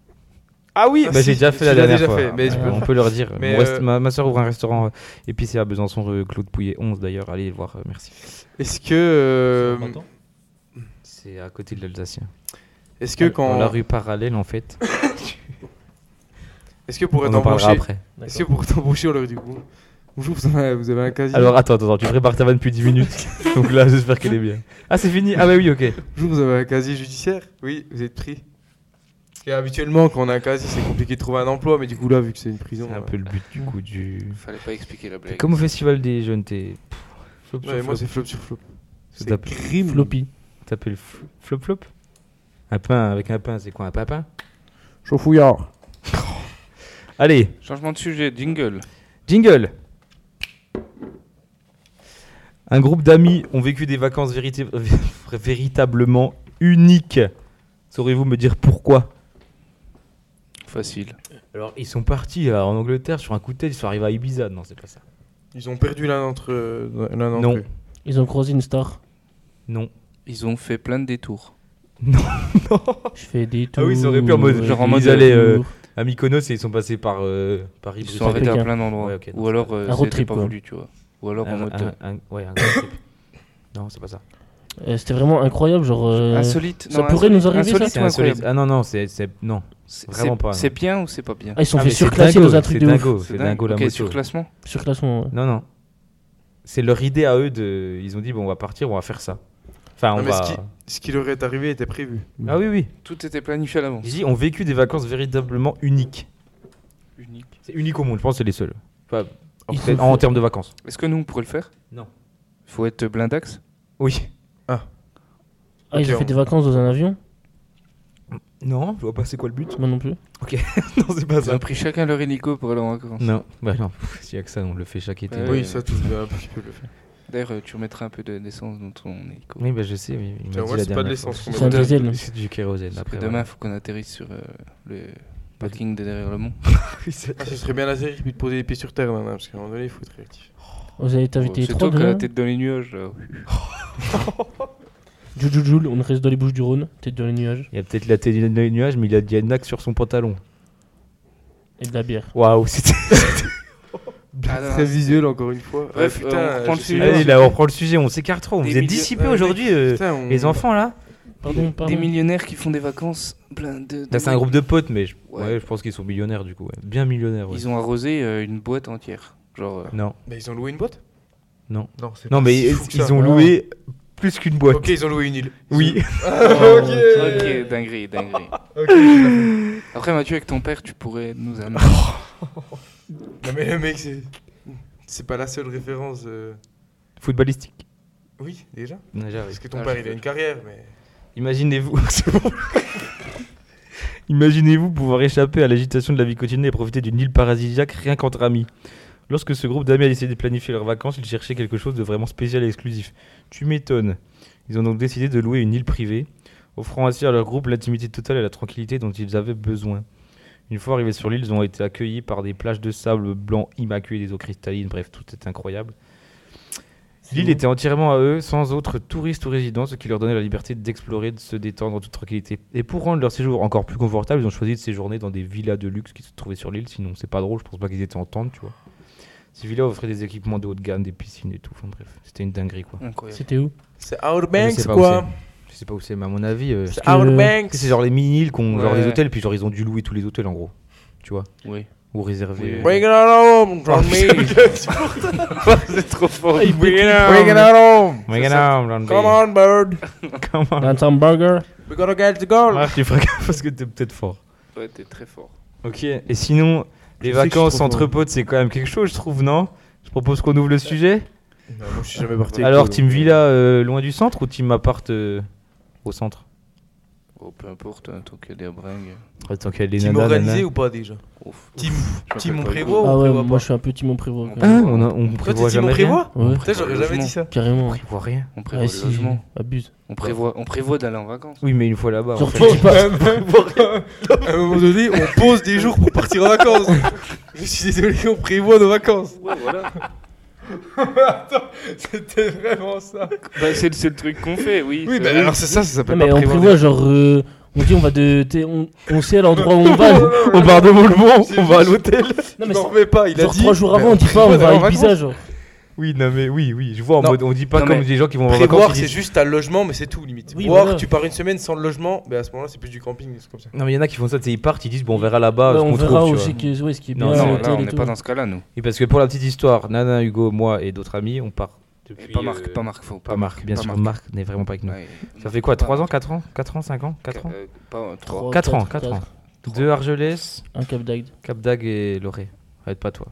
S5: Ah oui,
S4: Bah,
S5: si,
S4: j'ai déjà
S5: tu
S4: fait la
S5: l'as
S4: dernière
S5: déjà
S4: fois.
S5: fait, mais tu
S4: Ouais,
S5: peux-
S4: on peut leur dire.
S5: Mais,
S4: Mon reste-
S5: euh,
S4: ma, ma soeur ouvre un restaurant euh, épicé à Besançon, rue Claude Pouillet 11 d'ailleurs. Allez le voir, euh, merci.
S5: Est-ce que, euh,
S4: C'est à côté de l'Alsacien.
S5: est-ce que
S4: Dans
S5: quand,
S4: la rue parallèle en fait.
S5: est-ce que pour
S4: on en parlera
S5: t'embaucher,
S4: après.
S5: est-ce que pour t'embaucher, on leur dit bon- bonjour, vous avez, vous avez un casier.
S4: Alors attends, attends, tu prépares ta vanne depuis 10 minutes. Donc là, j'espère qu'elle est bien. Ah, c'est fini Ah, bah oui, ok.
S5: Bonjour, vous avez un casier judiciaire Oui, vous êtes pris. Parce que habituellement, quand on a un casier, c'est compliqué de trouver un emploi, mais du coup là, vu que c'est une prison, euh,
S4: C'est un
S5: ouais.
S4: peu le but du coup du.
S6: Fallait pas expliquer la
S4: T'es
S6: blague.
S4: comme au festival des jeunes, t'es. Flop,
S5: Ouais, moi c'est flop sur flop.
S4: Ça
S5: C'est
S4: t'appelle-
S5: crime.
S3: Floppy.
S4: T'appelles fl- flop flop Un pain avec un pain, c'est quoi un papin
S2: Chauffouillard.
S4: Allez,
S6: Changement de sujet, jingle.
S4: jingle Un groupe d'amis ont vécu des vacances vérité- véritablement uniques. Saurez-vous me dire pourquoi
S6: Facile.
S4: Alors, ils sont partis euh, en Angleterre sur un coup de tête, ils sont arrivés à Ibiza. Non, c'est pas ça.
S5: Ils ont perdu l'un d'entre eux. l'un d'entre
S4: Non.
S5: eux.
S3: Ils ont croisé une star.
S4: Non.
S6: Ils ont fait plein de détours.
S3: Je fais des
S4: Ah
S3: tours.
S4: oui, ça aurait pu en mode-
S6: genre en mode,
S3: des
S4: allez, euh,
S3: tours.
S4: À Mykonos, et ils sont passés par euh, Paris.
S6: Ils se
S4: Bruxelles.
S6: sont arrêtés à
S3: quelqu'un.
S6: plein d'endroits.
S4: Ouais, ok, non,
S6: Ou alors, euh,
S3: road
S6: c'était
S3: trip,
S6: pas
S3: quoi.
S6: voulu, tu vois. Ou alors en
S4: Un-
S6: mode.
S4: un- un- ouais, un gros trip. Non, c'est pas ça.
S3: Euh, C'était vraiment incroyable, genre.
S6: euh,
S3: euh,
S4: Ah,
S6: Insolite.
S3: ça
S6: non,
S3: pourrait nous arriver, ça
S6: insolite,
S4: C'est
S6: ou
S4: insolite.
S6: incroyable
S4: Ah non, non, c'est. c'est- Non.
S6: C'est-
S4: Vraiment
S6: c'est-
S4: pas, non.
S6: C'est bien ou c'est pas bien
S3: Ah, ils sont
S4: Ah,
S3: fait
S4: mais c'est
S3: surclasser
S4: dingo,
S3: dans un truc
S4: C'est
S3: de ouf.
S4: dingo, c'est dingo la
S6: Ok,
S4: moto.
S6: surclassement.
S3: Surclassement, ouais.
S4: Non, non. C'est leur idée à eux de. Ils ont dit, bon, on va partir, on va faire ça. Enfin,
S5: Non,
S4: on
S5: mais
S4: va.
S5: ce qui- Ce qui leur est arrivé était prévu.
S4: Ah oui, oui.
S6: Tout était planifié à l'avance.
S4: Ils disent, ont vécu des vacances véritablement uniques.
S6: Unique.
S4: C'est unique au monde, je pense que c'est les seuls. Enfin, en,
S3: Ils
S4: fait-
S3: sont-
S4: en termes de vacances.
S6: Est-ce que nous, on pourrait le faire
S4: Non.
S6: Faut être blindax
S4: Oui.
S3: Ah, ils
S5: Ok,
S3: ont fait
S5: on-
S3: des vacances dans un avion
S4: Non, je vois pas c'est quoi le but.
S3: Moi non plus.
S4: non, c'est pas
S6: Ils ont pris chacun leur hélico pour aller en vacances.
S4: Non, bah non, pff, s'il y a que ça, on le fait chaque été.
S6: Euh,
S5: Oui, ça, tu peux un petit peu le faire.
S6: D'ailleurs, euh, tu remettras un peu de- d'essence dans ton hélico.
S4: Oui, bah je sais, oui. il m'a
S5: Tiens,
S4: dit
S5: moi,
S4: la
S5: c'est pas de
S4: dernière
S5: l'essence
S4: fois.
S5: qu'on
S3: C'est un
S6: de-
S3: diesel.
S4: C'est du kérosène
S6: Parce que
S4: après.
S6: demain,
S4: voilà.
S6: faut qu'on atterrisse sur euh, le parking de derrière le mont.
S5: Ah, ce serait bien la série, puis de poser les pieds sur terre, nana, parce qu'à un moment donné, il faut être réactif.
S3: Vous avez invité les
S6: C'est
S3: trois
S6: toi qui as la
S3: dedans
S6: tête dans les nuages. là.
S3: Jujujoul, on reste dans les bouches du Rhône, tête dans les nuages,
S4: Il y a peut-être la télé dans les nuages, mais il a dit Nac sur son pantalon.
S3: et de la bière.
S4: Waouh, c'était.
S6: Ah, non,
S5: Très visuel, encore une fois.
S6: Bref,
S5: Ouais, putain,
S6: euh, on reprend
S5: je
S6: le
S5: sais
S6: sujet.
S5: pas.
S4: Allez, là, on reprend le sujet, on s'écarte trop.
S6: Des
S4: Vous êtes
S6: milliers-
S4: dissipés
S5: ouais,
S4: aujourd'hui, euh,
S5: Putain, on-
S4: les enfants là
S3: Pardon, pardon.
S6: Des millionnaires qui font des vacances plein de.
S4: Là, c'est un groupe de potes, mais je,
S6: Ouais.
S4: ouais, je pense qu'ils sont millionnaires du coup. ouais. Bien millionnaires. ouais.
S6: Ils ont arrosé euh, une boîte entière. Genre. euh,
S4: Non,
S5: Bah, ils ont loué une boîte
S4: Non.
S5: Non, c'est
S4: non
S5: pas
S4: mais
S5: si
S4: ils,
S5: fou que
S4: ils
S5: ça.
S4: ont loué plus qu'une boîte.
S5: Ok, ils ont loué une île.
S4: Oui.
S6: Ok, dinguerie, dinguerie. Après, Mathieu, avec ton père, tu pourrais nous amener.
S4: Ah,
S5: Non, mais le mec, c'est. C'est pas la seule référence. euh,
S4: Footballistique.
S5: Oui, déjà.
S4: Déjà, oui.
S5: Parce que ton
S6: Ah,
S5: père,
S6: je-
S5: il a une carrière, mais.
S4: Imaginez-vous. c'est bon. Imaginez-vous pouvoir échapper à l'agitation de la vie quotidienne et profiter d'une île paradisiaque rien qu'entre amis. Lorsque ce groupe d'amis a décidé de planifier leurs vacances, ils cherchaient quelque chose de vraiment spécial et exclusif. Tu m'étonnes. Ils ont donc décidé de louer une île privée, offrant ainsi à leur groupe l'intimité totale et la tranquillité dont ils avaient besoin. Une fois arrivés sur l'île, ils ont été accueillis par des plages de sable blanc immaculées des eaux cristallines. Bref, tout est incroyable. L'île était entièrement à eux, sans autres touristes ou résidents, ce qui leur donnait la liberté d'explorer, de se détendre en toute tranquillité. Et pour rendre leur séjour encore plus confortable, ils ont choisi de séjourner dans des villas de luxe qui se trouvaient sur l'île. Sinon, c'est pas drôle, je pense pas qu'ils étaient en tente, tu vois. Ces villas offraient des équipements de haut de gamme, des piscines et tout. Enfin bref, c'était une dinguerie, quoi.
S6: Incroyable.
S3: C'était où
S5: C'est Our
S4: Ah, Je sais
S5: Banks,
S4: pas où
S5: quoi
S4: Je sais pas où c'est, mais à mon avis, euh,
S5: C'est
S3: Parce que-
S5: Our Banks
S4: c'est genre les mini-îles qu'on genre les
S6: Ouais.
S4: hôtels, puis genre ils ont dû louer tous les hôtels en gros, tu vois,
S6: Oui.
S4: ou réserver.
S6: Oui,
S4: euh,
S5: Bring it on home, John me
S6: C'est trop fort.
S5: Bring it on home
S4: Oh my God, I'm on,
S5: Come on, bird
S4: come on.
S3: Un hamburger
S5: We gotta get the goal
S4: Marc, tu feras gaffe parce que t'es peut-être fort.
S6: Ouais, t'es très fort.
S4: Ok, et sinon, les
S5: sais que je suis
S4: vacances
S5: trop
S4: entre
S5: fort. Euh,
S4: potes, c'est quand même quelque chose, je trouve, non Je propose qu'on ouvre le sujet.
S5: Non, moi, je suis jamais parti. avec
S4: Alors,
S5: eux,
S4: team
S5: donc.
S4: villa euh, loin du centre ou team appart euh, au centre
S6: Oh, peu importe, hein, tant qu'elle est à bringue.
S4: Attends, qu'elle est
S5: Team
S4: nana, nana.
S5: organisé ou pas déjà
S6: Ouf.
S5: Team,
S6: Je
S5: team on
S6: m'appelle pas
S5: prévoit ou
S3: Ah
S5: on
S3: ouais,
S5: prévoit
S3: moi
S5: pas
S3: je suis un peu Timon Prévost.
S6: On
S3: quand même.
S4: Hein on, a- on
S5: Toi,
S4: prévoit
S5: t'es team
S4: jamais
S5: on
S4: rien.
S5: prévoit
S3: Ouais,
S5: Putain, j'aurais jamais dit ça.
S3: carrément.
S4: On prévoit rien.
S6: On prévoit
S3: Ouais,
S6: le
S3: si,
S6: logement.
S3: abuse.
S6: On prévoit, on prévoit d'aller en vacances.
S4: Oui, mais une fois là-bas.
S3: Genre,
S4: en fait.
S3: tu dis pas.
S5: À un moment donné, on pose des jours pour partir en vacances. Je suis désolé, on prévoit nos vacances.
S6: Ouais, voilà.
S5: C'était vraiment ça.
S6: bah, c'est le seul truc qu'on fait, oui.
S5: Oui,
S6: c'est
S5: bah
S6: vrai.
S4: Euh,
S5: alors c'est ça, ça
S3: Non,
S5: s'appelle
S3: mais
S5: pas
S3: on
S5: prévoir.
S3: prévoit genre. euh, On dit on va de. t'es- On, on sait à l'endroit où on va. genre,
S4: On part de Moulmont, on va à l'hôtel.
S3: Non,
S5: Non,
S3: mais
S5: mais
S3: c'est-
S5: m'en remets pas, il a dit.
S3: trois jours avant, on dit pas on
S5: Ouais,
S3: va
S5: en
S3: à
S5: vacances.
S3: Ibiza, genre.
S4: Oui, non, mais oui, oui, je vois en
S5: Non.
S4: mode on dit pas
S6: Non,
S4: comme
S6: mais
S4: des gens qui vont en
S5: Prévoir,
S4: vacances. ils
S5: c'est
S4: disent-
S5: juste t'as le logement, mais c'est tout, limite.
S3: Oui,
S5: Voir,
S3: voilà.
S5: tu pars une semaine sans le logement, mais à ce moment-là, c'est plus du camping, c'est comme ça.
S4: Non, mais il y en a qui font ça, tu sais, ils partent, ils disent bon, on verra là-bas
S3: Ouais,
S4: ce
S3: on
S4: qu'on
S3: verra
S4: trouve. tu
S3: aussi
S4: vois.
S3: que- ouais, ce qui est bien
S4: Non,
S3: à
S6: non,
S4: ouais,
S6: là,
S3: l'hôtel
S6: on
S3: et
S6: n'est
S3: tout.
S6: pas dans ce cas-là, nous.
S4: Oui, parce que pour la petite histoire, Nana, Hugo, moi et d'autres amis, on part depuis.
S6: Et pas Marc,
S4: euh,
S6: pas Marc, faut
S4: Pas Marc, bien
S6: pas
S4: sûr,
S6: Marc.
S4: Marc n'est vraiment pas avec nous.
S6: Ouais,
S4: Ça fait quoi 3 ans, 4 ans 4 ans, 5 ans 4 ans
S6: euh, Pas 3.
S3: Trois,
S4: 4 ans,
S3: quatre,
S4: 4 ans.
S3: quatre.
S4: 2 Argelès,
S3: Un cap d'Agde.
S4: Cap d'Agde et Loré. Arrête pas toi.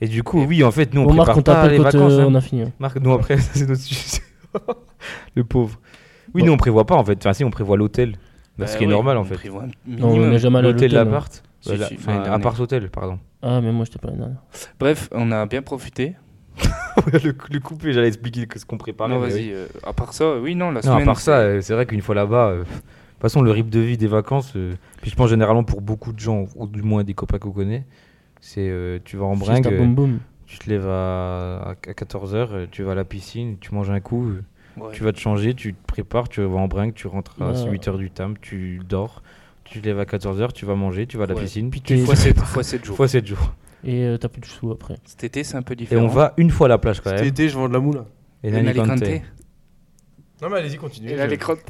S4: Et du coup, oui, en fait, nous, on
S3: Bon, Marc,
S4: prépare
S3: on
S4: pas
S3: t'appelle
S4: les
S3: quand
S4: vacances.
S3: euh,
S4: hein.
S3: on a fini. hein.
S4: Marc, nous, après, ça, c'est notre sujet. Le pauvre. Oui, nous, on prévoit pas, en fait. Enfin, si, on prévoit l'hôtel. Bah, ce qui est normal, en fait.
S3: Non, on n'est jamais allé à
S4: L'hôtel,
S3: l'hôtel. hein.
S4: l'appart.
S6: Si,
S4: Euh, la-
S6: si, fin
S4: Enfin,
S6: d'année.
S4: appart hôtel, pardon.
S3: Ah, mais moi, je t'ai pas dernière.
S6: Bref, on a bien profité.
S4: le, le coupé, j'allais expliquer ce qu'on préparait.
S6: non,
S4: mais
S6: vas-y.
S4: oui.
S6: euh, à part ça, oui, non, la
S4: Non,
S6: semaine.
S4: à part ça,
S6: c'est-
S4: euh, c'est vrai qu'une fois là-bas, euh, de toute façon, le rythme de vie des vacances, euh, puis je pense généralement pour beaucoup de gens, ou du moins des copains qu'on connaît, c'est euh, tu vas en bringue,
S3: Fiesta
S4: euh,
S3: boum boum.
S4: tu te lèves à, 14h, tu vas à la piscine, tu manges un coup, euh,
S6: ouais.
S4: tu vas te changer, tu te prépares, tu vas en bringue, tu rentres à
S3: Ouais.
S4: 8h du tam, tu dors, tu te lèves à 14h, tu vas manger, tu vas à la
S6: Ouais.
S4: piscine, puis
S3: t'es-
S4: tu
S6: Fois 7, fois 7 jours.
S4: fois 7 jours.
S3: Et euh, t'as plus de sous après.
S6: Cet été, c'est un peu
S4: Et
S6: différent.
S4: on va une fois à la plage quand
S5: Cet
S4: même.
S5: été, je vends de la moula.
S4: Et
S6: Et
S4: Nani
S6: Nani
S4: Kanté.
S6: Kanté.
S5: Non, mais allez-y, continuez.
S6: Et là, les crottes.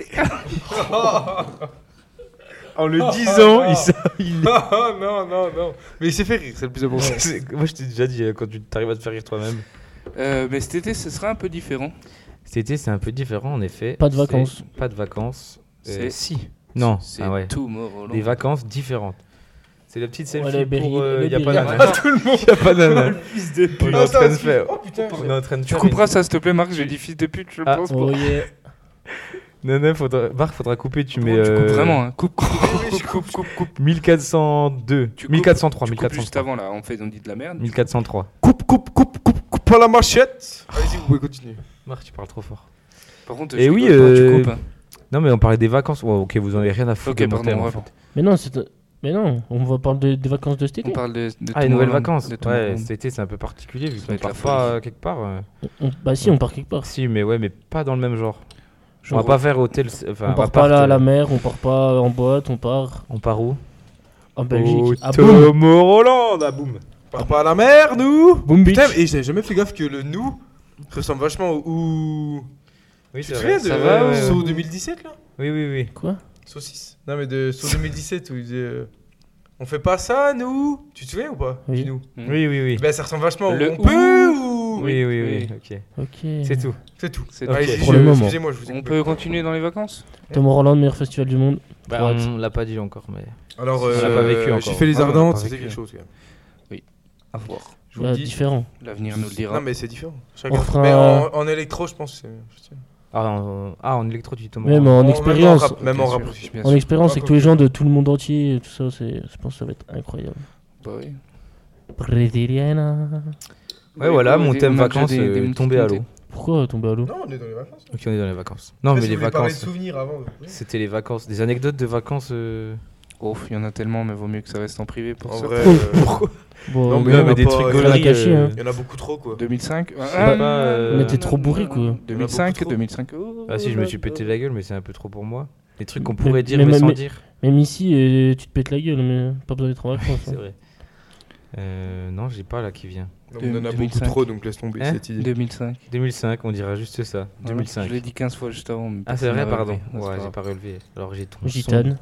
S4: En le disant, il s- il
S5: Ah non, non, non. Mais il s'est fait rire, c'est le plus important.
S4: C'est- Moi, je t'ai déjà dit, euh, quand tu t'arrives à te faire rire toi-même.
S6: Euh, mais cet été, ce sera un peu différent.
S4: Cet été, c'est un peu différent, en effet.
S3: Pas de
S4: C'est-
S3: vacances.
S4: Pas de vacances. Euh,
S6: C'est-
S4: si. Non,
S6: C'est
S4: ah ouais.
S6: tout mort.
S4: des vacances différentes. C'est la petite selfie
S3: les Berry-
S4: pour... euh,
S3: les
S4: Il y a pas
S3: Berry.
S4: d'ananas. Il y a pas d'ananas. On est en train de faire...
S5: Oh putain,
S4: On est en train de
S6: Tu
S4: faire
S6: couperas ça, s'il te plaît, Marc. J'ai dit fils de pute, je
S4: Ah,
S6: pense.
S3: Oh
S6: pour-
S3: yeah.
S4: une- Nana, faudra... Marc, faudra couper, tu mets...
S6: Tu coupes
S4: euh,
S6: vraiment, hein. Coupe, coupe, coupe, coupe, coupe, coupe.
S4: 1402.
S6: Tu coupes-
S4: 1403,
S6: Tu coupes juste
S4: 1403.
S6: avant, là. On fait, on dit de la merde.
S4: 1403.
S5: coupe, coupe, coupe, coupe, coupe pas la machette. Allez-y, vous pouvez continuer.
S4: Marc, tu parles trop fort.
S6: Par contre,
S4: Et
S6: je
S4: oui,
S6: rigole pas,
S4: euh,
S6: tu coupes. hein.
S4: Non, mais on parlait des vacances. Ouais, ok, vous en avez rien à foutre.
S6: Ok,
S4: de mon
S6: pardon,
S4: thème,
S6: on
S4: en
S6: reprend.
S4: fait.
S3: Mais non, c'est. Mais non, on va parler de- des vacances de cet
S6: On
S3: été.
S6: parle de. de
S4: Ah, les
S6: Tomorrowland,
S4: nouvelles vacances.
S6: de Tomorrowland.
S4: Ouais, cet été, c'est un peu particulier, vu
S6: Ça
S4: qu'on
S6: va être la
S4: part pas
S6: folie.
S4: euh, quelque part. euh.
S3: On- on- Bah si, on part quelque part.
S4: Si, mais ouais, mais pas dans le même genre. on
S6: Genre,
S4: va pas faire hôtel. c'est- Enfin,
S3: on part
S4: appart,
S3: pas là à
S4: euh,
S3: la mer, on part pas en boîte, on part
S4: On part où
S3: en Belgique. ah bon
S4: Tomorrowland, ah boum.
S5: Part pas à la mer, nous.
S3: Boom Beach.
S5: Putain, et j'avais jamais fait gaffe que le nous ressemble vachement au.
S4: Oui,
S5: Tu
S4: c'est
S5: te
S4: vrai.
S5: souviens
S4: Ça va,
S5: de
S4: ouais,
S5: Saut
S4: ouais.
S5: 2017 là
S4: Oui, oui, oui.
S3: Quoi
S5: Saucisse. Non, mais de Saut 2017 où il disait. euh, On fait pas ça, nous Tu te souviens ou pas
S3: Oui.
S5: Du nous.
S6: Mm.
S4: Oui, oui, oui.
S5: Ben, ça ressemble vachement au.
S6: Le
S5: on
S6: ou.
S5: peut ou.
S4: Oui, oui, oui. Ok.
S3: Ok.
S4: C'est tout.
S5: C'est tout.
S6: C'est-
S4: Ok.
S5: Allez-y,
S3: Pour
S5: je-
S3: le moment.
S5: excusez-moi, je vous ai
S6: On
S5: coupé.
S6: peut continuer dans les vacances
S3: Tomorrowland, meilleur festival du monde.
S4: Bah,
S3: Droite.
S4: on l'a pas dit encore, mais.
S5: Alors, euh,
S4: On l'a pas vécu encore.
S5: j'ai fait les
S6: Ah, on l'a
S5: Ardentes,
S6: pas
S5: c'était
S6: vécu.
S5: quelque chose quand même.
S6: À voir.
S5: Je vous
S3: Ah,
S5: le dis.
S3: différent.
S6: L'avenir Bah, nous le dira.
S5: Non, mais c'est différent.
S3: On fera
S5: Mais
S3: un-
S5: en, en électro, je pense que c'est.
S4: Ah, en, ah, en électro, tu dis Tomorrowland.
S3: Même en
S5: Même
S3: expérience.
S5: rap- Même en
S6: Bien
S5: rap.
S6: sûr, bien
S3: En
S6: sûr.
S3: expérience, c'est que tous les
S5: Encore
S3: gens de tout le monde entier, et tout ça, c'est, je pense que ça va être incroyable.
S6: Bah oui.
S3: Brésiliana.
S4: Ouais, voilà,
S6: on
S4: mon
S6: a
S4: thème
S6: déjà
S4: vacances euh,
S6: des- des
S4: est
S6: petites
S4: tombé à
S6: montées.
S4: l'eau.
S3: Pourquoi tomber à l'eau
S5: Non, on est dans les vacances.
S4: Ok, on est dans les vacances. Non, mais les vacances.
S5: souvenirs avant.
S4: C'était les vacances. Des anecdotes de vacances. euh,
S6: Ouf, il y en a tellement, mais vaut mieux que ça reste en privé pour
S5: En
S6: ça.
S5: vrai, euh,
S3: Bon,
S5: Non, mais
S3: euh,
S5: on a
S4: des
S5: pas-
S4: trucs
S5: on a
S4: gauleries,
S3: caché,
S4: euh,
S3: hein.
S5: il y en a beaucoup trop quoi.
S6: 2005
S4: pas, euh,
S3: on était trop bourrés, quoi.
S6: 2005,
S5: trop.
S6: 2005.
S4: Ah si, je me suis pété la gueule, mais c'est un peu trop pour moi. Des trucs qu'on
S3: Mais-
S4: pourrait dire
S3: mais-
S4: mais,
S3: mais-
S4: sans
S3: mais-
S4: dire.
S3: Même ici, euh, tu te pètes la gueule, mais pas besoin d'être en vacances.
S4: C'est
S3: hein.
S4: vrai. Euh, non, j'ai pas là qui vient.
S5: Non, mais on en a
S6: 2005.
S5: beaucoup trop donc laisse tomber
S4: Hein
S5: cette idée.
S6: 2005.
S4: 2005, on dira juste ça.
S6: Voilà, Je
S4: 2005.
S6: l'ai dit 15 fois juste avant. mais
S4: Ah c'est
S6: personne
S4: vrai,
S6: n'a
S4: pardon.
S6: repris. Ah, c'est
S4: Ouais,
S6: pas
S4: j'ai
S6: grave.
S4: pas relevé. Alors j'ai ton
S3: Gitane.
S4: son.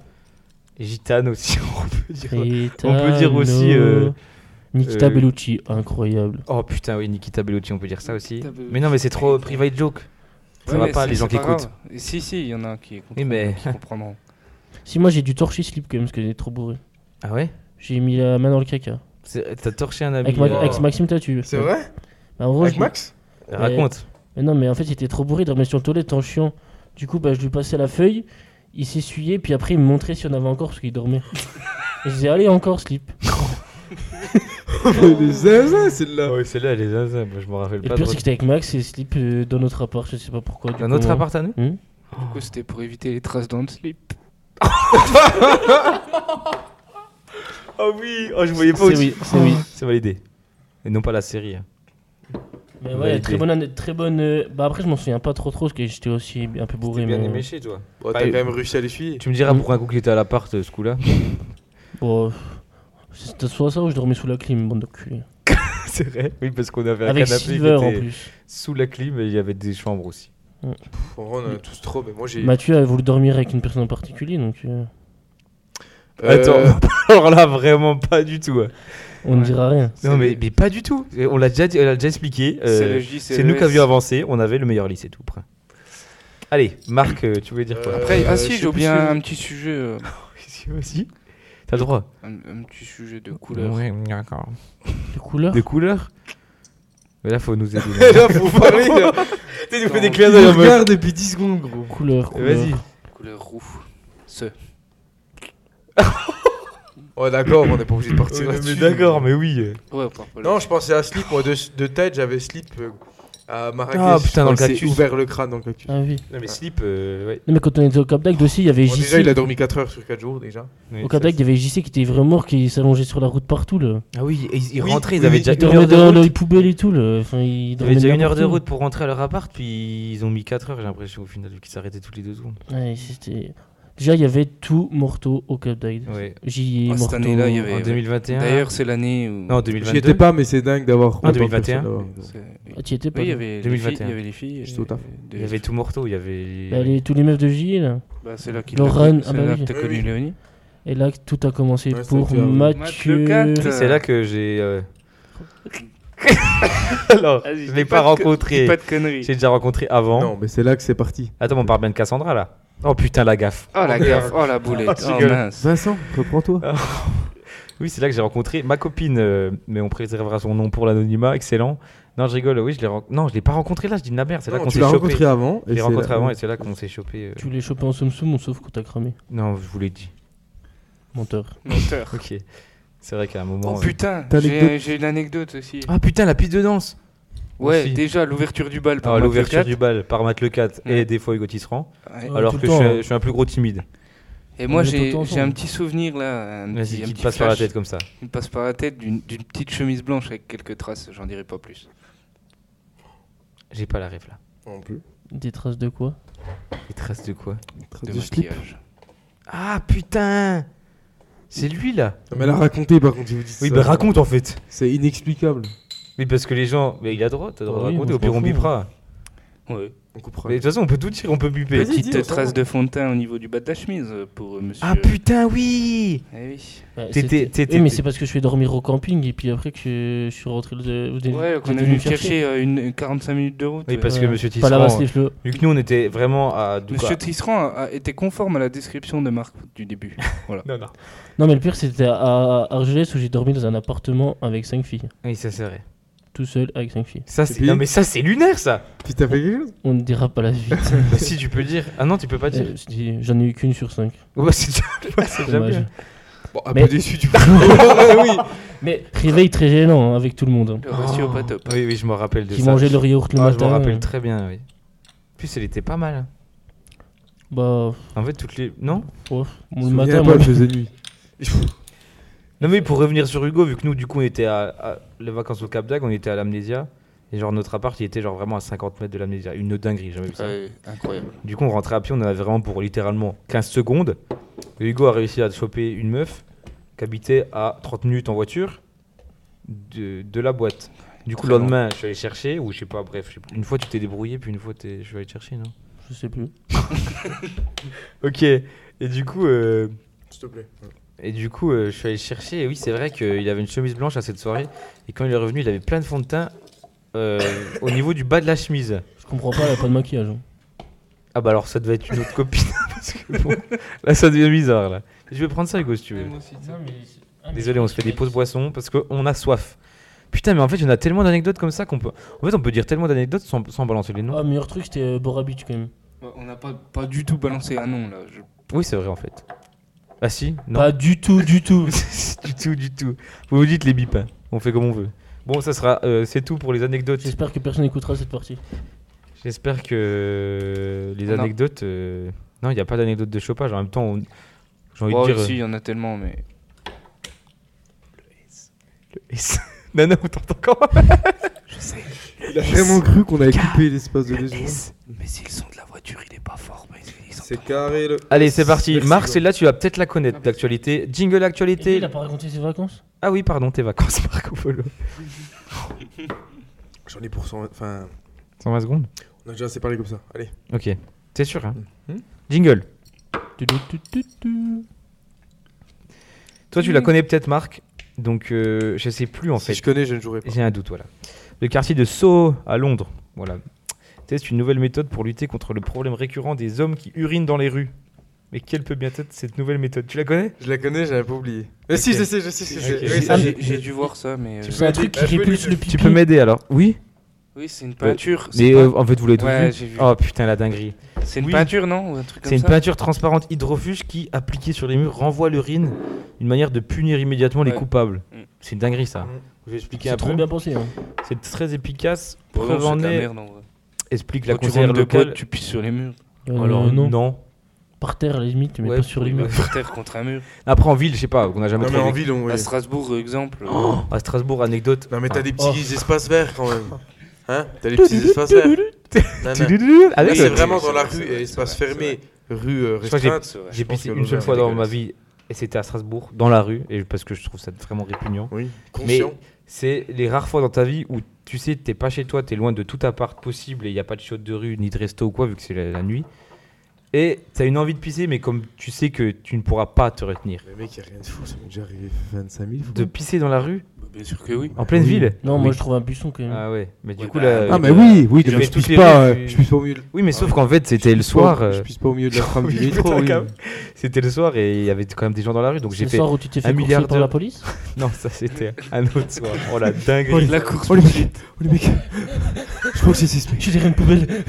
S4: Gitane aussi, on peut dire.
S3: Caetano,
S4: On peut dire aussi, euh,
S3: Nikita
S4: euh,
S3: Bellucci, incroyable.
S4: Oh putain, oui, Nikita Bellucci, on peut dire ça aussi.
S6: Nikita Bellucci.
S4: Mais non, mais c'est trop private joke. Ça
S6: Ouais,
S4: va
S6: mais
S4: pas,
S6: c'est-
S4: les gens
S6: c'est
S4: qui
S6: pas grave.
S4: écoutent.
S6: Et Si, si, il y en a un qui
S4: Oui, mais-
S6: qui comprendront.
S3: Si moi j'ai du torché slip quand même parce que j'étais trop bourré.
S4: Ah ouais
S3: J'ai mis la main dans le caca.
S4: C'est- T'as torché un ami.
S3: Avec, Ma-
S4: euh,
S3: avec Maxime Tatu.
S5: C'est vrai
S3: Bah, en gros,
S5: Avec
S3: je-
S5: Max
S4: Raconte.
S3: Mais non, mais en fait, il était trop bourré, il dormait sur le toilette en chiant. Du coup, bah, je lui passais la feuille, il s'essuyait, puis après, il me montrait si on avait encore parce qu'il dormait. Et je disais, allez, encore slip.
S5: Les zinzins, c'est là.
S4: Ah ouais, celle-là, elle est zinzin, moi je me rappelle
S3: Et le
S4: pas.
S3: pire,
S4: trop.
S3: c'est que c'était avec Max et slip euh, dans notre appart, je sais pas pourquoi. du
S4: Dans
S3: coup, hein. Hmm
S4: notre
S3: on-
S4: appart à nous
S6: Du coup, c'était pour éviter les traces dans le slip.
S4: Oh oui, oh je voyais
S3: C'est oui, c'est oui.
S4: C'est validé. Et non pas la série. hein.
S3: Mais Bah,
S4: On
S3: ouais,
S4: va aider.
S3: très bonne année- très bonne. euh, Bah après, je m'en souviens pas trop trop parce que j'étais aussi un peu bourré.
S4: T'es bien
S3: mais-
S4: aimé chez toi.
S5: Bon,
S4: Bah,
S5: T'as quand même réussi à l'essuyer.
S4: Tu me diras pour un coup qu'il était à l'appart euh, ce coup-là.
S3: Bon, euh, c'était soit ça ou je dormais sous la clim, bande de cul.
S4: C'est vrai. Oui, parce qu'on avait un
S3: Avec
S4: Euh, canapé qui
S3: Silver en
S4: était
S3: plus.
S4: sous la clim et il y avait des chambres aussi.
S5: Pff, on en a tous trop, mais moi j'ai.
S3: Mathieu avait voulu dormir avec une personne en particulier, donc euh,
S5: Euh,
S4: Attends, alors là, vraiment pas du tout. hein.
S3: on ne dira rien.
S4: Non, mais, mais pas du tout. Et On l'a déjà, dit- on l'a déjà expliqué. euh,
S6: C'est le J, c'est
S4: c'est
S6: le
S4: nous qui
S6: S.
S4: avions avancé. On avait le meilleur lycée tout près. Allez, Marc, euh, tu voulais dire quoi
S5: Euh,
S6: Après, ah
S5: je
S6: si,
S5: sais
S6: j'ai
S5: plus
S6: oublié
S5: si-
S6: un, un petit sujet. euh,
S4: Si, Vas-y. T'as le droit.
S6: un, un petit sujet de couleur.
S7: Ouais, d'accord.
S3: De couleur
S4: Des couleurs Mais là, faut nous aider.
S5: Là, faut parler. là. Tu sais, il nous fait des clins d'œil.
S4: Il regarde
S5: regarde depuis 10 secondes, gros.
S3: Couleur, couleur.
S4: Eh, Vas-y.
S6: Couleur roux. Ce.
S5: Oh, d'accord, on n'est pas obligé de partir
S4: mais
S5: là-dessus.
S4: d'accord, mais oui.
S6: Ouais, purple.
S5: Non, je pensais à Slip, moi, de, de tête, j'avais Slip euh, à Marrakech.
S4: Ah, putain, dans le
S5: On s'est
S4: cactus.
S5: ouvert le crâne dans le cactus.
S3: Ah oui.
S4: Non, mais Slip, euh, ouais.
S3: Non, mais quand on était au Cap d'Agde aussi, il y avait
S5: Bon, déjà,
S3: JC.
S5: il a dormi 4 heures sur 4 jours, déjà.
S4: Oui,
S3: Au Cap
S4: ça,
S3: d'Agde, il y avait JC qui était vraiment mort, qui s'allongeait sur la route partout. Là.
S4: Ah oui, et ils ils
S5: Oui,
S4: rentraient, ils
S5: oui,
S4: avaient
S5: oui.
S4: déjà
S3: Il
S4: une heure
S3: dormait
S4: de
S3: dans
S4: route.
S3: les poubelles et tout. Là. Enfin, il
S4: Ils avaient
S3: dormait
S4: déjà une heure
S3: n'importe
S4: de
S3: où.
S4: route pour rentrer à leur appart, puis ils ont mis 4 heures, j'ai l'impression, au final, vu qu'ils s'arrêtaient toutes les deux secondes.
S3: Ouais, c'était. Déjà, il y avait tout morto au Cap d'Agde.
S4: Ouais.
S3: J'y ai
S6: Ah, cette
S3: morto.
S6: année-là, il y avait-
S4: En 2021.
S6: D'ailleurs, c'est l'année où.
S4: Non,
S5: J'y
S4: 2022.
S5: étais pas, mais c'est dingue d'avoir.
S4: Ah, 2021.
S6: c'est-
S3: Ah, tu y étais pas
S6: Oui, il y
S3: toi
S6: avait les
S4: 2021.
S6: filles. Il y avait les filles. euh,
S5: J'étais au taf.
S6: et-
S4: Il y avait tout morto, il y avait.
S3: Bah, les- tous les meufs de JI là.
S6: Bah, c'est là qu'il
S3: Lauren,
S6: l'a-
S3: ah
S6: c'est
S3: bah
S6: là
S3: oui.
S6: que t'as
S5: Oui,
S6: connu
S5: oui.
S6: Léonie.
S3: Et là, tout a commencé
S5: Ouais,
S3: pour
S5: c'était, euh,
S3: Mathieu.
S6: Matt Le Cat.
S4: C'est là que j'ai. euh, Alors,
S5: Ah,
S4: je l'ai pas rencontré.
S6: Pas de conneries.
S4: J'ai déjà rencontré avant.
S5: Non, mais c'est là que c'est parti.
S4: Attends, on parle bien de Cassandra là. Oh putain, la gaffe.
S6: Oh la gaffe, oh la
S4: Ah,
S6: boulette, oh
S4: rigole.
S6: mince.
S5: Vincent, reprends-toi.
S4: Oui, c'est là que j'ai rencontré ma copine, euh, mais on préservera son nom pour l'anonymat. Excellent. Non, je rigole. Oui, je l'ai. ren- Non, je l'ai pas rencontré là. Je dis de la merde. C'est là
S5: Non,
S4: qu'on
S5: tu
S4: s'est
S5: l'as
S4: chopé.
S5: rencontré avant.
S4: Je l'ai
S5: c'est
S4: rencontré
S5: là-
S4: avant et c'est là qu'on s'est chopé. euh,
S3: Tu l'es chopé en soum-soum, sauf qu'on t'a cramé.
S4: Non, je vous l'ai dit.
S3: Menteur.
S6: Menteur.
S4: Ok. C'est vrai qu'à un moment.
S6: Oh
S4: euh,
S6: putain,
S5: T'as
S6: j'ai
S5: l'anecdote
S6: j'ai une anecdote aussi.
S4: Ah putain, la piste de danse.
S6: Ouais,
S4: aussi.
S6: déjà l'ouverture du bal par
S4: Ah,
S6: Matt
S4: L'ouverture
S6: Lecat.
S4: du bal par Matt Le 4 et
S6: Ouais.
S4: des fois Hugo Tisserand.
S6: Ouais.
S3: Ouais,
S4: alors
S3: tout
S4: que
S3: le
S4: je
S3: temps,
S4: suis,
S3: hein.
S4: un, je suis un plus gros timide.
S6: Et moi
S3: Ah, On est tout le
S6: j'ai
S3: temps
S6: j'ai un
S3: ensemble.
S6: petit souvenir là, un
S4: Vas-y,
S6: petit, un
S4: qui te
S6: petit
S4: passe par la
S6: flash
S4: tête comme ça.
S6: qui me passe par la tête d'une d'une petite chemise blanche avec quelques traces, j'en dirai pas plus.
S4: J'ai pas la ref là.
S5: Non plus.
S3: Des traces de quoi
S4: Il te reste de quoi
S5: Trace
S6: De
S5: de slip.
S6: maquillage.
S4: Ah putain C'est lui là
S5: Non, mais elle a raconté, par contre, je vous dis
S4: Oui,
S5: ça.
S4: bah raconte en fait.
S5: C'est inexplicable.
S4: Oui, parce que les gens. Mais il a droit, t'as droit
S3: Oui,
S4: de raconter,
S3: moi,
S4: au
S3: je
S4: pire
S3: m'en
S4: Ah on
S3: fous.
S4: bipera.
S6: Ouais.
S5: On comprend.
S4: Mais de toute façon, on peut tout tirer, on peut biper.
S5: Vas-y,
S6: Petite
S5: dis, on s'en
S6: trace
S5: fout.
S6: de fond de teint au niveau du bas de la chemise euh, pour euh, monsieur.
S4: Ah putain, oui
S6: Eh oui.
S3: Bah,
S4: T'étais-
S3: c'était-
S4: t'étais-
S3: Oui, mais c'est parce que je suis dormir au camping et puis après que je suis rentré le. au dé-
S6: Ouais,
S3: j'étais
S6: qu'on est
S3: venu
S6: venu
S3: me
S6: chercher euh, une une 45 minutes de route.
S4: Oui,
S6: ouais.
S4: parce que
S3: Ouais.
S4: monsieur
S3: Pas la
S4: Tisserand.
S3: basse les fleux.
S4: Vu que nous on était vraiment à. du
S6: Monsieur
S4: quoi
S6: Tisserand a- a été conforme à la description de Marc du début.
S4: Non, non.
S3: Non, mais le pire, c'était à Argelès où j'ai dormi dans un appartement avec 5 filles.
S4: Oui, ça c'est vrai.
S3: Tout seul avec 5 filles.
S4: Ça,
S5: Et
S4: c'est...
S5: puis
S4: Non, mais ça c'est lunaire ça
S5: Puis t'as fait quelque chose
S3: On ne dira pas la suite.
S4: Bah, si tu peux dire. Ah non, tu peux pas dire.
S3: Euh, c'était- J'en ai eu qu'une sur 5.
S4: Oh, bah, c'est déjà, bah, c'est déjà
S3: Euh, Dommage.
S4: bien.
S5: Bon, un
S3: Mais-
S5: peu déçu du coup.
S3: Mais réveil très gênant hein, avec tout le monde.
S6: Le ratio pas top.
S4: Oh. Oui, oui, je me rappelle de
S3: Qui
S4: ça.
S3: mangeait leur yaourt le
S4: Ah, je
S3: matin.
S4: me rappelle
S3: euh,
S4: très bien, oui. En plus, elle était pas mal.
S3: Bah,
S4: En fait, toutes les. Non
S3: ouais,
S5: Je
S3: le
S5: me
S3: matin,
S5: souviens
S3: moi,
S5: pas, je faisais nuit.
S4: Non, mais pour revenir sur Hugo, vu que nous, du coup, on était à, à- les vacances au Cap d'Agde, on était à l'amnésia. Et genre, notre appart, il était genre vraiment à 50 mètres de l'amnésia. Une dinguerie, jamais vu Oh, ça.
S6: Ouais, incroyable.
S4: Du coup, on rentrait à pied, on en avait vraiment pour littéralement 15 secondes. Et Hugo a réussi à choper une meuf qui habitait à 30 minutes en voiture de, de la boîte. Du coup, le
S6: Très
S4: lendemain, je suis allé chercher, ou je sais pas, bref, je sais plus. une fois tu t'es débrouillé, puis une fois t'es- je suis allé te chercher, non
S3: je sais plus.
S4: Ok, et du coup, euh,
S5: S'il te plaît.
S4: Et du coup, euh, je suis allé chercher. Et oui, c'est vrai qu'il avait une chemise blanche à cette soirée. Et quand il est revenu, il avait plein de fond de teint euh, au niveau du bas de la chemise.
S3: Je comprends pas, elle a pas de maquillage. hein.
S4: Ah bah alors, ça devait être une autre copine. parce que bon, là, ça devient bizarre. Là. Je vais prendre ça, Hugo, si tu veux. Désolé, on se fait des pauses boissons parce qu'on a soif. Putain, mais en fait, on a tellement d'anecdotes comme ça qu'on peut. En fait, on peut dire tellement d'anecdotes sans, sans balancer les noms.
S3: Ah, meilleur truc, c'était euh, Bora Beach quand même.
S6: Ouais, On n'a pas, pas du tout balancé un nom là. Je-
S4: Oui, c'est vrai, en fait. Ah si Non.
S3: Pas du tout, du tout.
S4: du tout, du tout. Vous vous dites les bips. hein. On fait comme on veut. Bon, ça sera. euh, c'est tout pour les anecdotes.
S3: J'espère que personne n'écoutera cette partie.
S4: J'espère que les
S6: Non.
S4: anecdotes. euh, Non, il n'y a pas d'anecdote de chopage. En même temps, on- j'ai envie
S6: Oh,
S4: de dire.
S6: si, il y en a tellement, mais.
S4: euh, non, non, on t'entend quand même.
S5: Il a vraiment cru qu'on avait coupé l'espace de deux secondes.
S6: Mais si le son de la voiture, il est pas fort, mais ils sont
S5: C'est carré le.
S4: Allez, c'est parti.
S5: Merci,
S4: Marc,
S5: Jean.
S4: celle-là, tu vas peut-être la connaître, d'actualité. Jingle
S3: Et
S4: actualité.
S3: Il a pas raconté ses vacances
S4: Ah oui, pardon, tes vacances, Marco Polo.
S5: J'en ai pour cent. Enfin,
S4: 120 secondes
S5: on a déjà assez parlé comme ça. Allez.
S4: Ok. T'es sûr, hein
S5: Mhm.
S4: Jingle.
S3: Tu- tu- tu-
S4: Euh,
S3: tu- tu.
S4: Toi, tu la
S6: Mhm.
S4: connais peut-être, Marc. Donc, euh, je sais plus, en
S5: Si
S4: fait.
S5: je connais, je ne jouerai pas.
S4: J'ai un doute, voilà. Le quartier de Soho à Londres, voilà, teste une nouvelle méthode pour lutter contre le problème récurrent des hommes qui urinent dans les rues. Mais quelle peut bien être cette nouvelle méthode Tu la connais
S5: Je la connais, j'avais pas oublié. Mais si,
S4: Ok.
S5: je sais, je sais, je sais. Ah,
S4: Ok.
S5: Oui,
S6: J'ai-
S5: ça,
S6: j'ai- J'ai dû voir ça, mais. euh,
S3: C'est un truc qui
S5: Ah, je peux
S3: répulse
S5: lui-
S3: le pipi.
S4: Tu peux m'aider alors Oui
S6: Oui, c'est une peinture. c'est
S4: Mais
S6: pas-
S4: euh, en fait, vous l'avez tous
S6: Ouais,
S4: vu
S6: j'ai vu.
S4: Oh putain, la dinguerie.
S6: C'est une
S4: oui.
S6: peinture, non Ou un truc comme
S4: C'est une
S6: ça
S4: peinture transparente hydrofuge qui, appliquée sur les murs, renvoie l'urine, une manière de punir immédiatement les
S6: Ouais.
S4: coupables.
S6: Mm.
S4: C'est une dinguerie ça.
S5: Mm.
S4: Je vais expliquer
S3: C'est
S4: un
S3: trop
S4: peu.
S3: bien pensé. hein.
S4: C'est très efficace.
S6: Oh non,
S4: Preuve
S6: c'est
S4: en
S6: de la
S4: est,
S6: merde en vrai.
S4: explique la
S6: Quand tu
S4: conseillère
S6: rentres de
S4: locale.
S6: boîte, tu pisses sur les murs.
S3: Euh,
S4: Alors
S3: non.
S4: non.
S3: Par terre, à la limite, mais
S4: Ouais,
S3: pas sur les
S4: oui,
S3: murs.
S4: bah.
S6: Par terre contre un mur.
S4: Après en ville, je sais pas, on n'a jamais
S5: Non, mais
S4: trop
S5: en
S4: vu.
S5: ville, on. oui.
S6: À Strasbourg, euh, exemple. euh,
S4: À Ah, Strasbourg, anecdote. Ah.
S5: Non, mais t'as des
S3: Oh.
S5: petits espaces verts quand même. Hein T'as des petits espaces verts. Non, non.
S4: Ah
S5: Là,
S4: oui,
S5: c'est
S6: c'est
S5: vraiment
S6: vrai,
S5: dans la
S6: c'est
S5: rue,
S6: vrai,
S5: et espace
S6: c'est vrai,
S5: fermé, rue euh,
S4: Je crois que j'ai-
S5: restreinte.
S6: c'est vrai.
S4: J'ai
S5: pense
S4: pissé
S5: que
S4: une seule
S5: l'odeur
S4: fois
S5: est
S4: dans ma
S5: dégueulasse.
S4: vie et c'était à Strasbourg, dans la rue, et parce que je trouve ça vraiment répugnant.
S5: Oui,
S4: Mais
S5: conscient.
S4: c'est les rares fois dans ta vie où tu sais, t'es pas chez toi, t'es loin de tout appart possible et il n'y a pas de chiotte de rue ni de resto ou quoi, vu que c'est la, la nuit. Et t'as une envie de pisser, mais comme tu sais que tu ne pourras pas te retenir.
S5: Le mec, il a rien de fou, ça m'est déjà arrivé 25 000 fois.
S4: De pisser dans la rue,
S6: Bah, Bien sûr que oui.
S4: en pleine
S8: Oui.
S4: ville
S3: Non,
S4: Oui.
S3: moi je trouve un buisson quand même.
S4: Ah ouais, mais du
S6: Ouais,
S4: coup
S6: bah,
S4: là.
S8: Ah,
S6: Euh,
S8: mais oui, oui,
S4: je
S8: déjà,
S4: vais
S8: je
S4: toutes
S8: puisse
S4: les
S8: pas.
S4: rues,
S8: euh,
S4: je-
S8: je puisse pas au milieu de-
S4: Oui, mais sauf qu'en fait, c'était le soir.
S8: Je
S4: euh,
S8: puisse pas au milieu de la trame du métro.
S4: putain,
S8: oui.
S4: quand même. C'était le soir et il y avait quand même des gens dans la rue, donc j'ai
S3: le
S4: fait.
S3: soir où tu t'es fait
S4: un
S3: courser
S4: milliard
S3: par
S4: de-
S3: la police
S4: Non, ça c'était un autre soir. Oh la
S8: Oh,
S4: dinguerie.
S8: les-
S6: La course
S8: Oh les mecs, oh les mecs. Je crois que c'est sismique.
S3: J'ai derrière une poubelle.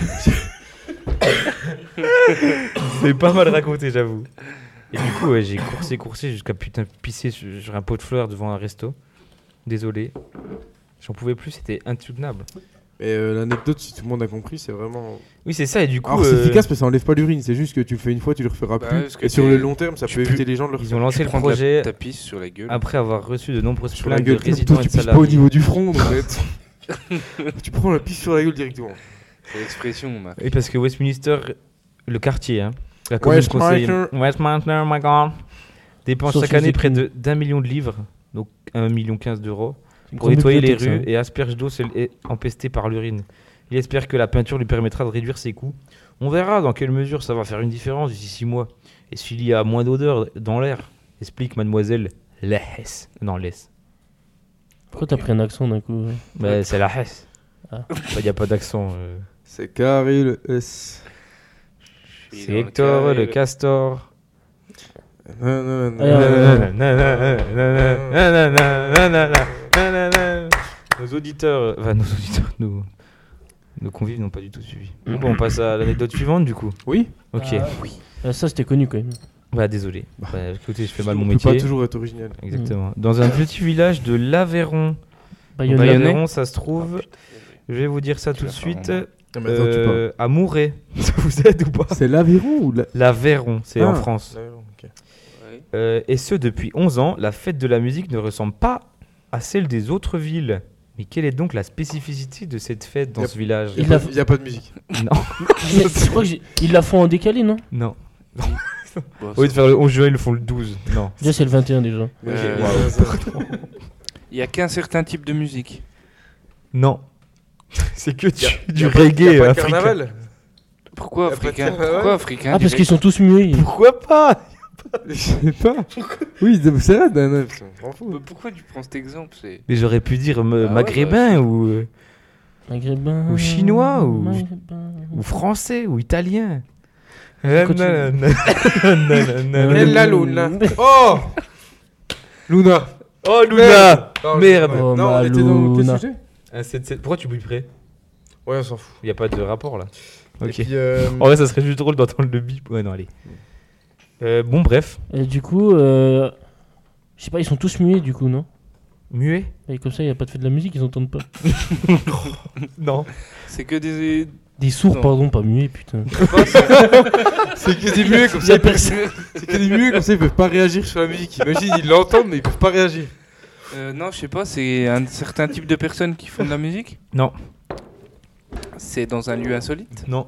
S4: C'est pas mal raconté, j'avoue. Et du coup, ouais, j'ai coursé, coursé jusqu'à putain pisser sur, sur un pot de fleurs devant un resto. Désolé. J'en pouvais plus, c'était insoutenable.
S5: Mais euh, l'anecdote, si tout le monde a compris, c'est vraiment.
S4: Oui, c'est ça, et du coup.
S8: Alors c'est
S4: euh,
S8: efficace parce que ça enlève pas l'urine, c'est juste que tu le fais une fois, tu le referas
S6: Bah
S8: plus.
S6: ouais, parce que
S5: Et sur
S6: t'es-
S5: le long terme, ça
S6: tu
S5: peut éviter
S6: pues.
S5: les gens de le
S4: Ils ont lancé le
S6: prendre
S4: projet Ah.
S6: la tapis sur la gueule.
S4: après avoir reçu de nombreuses
S8: Sur la
S4: plaintes de
S8: gueule,
S4: résidents
S8: toi
S4: et
S8: tu
S4: de
S8: pisses pas au
S4: salariés.
S8: niveau du front. donc.
S5: tu prends la pisse sur la gueule directement.
S6: C'est l'expression, Marc.
S4: Oui, parce que Westminster, le quartier, hein, la commune conseille-
S5: Westminster.
S4: Westminster, my God, dépense
S3: Sauf
S4: chaque
S3: les
S4: année
S3: épines.
S4: près de- d'un million de livres, donc un million quinze d'euros.
S3: Une
S4: pour
S3: grande
S4: nettoyer les rues
S3: bibliothèque, hein.
S4: et asperge d'eau celles et- empestées par l'urine. Il espère que la peinture lui permettra de réduire ses coûts. On verra dans quelle mesure ça va faire une différence d'ici six mois. Et s'il y a moins d'odeur dans l'air, explique mademoiselle Less. Non, Less.
S3: ça. Pourquoi t'as pris un accent d'un coup hein ouais
S4: Bah, c'est la Hesse. Il
S3: Ah.
S4: n'y a pas d'accent. euh.
S5: C'est carré le S.
S6: Il est
S4: C'est
S6: dans le
S4: Hector,
S6: carré,
S4: le
S6: le-
S4: castor.
S5: Non, non, non,
S3: Ah,
S5: non.
S3: ouais.
S4: Nos auditeurs, enfin nos auditeurs, nos, nos convives n'ont pas du tout suivi.
S5: Mm.
S4: Bon, bah, on passe à l'anecdote suivante du coup.
S5: Oui.
S4: Ok.
S3: Ah, Ah, ça c'était connu quand même.
S4: Bah désolé. Bah, écoutez, je fais mal
S5: On
S4: mon
S5: peut
S4: métier.
S5: pas toujours être original.
S4: Exactement. Dans un petit village de l'Aveyron.
S3: Bayonne.
S6: Bayonne.
S4: L'Aveyron, ça se trouve. Je vais vous dire ça
S6: Tu
S4: tout de
S6: l'as pas
S4: suite.
S6: vraiment.
S5: Non, mais Ah, attends, tu parles.
S4: Euh, à Mouret. Ça vous aide ou pas
S8: C'est l'Aveyron ou la...
S4: L'Aveyron, c'est
S5: Ah.
S4: en France.
S5: D'accord, ok.
S6: Ouais.
S4: Euh, et ce, depuis 11 ans, la fête de la musique ne ressemble pas à celle des autres villes. Mais quelle est donc la spécificité de cette fête dans
S5: Yep.
S4: ce village
S5: Il
S3: Il
S5: y a
S3: a-
S5: pas- il y a pas de musique.
S4: Non.
S3: Mais je crois que j'ai- ils la font en décalé, non
S4: Non.
S6: Bon,
S4: Au lieu de faire le 11 juin, ils le font le 12. Non.
S3: Déjà c'est le 21
S4: Ah,
S3: déjà. Ah,
S5: Mais
S6: Euh,
S5: j'ai-
S6: waouh.
S5: ça-
S6: Il y a qu'un certain type de musique.
S4: Non. C'est que
S5: Y a-
S4: du,
S5: y
S4: du
S5: a pas- y a
S4: reggae
S5: pas de
S4: africain.
S5: carnaval.
S6: Pourquoi
S5: Y a pas de
S6: africain
S5: carnaval
S6: Pourquoi africain
S3: Ah,
S6: du
S3: parce qu'ils sont tous muets.
S4: Pourquoi pas
S8: Je sais pas. Oui, c'est c'est vrai, d'un œuf.
S5: On s'en fout.
S6: Mais Pourquoi tu prends cet exemple C'est
S4: Mais j'aurais pu dire me-
S6: Ah ouais,
S4: maghrébin ou, euh,
S3: Maghrébin.
S4: Ou chinois, ou-
S3: Maghrébin.
S4: ou français ou italien. Euh,
S3: Continue.
S5: Mais
S4: Nanana.
S5: la luna. Oh Luna.
S4: oh Luna
S5: Non,
S4: Merde.
S5: ouais.
S3: Oh,
S5: Non, on
S3: ma
S5: était dans quel
S3: Luna.
S5: sujet
S4: Un 7-7. Ah, Pourquoi tu biperais
S5: Ouais, on s'en fout.
S4: Il n'y a pas de rapport là.
S5: Et
S4: Ok.
S5: puis, euh,
S4: En vrai, ça serait juste drôle d'entendre le bip. Ouais, non, allez. Euh, bon, bref.
S3: Et du coup, euh, je sais pas, ils sont tous muets du coup, non
S4: Muet
S3: Et comme ça, il y a pas de fait de la musique, ils entendent pas.
S4: Non.
S6: c'est que des.
S3: Des sourds,
S6: Non.
S3: pardon, pas muets, putain.
S5: C'est que des muets comme ça. ils peuvent- C'est que des muets comme ça, ils peuvent pas réagir sur la musique. Imagine, ils l'entendent, mais ils peuvent pas réagir.
S6: Euh, non, je sais pas, c'est un certain type de personnes qui font de la musique
S4: Non.
S6: C'est dans un lieu insolite
S4: Non.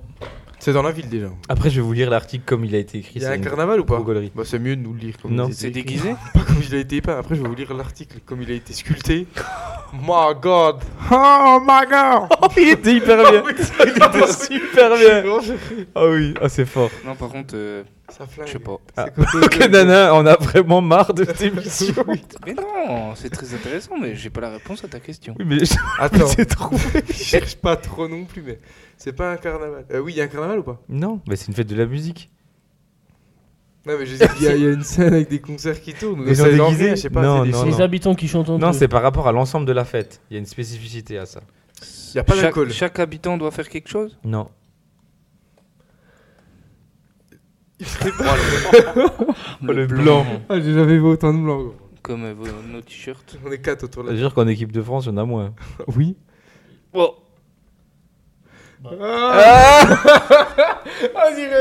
S5: C'est dans la ville déjà.
S4: Après, je vais vous lire l'article comme il a été écrit.
S5: Il y a
S4: c'est
S5: un
S4: une
S5: carnaval ou pas
S4: gaulerie.
S5: Bah, c'est mieux de nous le lire comme
S4: Non.
S5: il a été
S6: C'est
S5: écrit.
S6: déguisé
S5: Pas comme il a été peint. Après, je vais vous lire l'article comme il a été sculpté. My God. Oh my God.
S4: Il était hyper bien. il était super bien. Ah oui, ah, c'est fort.
S6: Non, par contre, euh,
S5: Ça
S6: je sais
S5: flingue.
S6: pas.
S5: C'est comme-
S4: Ok, Nana, on a vraiment marre de cette émission. oui,
S6: Mais non, c'est très intéressant, mais j'ai pas la réponse à ta question.
S4: mais je
S5: Attends.
S4: c'est trop.
S5: Je cherche pas trop non plus, mais c'est pas un carnaval. Euh, oui, il y a un carnaval ou pas
S4: Non, mais c'est une fête de la musique.
S5: Non, mais je sais qu'il y, a- il y a une scène avec des concerts qui tournent.
S4: Des gens
S5: C'est
S4: déguisés
S5: l'enfer, je sais pas,
S4: Non,
S5: c'est des-
S4: non,
S3: C'est les habitants qui chantent en
S4: Non,
S3: deux.
S4: c'est par rapport à l'ensemble de la fête. Il y a une spécificité à ça.
S5: Il y a pas
S6: Chaque-
S5: d'alcool.
S6: Chaque habitant doit faire quelque chose
S4: Non.
S6: Le,
S4: blanc.
S8: Ah, j'ai jamais vu autant de blancs.
S6: Comme euh, vos- nos t-shirts.
S5: On est quatre autour de la
S4: C'est-à-dire qu'en équipe de France, il y en a moins.
S8: Oui.
S6: Oh,
S5: On dirait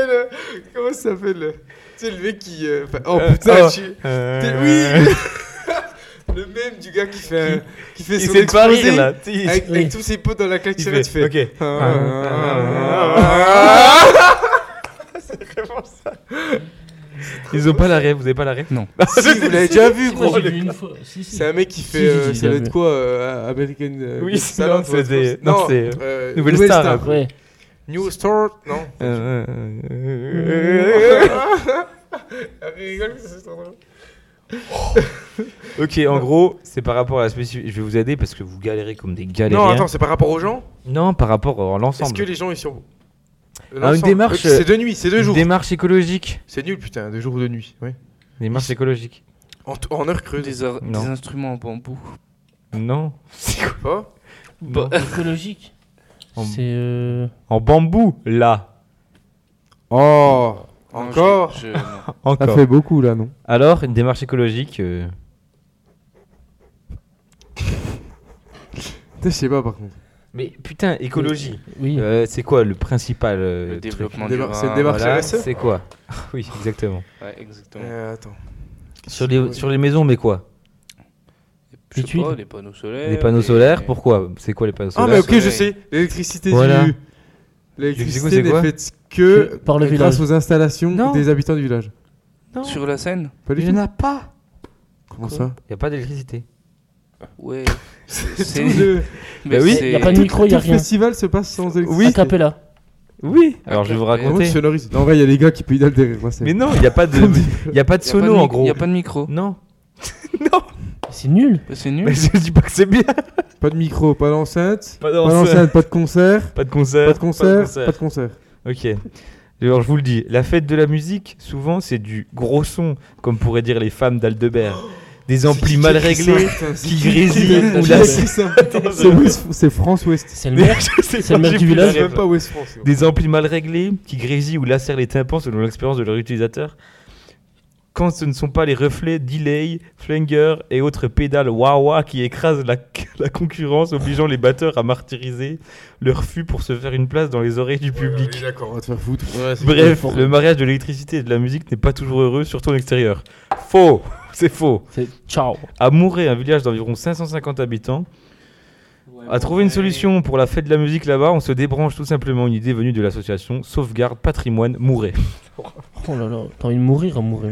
S5: le. Comment ça s'appelle le... Tu sais, le mec qui. euh, enfin, Oh putain,
S4: oh.
S5: je suis- t'es- Oui Le même du gars qui fait, un- qui fait son exposé Avec,
S4: Il
S5: avec tous ses potes dans la claque, tu fais.
S4: Ok.
S5: Ah.
S4: Ils ont pas l'arrêt, vous avez pas l'arrêt
S5: Si, vous l'avez déjà vu,
S3: Si, moi,
S5: gros
S3: j'ai vu une fois. Si, si.
S5: C'est un mec qui fait.
S3: Si, j'ai
S5: euh,
S3: déjà
S5: ça doit être
S3: vu.
S5: quoi euh, American. euh,
S4: Oui,
S5: Got
S4: c'est-
S5: Talent,
S4: non, c'est
S5: ouais,
S4: des-
S5: je pense.
S4: non, c'est, euh,
S5: euh,
S4: Nouvelle Star, après.
S3: Ouais.
S5: New Star. Non.
S4: Euh,
S5: Rigole, c'est trop drôle.
S4: Ok, en gros, c'est par rapport à la spécificité. Je vais vous aider parce que vous galérez comme des galériens.
S5: Non, attends, c'est par rapport aux gens
S4: Non, par rapport à
S5: Est-ce
S4: l'ensemble.
S5: que les gens ils sont.
S4: Ah, une démarche,
S5: Ok, C'est de nuit, c'est deux
S4: Une
S5: jours.
S4: Démarche écologique.
S5: C'est nul, putain, deux jours de nuit. Ouais.
S4: Une Démarche écologique.
S5: En, t- en heure creuse.
S6: des, or- des
S4: Non.
S6: instruments en bambou.
S4: Non.
S5: Pas.
S4: Non.
S3: Écologique.
S4: En-
S3: C'est. euh,
S4: En bambou, là.
S5: Oh
S6: Non, je-
S5: Encore
S6: je- non.
S8: Ça
S4: Encore.
S8: fait beaucoup là, non
S4: Alors, une démarche écologique. euh,
S5: Putain, Je sais pas par contre.
S4: Mais putain, écologie.
S3: Oui.
S4: Euh, c'est quoi le principal euh,
S6: Le
S4: truc
S6: développement
S5: Démar-
S6: durable.
S5: c'est le démarche
S4: Voilà,
S5: RSE.
S4: C'est quoi Oui, exactement.
S6: Ouais, exactement.
S5: Euh, attends.
S4: Sur les, sur les maisons, mais quoi
S6: je
S3: les
S6: sais pas,
S3: tuiles.
S6: les panneaux solaires.
S4: Les panneaux
S6: les-
S4: solaires, pourquoi C'est quoi les panneaux
S5: Ah,
S4: solaires
S5: mais ok,
S6: soleil.
S5: je sais. L'électricité
S4: Voilà.
S5: du.
S4: Du coup, c'est
S5: L'électricité n'est
S4: quoi
S5: faite que.
S3: Par le village.
S8: Grâce aux installations
S4: Non.
S8: des habitants du village.
S6: Sur la Seine
S8: Pas du
S4: Il n'y
S8: tout.
S4: en a pas
S5: Comment ça
S4: Il n'y a pas d'électricité.
S6: Ouais.
S5: Tout
S6: C'est.
S5: le-
S6: Mais
S4: Bah oui.
S6: c'est-
S3: Y a pas de micro, y
S8: Tout
S3: a
S8: le
S3: rien.
S8: festival se passe sans électricité.
S3: Oui. là.
S4: Oui Alors je vais vous
S5: Comment tu
S4: raconter.
S5: sonorises
S8: Non, en vrai, il y a les gars qui pédalent derrière. moi, c'est-
S4: Mais non, il n'y a pas de, il y a pas de
S6: y a pas de
S4: sono en
S6: mic-
S4: gros.
S6: Y a pas de micro.
S4: Non.
S3: C'est nul.
S6: C'est nul.
S4: Mais je dis pas que c'est bien.
S8: Pas de micro, pas d'enceinte.
S4: Pas Euh,
S8: Pas d'enceinte, pas de concert.
S4: Pas de concert.
S8: Pas de concert, pas de concert.
S4: Ok. Alors je vous le dis, la fête de la musique, souvent c'est du gros son, comme pourraient dire les femmes d'Aldebert. Des amplis mal réglés qui grésillent ou
S8: Qui
S4: la
S8: a écrit ça C'est West- C'est France West.
S3: C'est le maire. C'est le maire du village.
S5: Même pas West France. ouais.
S4: Des amplis mal réglés qui grésillent ou lacèrent les tympans selon l'expérience de leur utilisateur. Quand ce ne sont pas les reflets, delay, flanger et autres pédales wawa qui écrasent la, la concurrence, obligeant les batteurs à martyriser leur fût pour se faire une place dans les oreilles du public.
S5: Oui, D'accord, on va te faire foutre.
S4: Bref, le mariage de l'électricité et de la musique n'est pas toujours heureux, surtout en extérieur. Faux C'est faux.
S3: C'est ciao.
S4: À Mouret, un village d'environ 550 habitants, a trouvé une solution pour la fête de la musique là-bas. On se débranche tout simplement une idée venue de l'association Sauvegarde Patrimoine Mouret.
S3: Oh là là, t'as envie de mourir à mourir.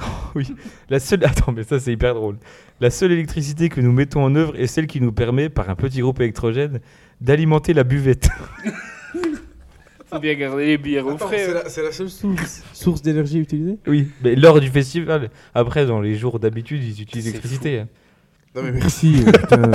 S3: hein.
S4: La seule... Attends, mais ça c'est hyper drôle. La seule électricité que nous mettons en œuvre est celle qui nous permet, par un petit groupe électrogène, d'alimenter la buvette.
S6: Faut bien garder les bières au
S5: Attends, C'est
S6: frais.
S5: la- c'est la seule
S8: Source, source d'énergie utilisée
S4: Oui, mais lors du festival. Après, dans les jours d'habitude, ils utilisent
S6: C'est
S4: l'électricité. hein.
S5: Non, mais
S8: Merci. euh, putain.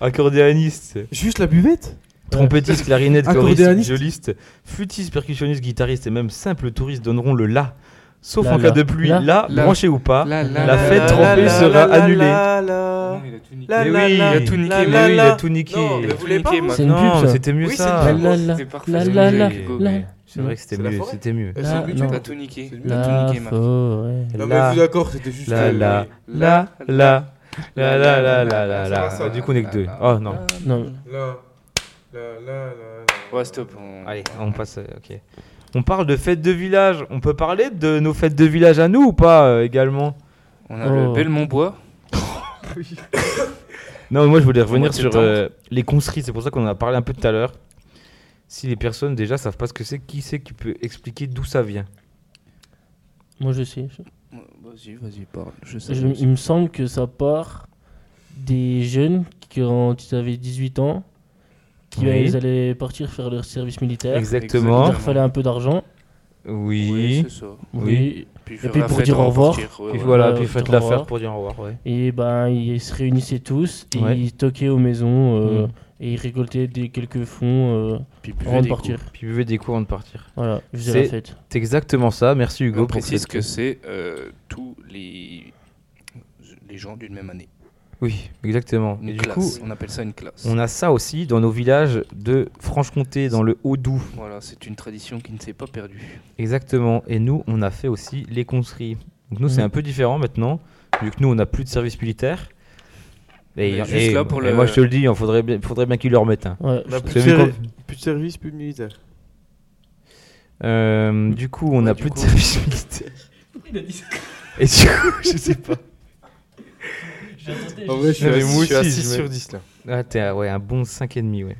S4: Accordéoniste,
S8: Juste la buvette
S4: Trompettiste, clarinette, choriste,
S8: Accordéoniste.
S4: violiste, flûtiste, percussionniste, guitariste et même simple touriste donneront le la. Sauf
S3: La,
S4: en
S3: la.
S4: cas de pluie,
S3: La.
S4: là,
S6: La.
S4: branché ou pas.
S6: La,
S4: la fête trompée sera annulée.
S5: annulée.
S6: il a tout niqué.
S5: La,
S4: Mais
S5: la,
S4: oui,
S5: la,
S4: il a tout niqué,
S5: la,
S4: mais
S5: la,
S4: oui, il
S5: la.
S4: a tout niqué.
S5: Non, mais
S6: Il a
S5: vous
S6: tout
S5: voulez pas,
S6: niqué,
S5: vous
S6: moi.
S3: C'est une pub
S4: Non, mais
S3: ça.
S4: c'était mieux
S5: Oui,
S4: ça. Ah,
S5: c'est
S3: La
S5: une
S3: la la
S6: C'était parfait.
S3: la
S6: ce
S3: la
S6: que
S3: la
S6: j'ai dit, Hugo.
S3: la.
S4: C'est vrai que c'était
S5: C'est la
S4: mieux,
S5: forêt.
S4: c'était mieux.
S5: Elles sont
S3: La-
S5: mieux.
S3: non.
S6: T'as tout niqué.
S5: C'est
S6: T'as tout
S3: La
S6: niqué, Marc.
S3: forêt.
S5: Non, mais vous d'accord, c'était juste.
S4: La,
S5: une-
S4: la, la, la, la, la, la, la, la, la. Du coup, on est que deux. Oh
S6: bah.
S4: non.
S3: Non,
S5: La, la, la, la.
S6: Ouais, stop. on-
S4: Allez, on passe. euh, Ok. On parle de fêtes de village. On peut parler de nos fêtes de village à nous ou pas euh, également
S6: On a
S3: Oh.
S6: le Belmont Bois.
S4: Non, mais moi je voulais revenir
S6: Moitié
S4: sur
S6: tendre.
S4: euh, les conscrits, c'est pour ça qu'on en a parlé un peu tout à l'heure. Si les personnes déjà savent pas ce que c'est, qui c'est qui peut expliquer d'où ça vient
S3: Moi, je sais. Je-
S6: Vas-y, vas-y, parle. Je sais.
S3: je- il me semble que ça part des jeunes qui, quand ils avaient 18 ans, qui
S4: Oui.
S3: euh, ils allaient partir faire leur service militaire. Il
S4: Exactement.
S3: leur fallait un peu d'argent.
S6: Oui,
S4: Oui.
S6: c'est ça.
S3: Oui.
S6: Puis,
S3: puis pour dire au revoir.
S4: Et voilà,
S3: Ouais,
S4: puis
S3: ouais,
S4: faites
S3: au
S4: l'affaire
S3: revoir.
S4: pour dire au revoir. ouais.
S3: Et ben, ils se réunissaient tous et
S4: Ouais.
S3: ils toquaient aux maisons euh,
S4: Mm.
S3: et ils récoltaient des, quelques fonds euh, avant de partir.
S4: Puis buvez des coups avant de partir.
S3: Voilà, ils faisaient la
S4: C'est-
S3: fête.
S4: C'est exactement ça. Merci Hugo
S6: On
S4: pour
S6: précise
S4: cette...
S6: que c'est euh, tous les... les gens d'une même année.
S4: Oui, exactement.
S6: Une
S4: Et du
S6: classe.
S4: coup,
S6: on appelle ça une classe.
S4: on a ça aussi dans nos villages de Franche-Comté, dans le Haut-Doubs.
S6: Voilà, c'est une tradition qui ne s'est pas perdue.
S4: Exactement. Et nous, on a fait aussi les conscrits. Donc nous, c'est
S6: Mm.
S3: Mhm.
S4: un peu différent maintenant, vu que nous, on n'a plus de service militaire. Et,
S6: Mais juste
S4: et-
S6: là pour
S4: et
S6: le-
S4: moi, je te le dis, il faudrait bien, faudrait bien qu'ils le remettent. hein.
S3: Ouais,
S5: Bah, plus,
S4: C'est
S5: de
S4: vu
S5: servi-
S4: qu'on-
S5: plus de service, plus de militaire.
S4: Euh, du coup, on
S6: Ouais,
S4: n'a
S6: du
S4: plus
S6: coup.
S4: de service militaire.
S2: Il a dit ça.
S4: Et du coup, je sais pas.
S5: Ah
S8: En vrai, je suis
S4: Non, mais
S8: assis-
S4: moi
S5: je suis à
S4: aussi,
S5: 6
S4: je
S5: sur
S4: me-
S5: 10 là.
S4: Ah, t'es à- ouais, un bon 5,5, ouais.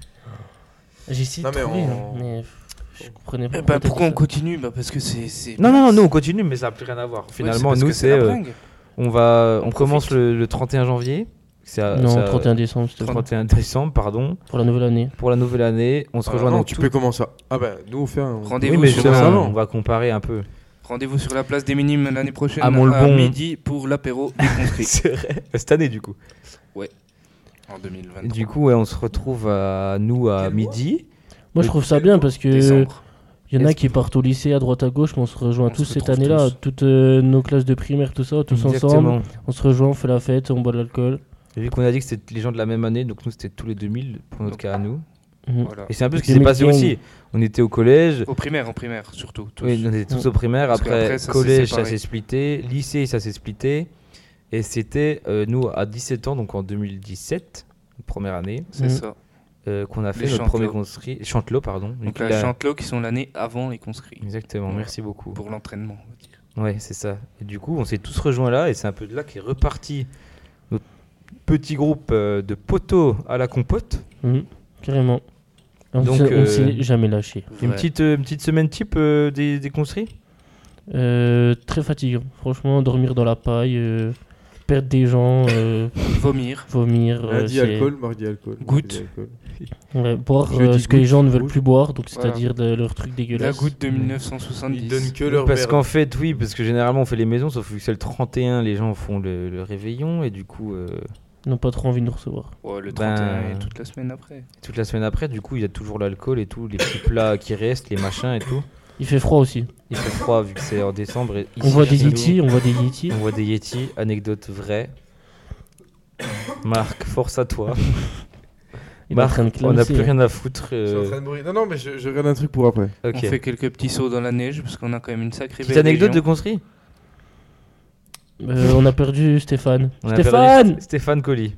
S3: J'ai essayé de
S5: Non, mais
S3: trouver,
S5: on-
S3: hein, mais pff, je comprenais pas.
S6: Eh ben,
S3: t'as
S6: pourquoi on
S3: dit ça.
S6: continue bah, Parce que c'est- c'est.
S4: Non, non, non, nous, on continue, mais ça n'a plus rien à voir. Finalement, nous, c'est. euh, on va, on, commence le, le 31 janvier. C'est à- c'est
S3: Non,
S4: à-
S3: 31 décembre, c'était
S4: le 31 décembre, pardon.
S3: pour la nouvelle année.
S4: Pour la nouvelle année, on se rejoint
S5: non,
S4: dans
S5: tu
S4: tout-
S5: peux commencer. à- Ah bah nous on fait un.
S4: Oui,
S6: Rendez-vous
S4: mais
S6: sur,
S4: justement,
S5: ça, non
S4: on va comparer un peu.
S6: rendez sur la place des Minimes l'année prochaine
S4: À Montleton.
S6: midi pour l'apéro des conscrits.
S4: C'est vrai. Cette année, du coup.
S6: en 2023.
S4: Du coup, ouais, on se retrouve à nous à midi.
S3: Moi, je trouve ça bien parce
S6: euh,
S3: que
S6: décembre.
S3: il y en a
S4: Est-ce
S3: qui partent au lycée à droite à gauche, mais on se rejoint
S6: On
S3: tous
S6: se
S3: cette
S6: retrouve
S3: année-là.
S6: tous.
S3: Toutes euh, nos classes de primaire, tout ça, tous ensemble.
S4: Exactement.
S3: On se rejoint, on fait la fête, on boit de l'alcool.
S4: Et vu qu'on a dit que c'était les gens de la même année, donc nous c'était tous les 2000 pour notre
S6: Donc, ah.
S4: cas à nous.
S3: Mhm.
S6: Voilà.
S4: Et c'est un peu ce qui
S3: les
S4: s'est passé
S3: meetings.
S4: aussi. On était au collège,
S6: Au primaire, en primaire, surtout. tous.
S4: oui, on était tous
S3: Ouais.
S4: au primaire,
S6: Parce
S4: après,
S6: qu'après, ça s'est
S4: collège ça
S6: séparé.
S4: s'est splitté, lycée ça s'est splitté. Et c'était euh, nous à 17 ans, donc en 2017, première année,
S6: C'est
S3: Mhm.
S6: ça.
S4: euh, qu'on a fait
S6: Les
S4: notre premier
S6: Chantelots.
S4: conscrit. Chantelot, pardon. Du
S6: Donc
S4: coup,
S6: la Mm.
S4: la-
S6: Chantelot qui sont l'année avant les conscrits.
S4: Exactement,
S6: Ouais.
S4: merci beaucoup.
S6: Pour l'entraînement, on va dire.
S4: Ouais, c'est ça. Et du coup, on s'est tous rejoints là, et c'est un peu de là qu'est reparti notre petit groupe euh, de poteaux à la compote.
S3: Mhm. Carrément. On
S4: Donc,
S3: s'est-
S4: euh,
S3: on s'est jamais lâché.
S4: Une,
S6: Ouais.
S4: petite, euh, une petite semaine type euh, des, des conscrits
S3: Euh, très fatigant. Franchement, dormir dans la paille, euh, perdre des gens, euh,
S6: Vomir.
S3: vomir. euh,
S5: Lundi
S3: c'est-
S5: alcool, mardi alcool.
S6: Goutte.
S5: mercredi alcool.
S3: Ouais, boire
S5: Jeudi,
S3: euh, ce que les
S5: goutte,
S3: gens ne veulent
S5: rouge.
S3: plus boire, donc
S6: Voilà.
S3: c'est-à-dire de- leurs trucs
S6: La
S3: dégueulasses.
S6: goutte de
S5: Ils donnent
S6: 1970.
S5: que leur
S4: Parce
S5: verre.
S4: qu'en fait, oui, parce que généralement on fait les maisons, sauf que c'est le 31, les gens font le, le réveillon, et du coup, euh,
S3: N'ont pas trop envie de nous recevoir.
S6: Ouais, le
S4: Ben-
S6: 31 et toute la semaine après.
S4: toute la semaine après, du coup, il y a toujours l'alcool et tout, les petits plats qui restent, les machins et tout.
S3: Il fait froid aussi.
S4: Il fait froid vu que c'est en décembre. et
S3: On
S4: ici,
S3: voit
S4: chez
S3: des
S4: nous,
S3: Yeti, on voit des Yeti.
S4: On voit des Yeti, anecdote vraie. Marc, force à toi.
S3: Il est en
S4: Marc,
S3: train de
S4: on n'a
S3: classer,
S4: plus
S3: hein.
S4: rien à foutre.
S5: Je suis en
S4: euh,
S5: train de mourir. Non, non, mais je, je regarde un truc pour après.
S4: Ok.
S6: On fait quelques petits sauts dans la neige parce qu'on a quand même une sacrée
S4: Petite
S6: belle
S4: anecdote de
S6: région.
S4: conscrit
S3: Euh, on a perdu Stéphane.
S4: On a perdu
S3: Stéphane
S4: St- Stéphane Colli,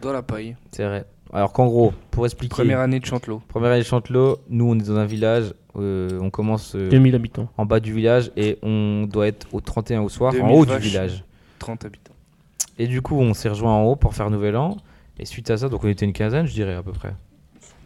S6: dans la paille.
S4: c'est vrai. Alors qu'en gros, pour expliquer,
S6: Première
S4: première,
S6: année de Chantelot.
S4: année de Chantelot, nous on est dans un village, euh, on commence euh,
S3: 2000 habitants.
S4: en bas du village et on doit être au 31 au soir,
S6: 2000
S4: en haut
S6: vaches.
S4: du village.
S6: 30 habitants.
S4: Et du coup, on s'est rejoint en haut pour faire Nouvel An. Et suite à ça, donc on était une quinzaine, je dirais à peu près.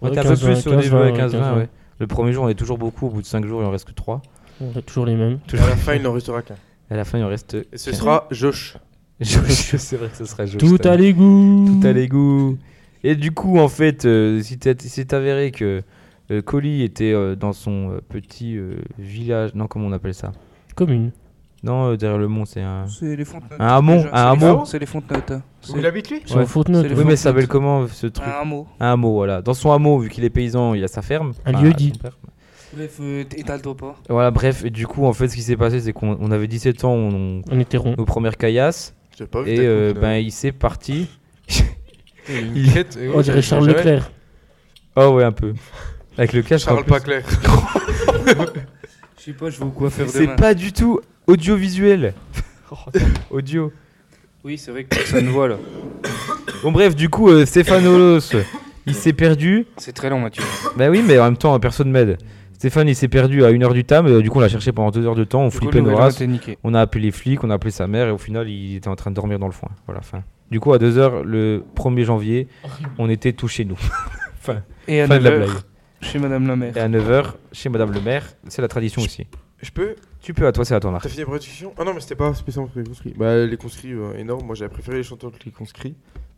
S4: On
S3: Ouais,
S4: était un peu
S3: 15,
S4: plus au
S3: 15,
S4: début, ouais,
S3: 15,
S4: 15, 20,
S3: 20.
S4: ouais. Le premier jour, on est toujours beaucoup, au bout de 5 jours, il en reste que 3.
S3: On a toujours les mêmes.
S5: À la fin, il n'en restera qu'un.
S4: À la fin, il en reste.
S5: Et ce sera Josh.
S4: Je sais vrai que ce sera euh, Josh,
S3: Tout
S4: ça.
S3: à l'égout
S4: tout à l'égout. Et du coup, en fait, euh, si t'as- il s'est avéré que euh, Colli était euh, dans son euh, petit euh, village. Non, comment on appelle ça
S3: Commune.
S4: Non, euh, derrière le mont, c'est un.
S6: C'est les Fontenotes.
S4: Un hamon,
S6: déjà,
S4: un
S6: c'est les-
S4: hamon.
S6: C'est les Fontenotes. hein.
S5: Où
S6: C'est
S5: il habite lui
S3: C'est en
S4: Ouais.
S3: faute note.
S6: C'est les
S4: Oui, mais
S6: Fontenotes.
S4: ça s'appelle comment ce truc
S6: un hameau.
S4: Un hameau, voilà. Dans son hameau, vu qu'il est paysan, il a sa ferme.
S3: Un
S4: Enfin,
S3: lieu-dit.
S4: son père.
S6: Bref, euh, t- étale-toi pas.
S4: Voilà, bref. Et du coup, en fait, ce qui s'est passé, c'est qu'on on avait 17 ans, on- on-
S3: On était rond.
S4: nos premières caillasses.
S5: J'ai pas vu.
S4: Et
S5: ta
S4: euh,
S5: coupe,
S4: ben, il s'est parti.
S5: là. il jette.
S3: On dirait Charles Leclerc.
S4: Oh, ouais, un peu. Avec le cash. en
S5: Charles
S4: plus.
S5: pas clair.
S6: Je sais pas, je vais vous coiffer
S4: C'est
S6: demain.
S4: pas du tout audiovisuel. Audio.
S6: Oui, c'est vrai que personne ne voit là.
S4: Bon bref, du coup, euh, Stéphane Olos, il s'est perdu.
S6: C'est très long, Mathieu.
S4: Bah oui, mais en même temps, personne m'aide. Stéphane, il s'est perdu à 1h du tam. euh, du coup, on l'a cherché pendant 2 heures de temps. On
S6: Du coup,
S4: flippait
S6: nous,
S4: nos
S6: voilà,
S4: races.
S6: t'es niqué.
S4: On a appelé les flics, on a appelé sa mère et au final, il était en train de dormir dans le foin. Voilà, fin. Du coup, à 2h, le 1er janvier, on était tous chez nous.
S6: Et à
S4: fin de la
S6: 9h,
S4: blague.
S6: chez Madame la Mère.
S4: Et à 9h, chez Madame le maire, c'est la tradition aussi.
S5: Je peux
S4: Tu peux, à toi, c'est à toi, Marc.
S5: T'as fini la production Ah non, mais c'était pas spécialement pour les conscrits. Bah, les conscrits, euh, énorme. Moi, j'avais préféré les chanteurs que les conscrits.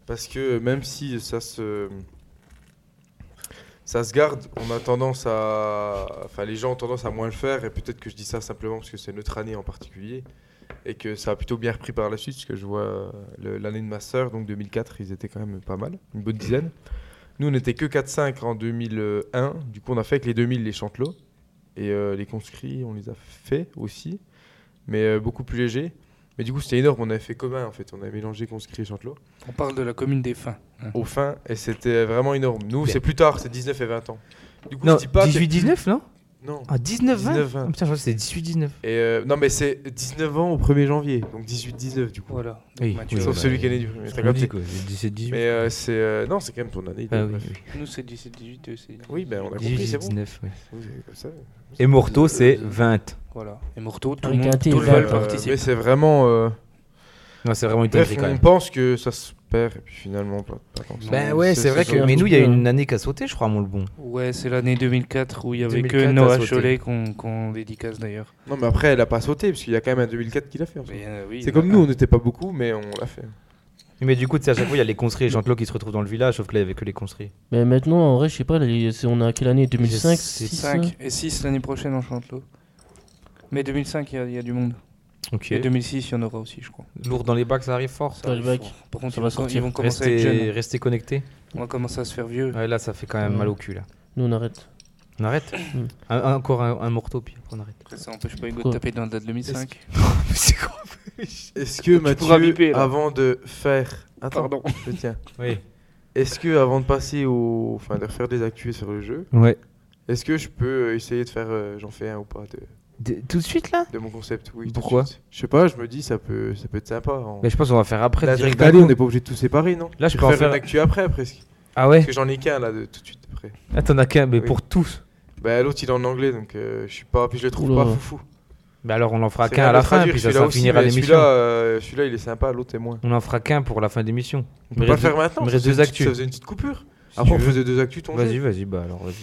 S5: Parce que même si ça se. Ça se garde, on a tendance à. Enfin, les gens ont tendance à moins le faire. Et peut-être que je dis ça simplement parce que c'est notre année en particulier. Et que ça a plutôt bien repris par la suite. Parce que je vois euh, le- l'année de ma sœur, donc 2004, ils étaient quand même pas mal. Une bonne dizaine. Nous, on était que 4-5 en 2001. Du coup, on a fait avec les 2000 les chantelots. Et euh, les conscrits, on les a fait aussi mais euh, beaucoup plus léger. Mais du coup, c'était énorme, on avait fait commun en fait, on avait mélangé conscrit et chantelot
S6: On parle de la commune des fins.
S5: au fin, et c'était vraiment énorme. Nous,
S4: Bien.
S5: c'est plus tard, c'est 19 et 20 ans. Du coup,
S4: Non,
S5: je dis pas. que-
S4: 18-19, non
S5: Non.
S7: Ah, 19, 20
S5: 19, 20.
S7: Putain, je crois que c'est 18, 19.
S5: Et euh, non, mais c'est 19 ans au 1er janvier, donc 18-19 du coup.
S6: Voilà. Donc,
S4: Oui,
S6: Mathieu,
S4: oui,
S5: Sauf
S4: bah,
S5: celui qui est né du 1er.
S4: C'est
S5: t'as
S4: comme
S5: capté.
S4: dit, quoi. 17-18.
S5: Mais euh, c'est. euh, non, c'est quand même ton année.
S4: Ah oui,
S5: donc, bref.
S4: oui.
S6: Nous, c'est 17, 18 et aussi.
S5: Oui, ben on a compris,
S4: 18,
S5: c'est bon.
S4: 19, oui.
S5: Oui, c'est comme ça.
S4: Et Morto, c'est 20.
S6: Voilà. Et Morteau, tout le
S3: Avec un
S6: monde,
S3: thé,
S6: tout le
S3: ils
S6: monde
S3: veulent
S5: Euh,
S6: participe.
S5: mais c'est vraiment. euh,
S4: Non, c'est vraiment une
S5: Bref,
S4: dinguerie quand
S5: on
S4: même.
S5: pense que ça se perd, et puis finalement, pas, pas tant que ça.
S6: Ben
S5: ouais, c'est vrai
S3: que- mais nous, il y a
S5: hein.
S3: une
S4: année qui a sauté, je crois, mon le bon.
S6: Ouais, c'est l'année 2004 où il y avait que
S4: 2004 à
S6: Noah
S4: sauter.
S6: Cholet qu'on qu'on dédicace d'ailleurs.
S5: Non, mais après, elle a pas sauté, parce qu'il y a quand même un 2004 qui l'a fait. en fait.
S6: Mais, euh, oui,
S5: C'est
S6: voilà.
S5: comme nous, on n'était pas beaucoup, mais on l'a fait.
S4: Mais du coup, tu sais, à chaque fois, il y a les conscrits et Jean-Claude qui se retrouvent dans le village, sauf que là, il n'y avait que les conscrits.
S3: Mais maintenant, en vrai, je sais pas, les- c'est- on a quelle année 2005
S4: C'est
S3: 6,
S5: hein.
S6: 5 et 6 l'année prochaine en Chantelot. Mais 2005, il y a- il y, a du monde.
S4: Ok.
S6: Et 2006, il y en aura aussi, je crois.
S4: Lourd dans les bacs, ça arrive fort.
S3: Dans les bacs.
S6: arrive fort. Par contre,
S3: Ça
S6: ils
S3: va
S6: vont- ils
S3: sortir.
S6: vont commencer bah, à être
S4: Restez,
S6: jeunes. hein.
S4: restez connectés.
S6: On va commencer à se faire vieux.
S4: Ouais, là, ça fait quand même
S3: Ouais.
S4: mal au cul. Là.
S3: Nous, on arrête.
S4: On arrête
S3: Mm.
S4: Un- un- Encore un, un morteau, puis après, on arrête.
S6: Après, ça empêche pas Hugo de
S3: Pourquoi
S6: taper dans la date 2005.
S5: Est-ce que
S6: pourras biper,
S5: Mathieu,
S6: là.
S5: avant de faire. Attends, je tiens.
S4: Oui.
S5: Est-ce que avant de passer au. Enfin, de refaire des actus sur le jeu,
S4: Ouais.
S5: est-ce que je peux essayer de faire. euh, J'en fais un ou pas de,
S4: tout de suite, là
S5: de mon concept Oui. tout de
S4: Pourquoi
S5: suite. Je sais pas, je me dis, ça peut, ça peut être sympa. En...
S4: Mais Je pense qu'on va faire après.
S5: Là,
S4: direct
S5: allez,
S4: d'un
S5: on
S4: coup.
S5: n'est pas obligé de tout séparer, non
S4: Là, je
S5: Je
S4: peux
S5: peux
S4: en
S5: faire
S4: faire.
S5: une actu après, presque.
S4: Ah
S5: Parce
S4: ouais
S5: que j'en ai qu'un, là, de, tout de suite après.
S4: Ah, t'en as qu'un, mais
S5: Oui.
S4: pour tous.
S5: Bah, l'autre, il est en anglais, donc euh, je suis pas. Puis je le trouve
S3: Oula.
S5: pas foufou.
S4: Bah alors, on en fera
S5: C'est
S4: qu'un
S5: bien
S4: à
S5: de
S4: la fin,
S5: traduire,
S4: puis ça,
S5: celui-là
S4: ça
S5: aussi,
S4: finira
S5: mais
S4: l'émission.
S5: Celui-là, euh, celui-là, il est sympa, l'autre est moins.
S4: On en fera qu'un pour la fin de l'émission.
S5: On
S4: Mais
S5: peut pas le
S4: reste-
S5: faire maintenant.
S4: mais
S5: ça
S4: reste
S5: faisait
S4: deux
S5: une petite-
S4: actus.
S5: Ça faisait une petite coupure.
S4: Si
S5: Après, on
S4: tu veux.
S5: faisait deux actus, ton
S4: Vas-y,
S5: jeu.
S4: vas-y, bah alors, vas-y.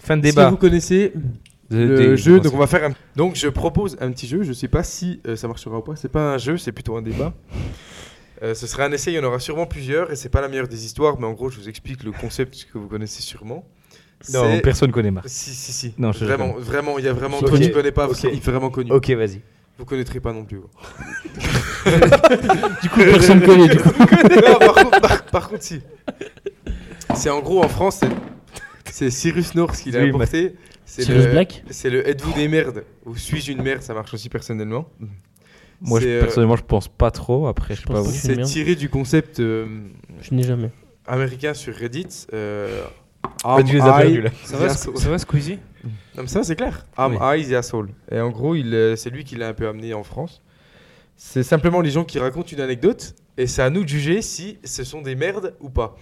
S4: Fin de
S5: Est-ce
S4: débat.
S5: que vous connaissez
S4: De-
S5: le
S4: des-
S5: jeu.
S4: des-
S5: Donc on va faire un... Donc je propose un petit jeu. Je sais pas si euh, ça marchera ou pas. C'est pas un jeu, c'est plutôt un débat. Euh, ce sera un essai, il y en aura sûrement plusieurs, et c'est pas la meilleure des histoires, mais en gros, je vous explique le concept que vous connaissez sûrement.
S4: Non,
S5: C'est-
S4: personne connaît Marc.
S5: Si, si, si.
S4: Non, je- je
S5: vraiment, vraiment, il y a vraiment.
S4: Ok.
S5: Toi, tu connais pas, parce
S4: Ok.
S5: qu'il est vraiment connu.
S4: Ok, vas-y.
S5: Vous connaîtrez pas non plus. gros.
S4: Du coup, personne connaît. du coup.
S5: Ah, par, contre, par- par contre, si. C'est en gros en France, c'est- c'est Cyrus North qui l'a
S4: Oui, mais-
S5: apporté. C'est
S3: Cyrus
S5: le-
S3: Black
S5: C'est le êtes-vous des merdes ou suis-je une merde Ça marche aussi personnellement.
S4: Moi, je-
S5: C'est, euh,
S4: personnellement, je pense pas trop. Après, je sais
S3: pense
S4: pas
S3: pas.
S4: vous.
S3: suis une
S5: C'est
S3: merde.
S5: tiré du concept euh,
S3: Je n'ai jamais.
S5: américain sur Reddit. euh,
S4: Ah, tu les as
S5: Am I-
S4: perdus, là. Ah
S6: Ça va,
S5: The
S6: Sque-
S5: asshole.
S6: ça va, Squeezie
S5: Non, mais ça, c'est clair. Am I the asshole Et en gros, il, euh, c'est lui qui l'a un peu amené en France. C'est simplement les gens qui racontent une anecdote et c'est à nous de juger si ce sont des merdes ou pas.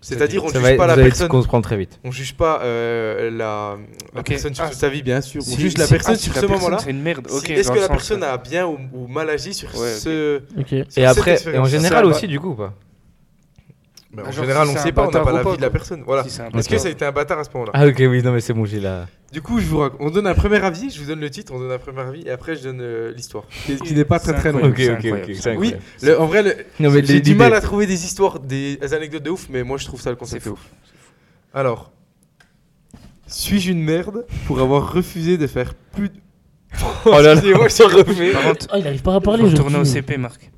S5: C'est-à-dire, on
S4: Ça
S5: juge
S4: va être-
S5: pas la
S4: vous allez
S5: personne.
S4: qu'on se prend très vite.
S5: On juge pas euh, la, la
S6: Ok.
S5: personne sur
S6: Ah.
S5: toute sa vie, bien sûr. On
S6: Si-
S5: juge la
S6: si-
S5: personne
S6: ah, si
S5: sur
S6: la
S5: ce
S6: personne,
S5: moment-là.
S6: C'est une merde.
S5: Si-
S6: Ok,
S5: Est-ce
S6: dans
S5: que
S6: le
S5: la
S6: sens,
S5: personne
S6: ouais.
S5: a bien ou, ou mal agi sur
S6: Ouais, ok.
S5: ce.
S3: Ok.
S5: sur
S4: Et
S5: cette
S4: après, et en
S5: expérience
S4: général
S5: Ça,
S4: aussi, du coup, ou pas
S6: Bah,
S5: bah, en
S6: genre,
S5: général,
S6: si
S5: on
S6: c'est un
S5: sait pas, on n'a
S6: bâtard
S5: pas
S6: ou
S5: la
S6: pas,
S5: vie de la
S6: quoi.
S5: personne. Voilà.
S6: Si c'est un
S5: Est-ce que
S6: bâtard.
S5: ça a été un bâtard à ce moment-là
S4: Ah, ok, oui, non, mais c'est bon, j'ai la.
S5: Du coup, je vous raconte. On donne un premier avis, je vous donne le titre, on donne un premier avis, et après, je donne euh, l'histoire. Qui, qui n'est pas très très
S6: incroyable.
S4: Ok,
S5: longue.
S6: C'est
S4: ok, ok.
S6: incroyable.
S4: c'est
S5: Oui,
S4: incroyable.
S5: le- en vrai, le-
S4: Non, mais
S5: j'ai
S4: l'idée-
S5: du mal à trouver des histoires, des anecdotes de ouf, mais moi, je trouve ça le
S6: C'est
S5: concept de
S6: fou.
S5: ouf. Alors, suis-je une merde pour avoir refusé de faire plus. de-
S4: Oh là là.
S5: Excusez-moi, je suis refait.
S6: Par contre,
S3: Ah, il arrive pas à parler
S6: faut retourner au
S3: aujourd'hui.
S6: CP, Marc.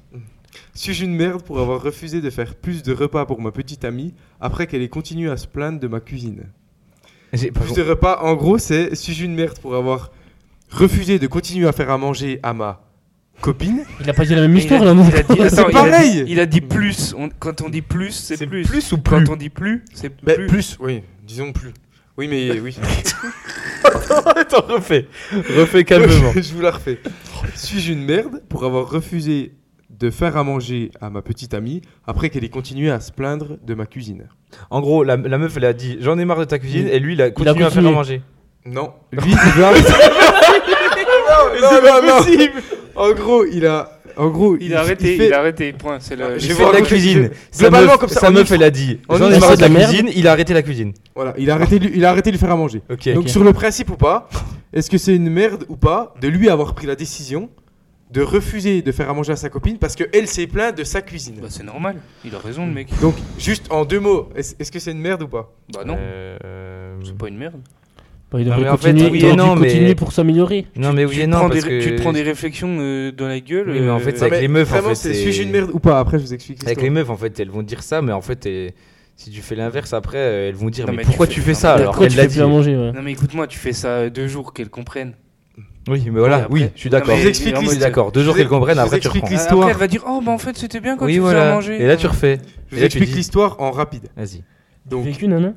S5: Suis-je une merde pour avoir refusé de faire plus de repas pour ma petite amie après qu'elle ait continué à se plaindre de ma cuisine
S4: J'ai-
S5: Plus de repas, en gros, c'est suis-je une merde pour avoir refusé de continuer à faire à manger à ma copine
S3: Il a pas dit la même
S6: Mais
S3: histoire
S6: il
S3: là,
S6: a-
S3: non
S6: il a dit- attends, il a dit-
S5: pareil
S6: Il a dit plus. On- Quand on dit plus, c'est plus.
S5: ou
S6: Quand on dit plus, c'est
S5: Mais
S6: plus.
S5: Bah, plus, oui, disons plus. Oui, mais oui.
S4: Attends, refais. Refais calmement.
S5: je vous la refais. Suis-je une merde pour avoir refusé de faire à manger à ma petite amie après qu'elle ait continué à se plaindre de ma cuisine
S4: En gros, la, la meuf, elle a dit J'en ai marre de ta cuisine, et lui, il a continué, à faire à
S3: continué.
S4: manger.
S5: Non, lui, il veut arrêter. non, non, non, non. En gros, il a. En gros,
S6: Il a arrêté, il,
S5: fait-
S6: a arrêté, point. C'est le.
S5: Je
S4: J'ai
S5: vais
S4: fait de la
S5: raconter
S4: cuisine.
S5: que-
S4: Sa
S5: globalement,
S4: meuf,
S5: comme ça,
S4: sa
S5: on
S4: meuf
S5: y-
S4: elle a dit.
S5: on y
S4: J'en ai
S5: fait
S4: marre de
S3: de
S4: la
S3: la merde.
S4: cuisine, il a arrêté la cuisine.
S5: Voilà, il a arrêté, de lui- il a arrêté de lui faire à manger.
S4: Ok.
S5: Donc sur le principe ou pas, est-ce que c'est une merde ou pas de lui avoir pris la décision de refuser de faire à manger à sa copine parce que elle s'est plainte de sa cuisine.
S6: Bah, c'est normal. Il a raison, le mec.
S5: Donc juste en deux mots, est-ce est-ce que c'est une merde ou pas
S6: Bah, non.
S4: Euh,
S6: C'est pas une merde.
S3: Bah, il
S4: Non,
S3: devrait
S4: mais en fait,
S3: continuer,
S4: oui
S3: il
S4: et
S3: aurait dû
S4: non, mais-
S3: continuer pour s'améliorer.
S4: Non mais oui
S6: tu,
S4: et
S6: te
S4: non
S6: prends des
S4: parce
S6: ré- tu te prends des
S4: que
S6: réflexions euh, dans la gueule.
S4: Oui, mais en
S6: euh,
S4: fait, c'est avec
S5: Non, mais
S4: les meufs, en
S5: Vraiment,
S4: fait,
S5: c'est
S4: c'est-
S5: suis-je une merde ou pas Après, je vous explique.
S4: avec
S5: l'histoire.
S4: les meufs en fait elles vont dire ça mais en fait elles- si tu fais l'inverse après euh, elles vont dire
S6: Non,
S4: mais,
S6: mais tu
S4: pourquoi
S6: fais-
S4: tu fais
S6: non,
S4: ça
S6: mais
S4: alors
S3: Pourquoi
S4: qu'elle
S3: tu
S4: l'a
S3: fais plus
S4: dit.
S3: à manger ouais.
S6: Non, mais écoute-moi, tu fais ça deux jours, qu'elles comprennent.
S4: Oui mais voilà,
S6: Et après-
S4: oui, je suis
S6: Non,
S4: d'accord.
S6: mais-
S5: Je vous explique
S6: mais en
S4: Je
S6: mode-
S4: suis d'accord. Deux
S5: Je
S4: jours
S5: vous-
S4: qu'elles comprennent
S5: je vous
S4: après tu
S5: explique
S4: reprends.
S5: l'histoire.
S6: Après, elle va dire Oh, bah en fait, c'était bien quand
S4: Oui
S6: tu faisais à
S4: voilà.
S6: manger.
S4: Et là tu refais.
S5: Je
S4: Et
S5: vous
S4: là, tu
S5: explique
S4: dis-
S5: l'histoire en rapide.
S4: Vas-y.
S5: Donc,
S3: Vécu, nana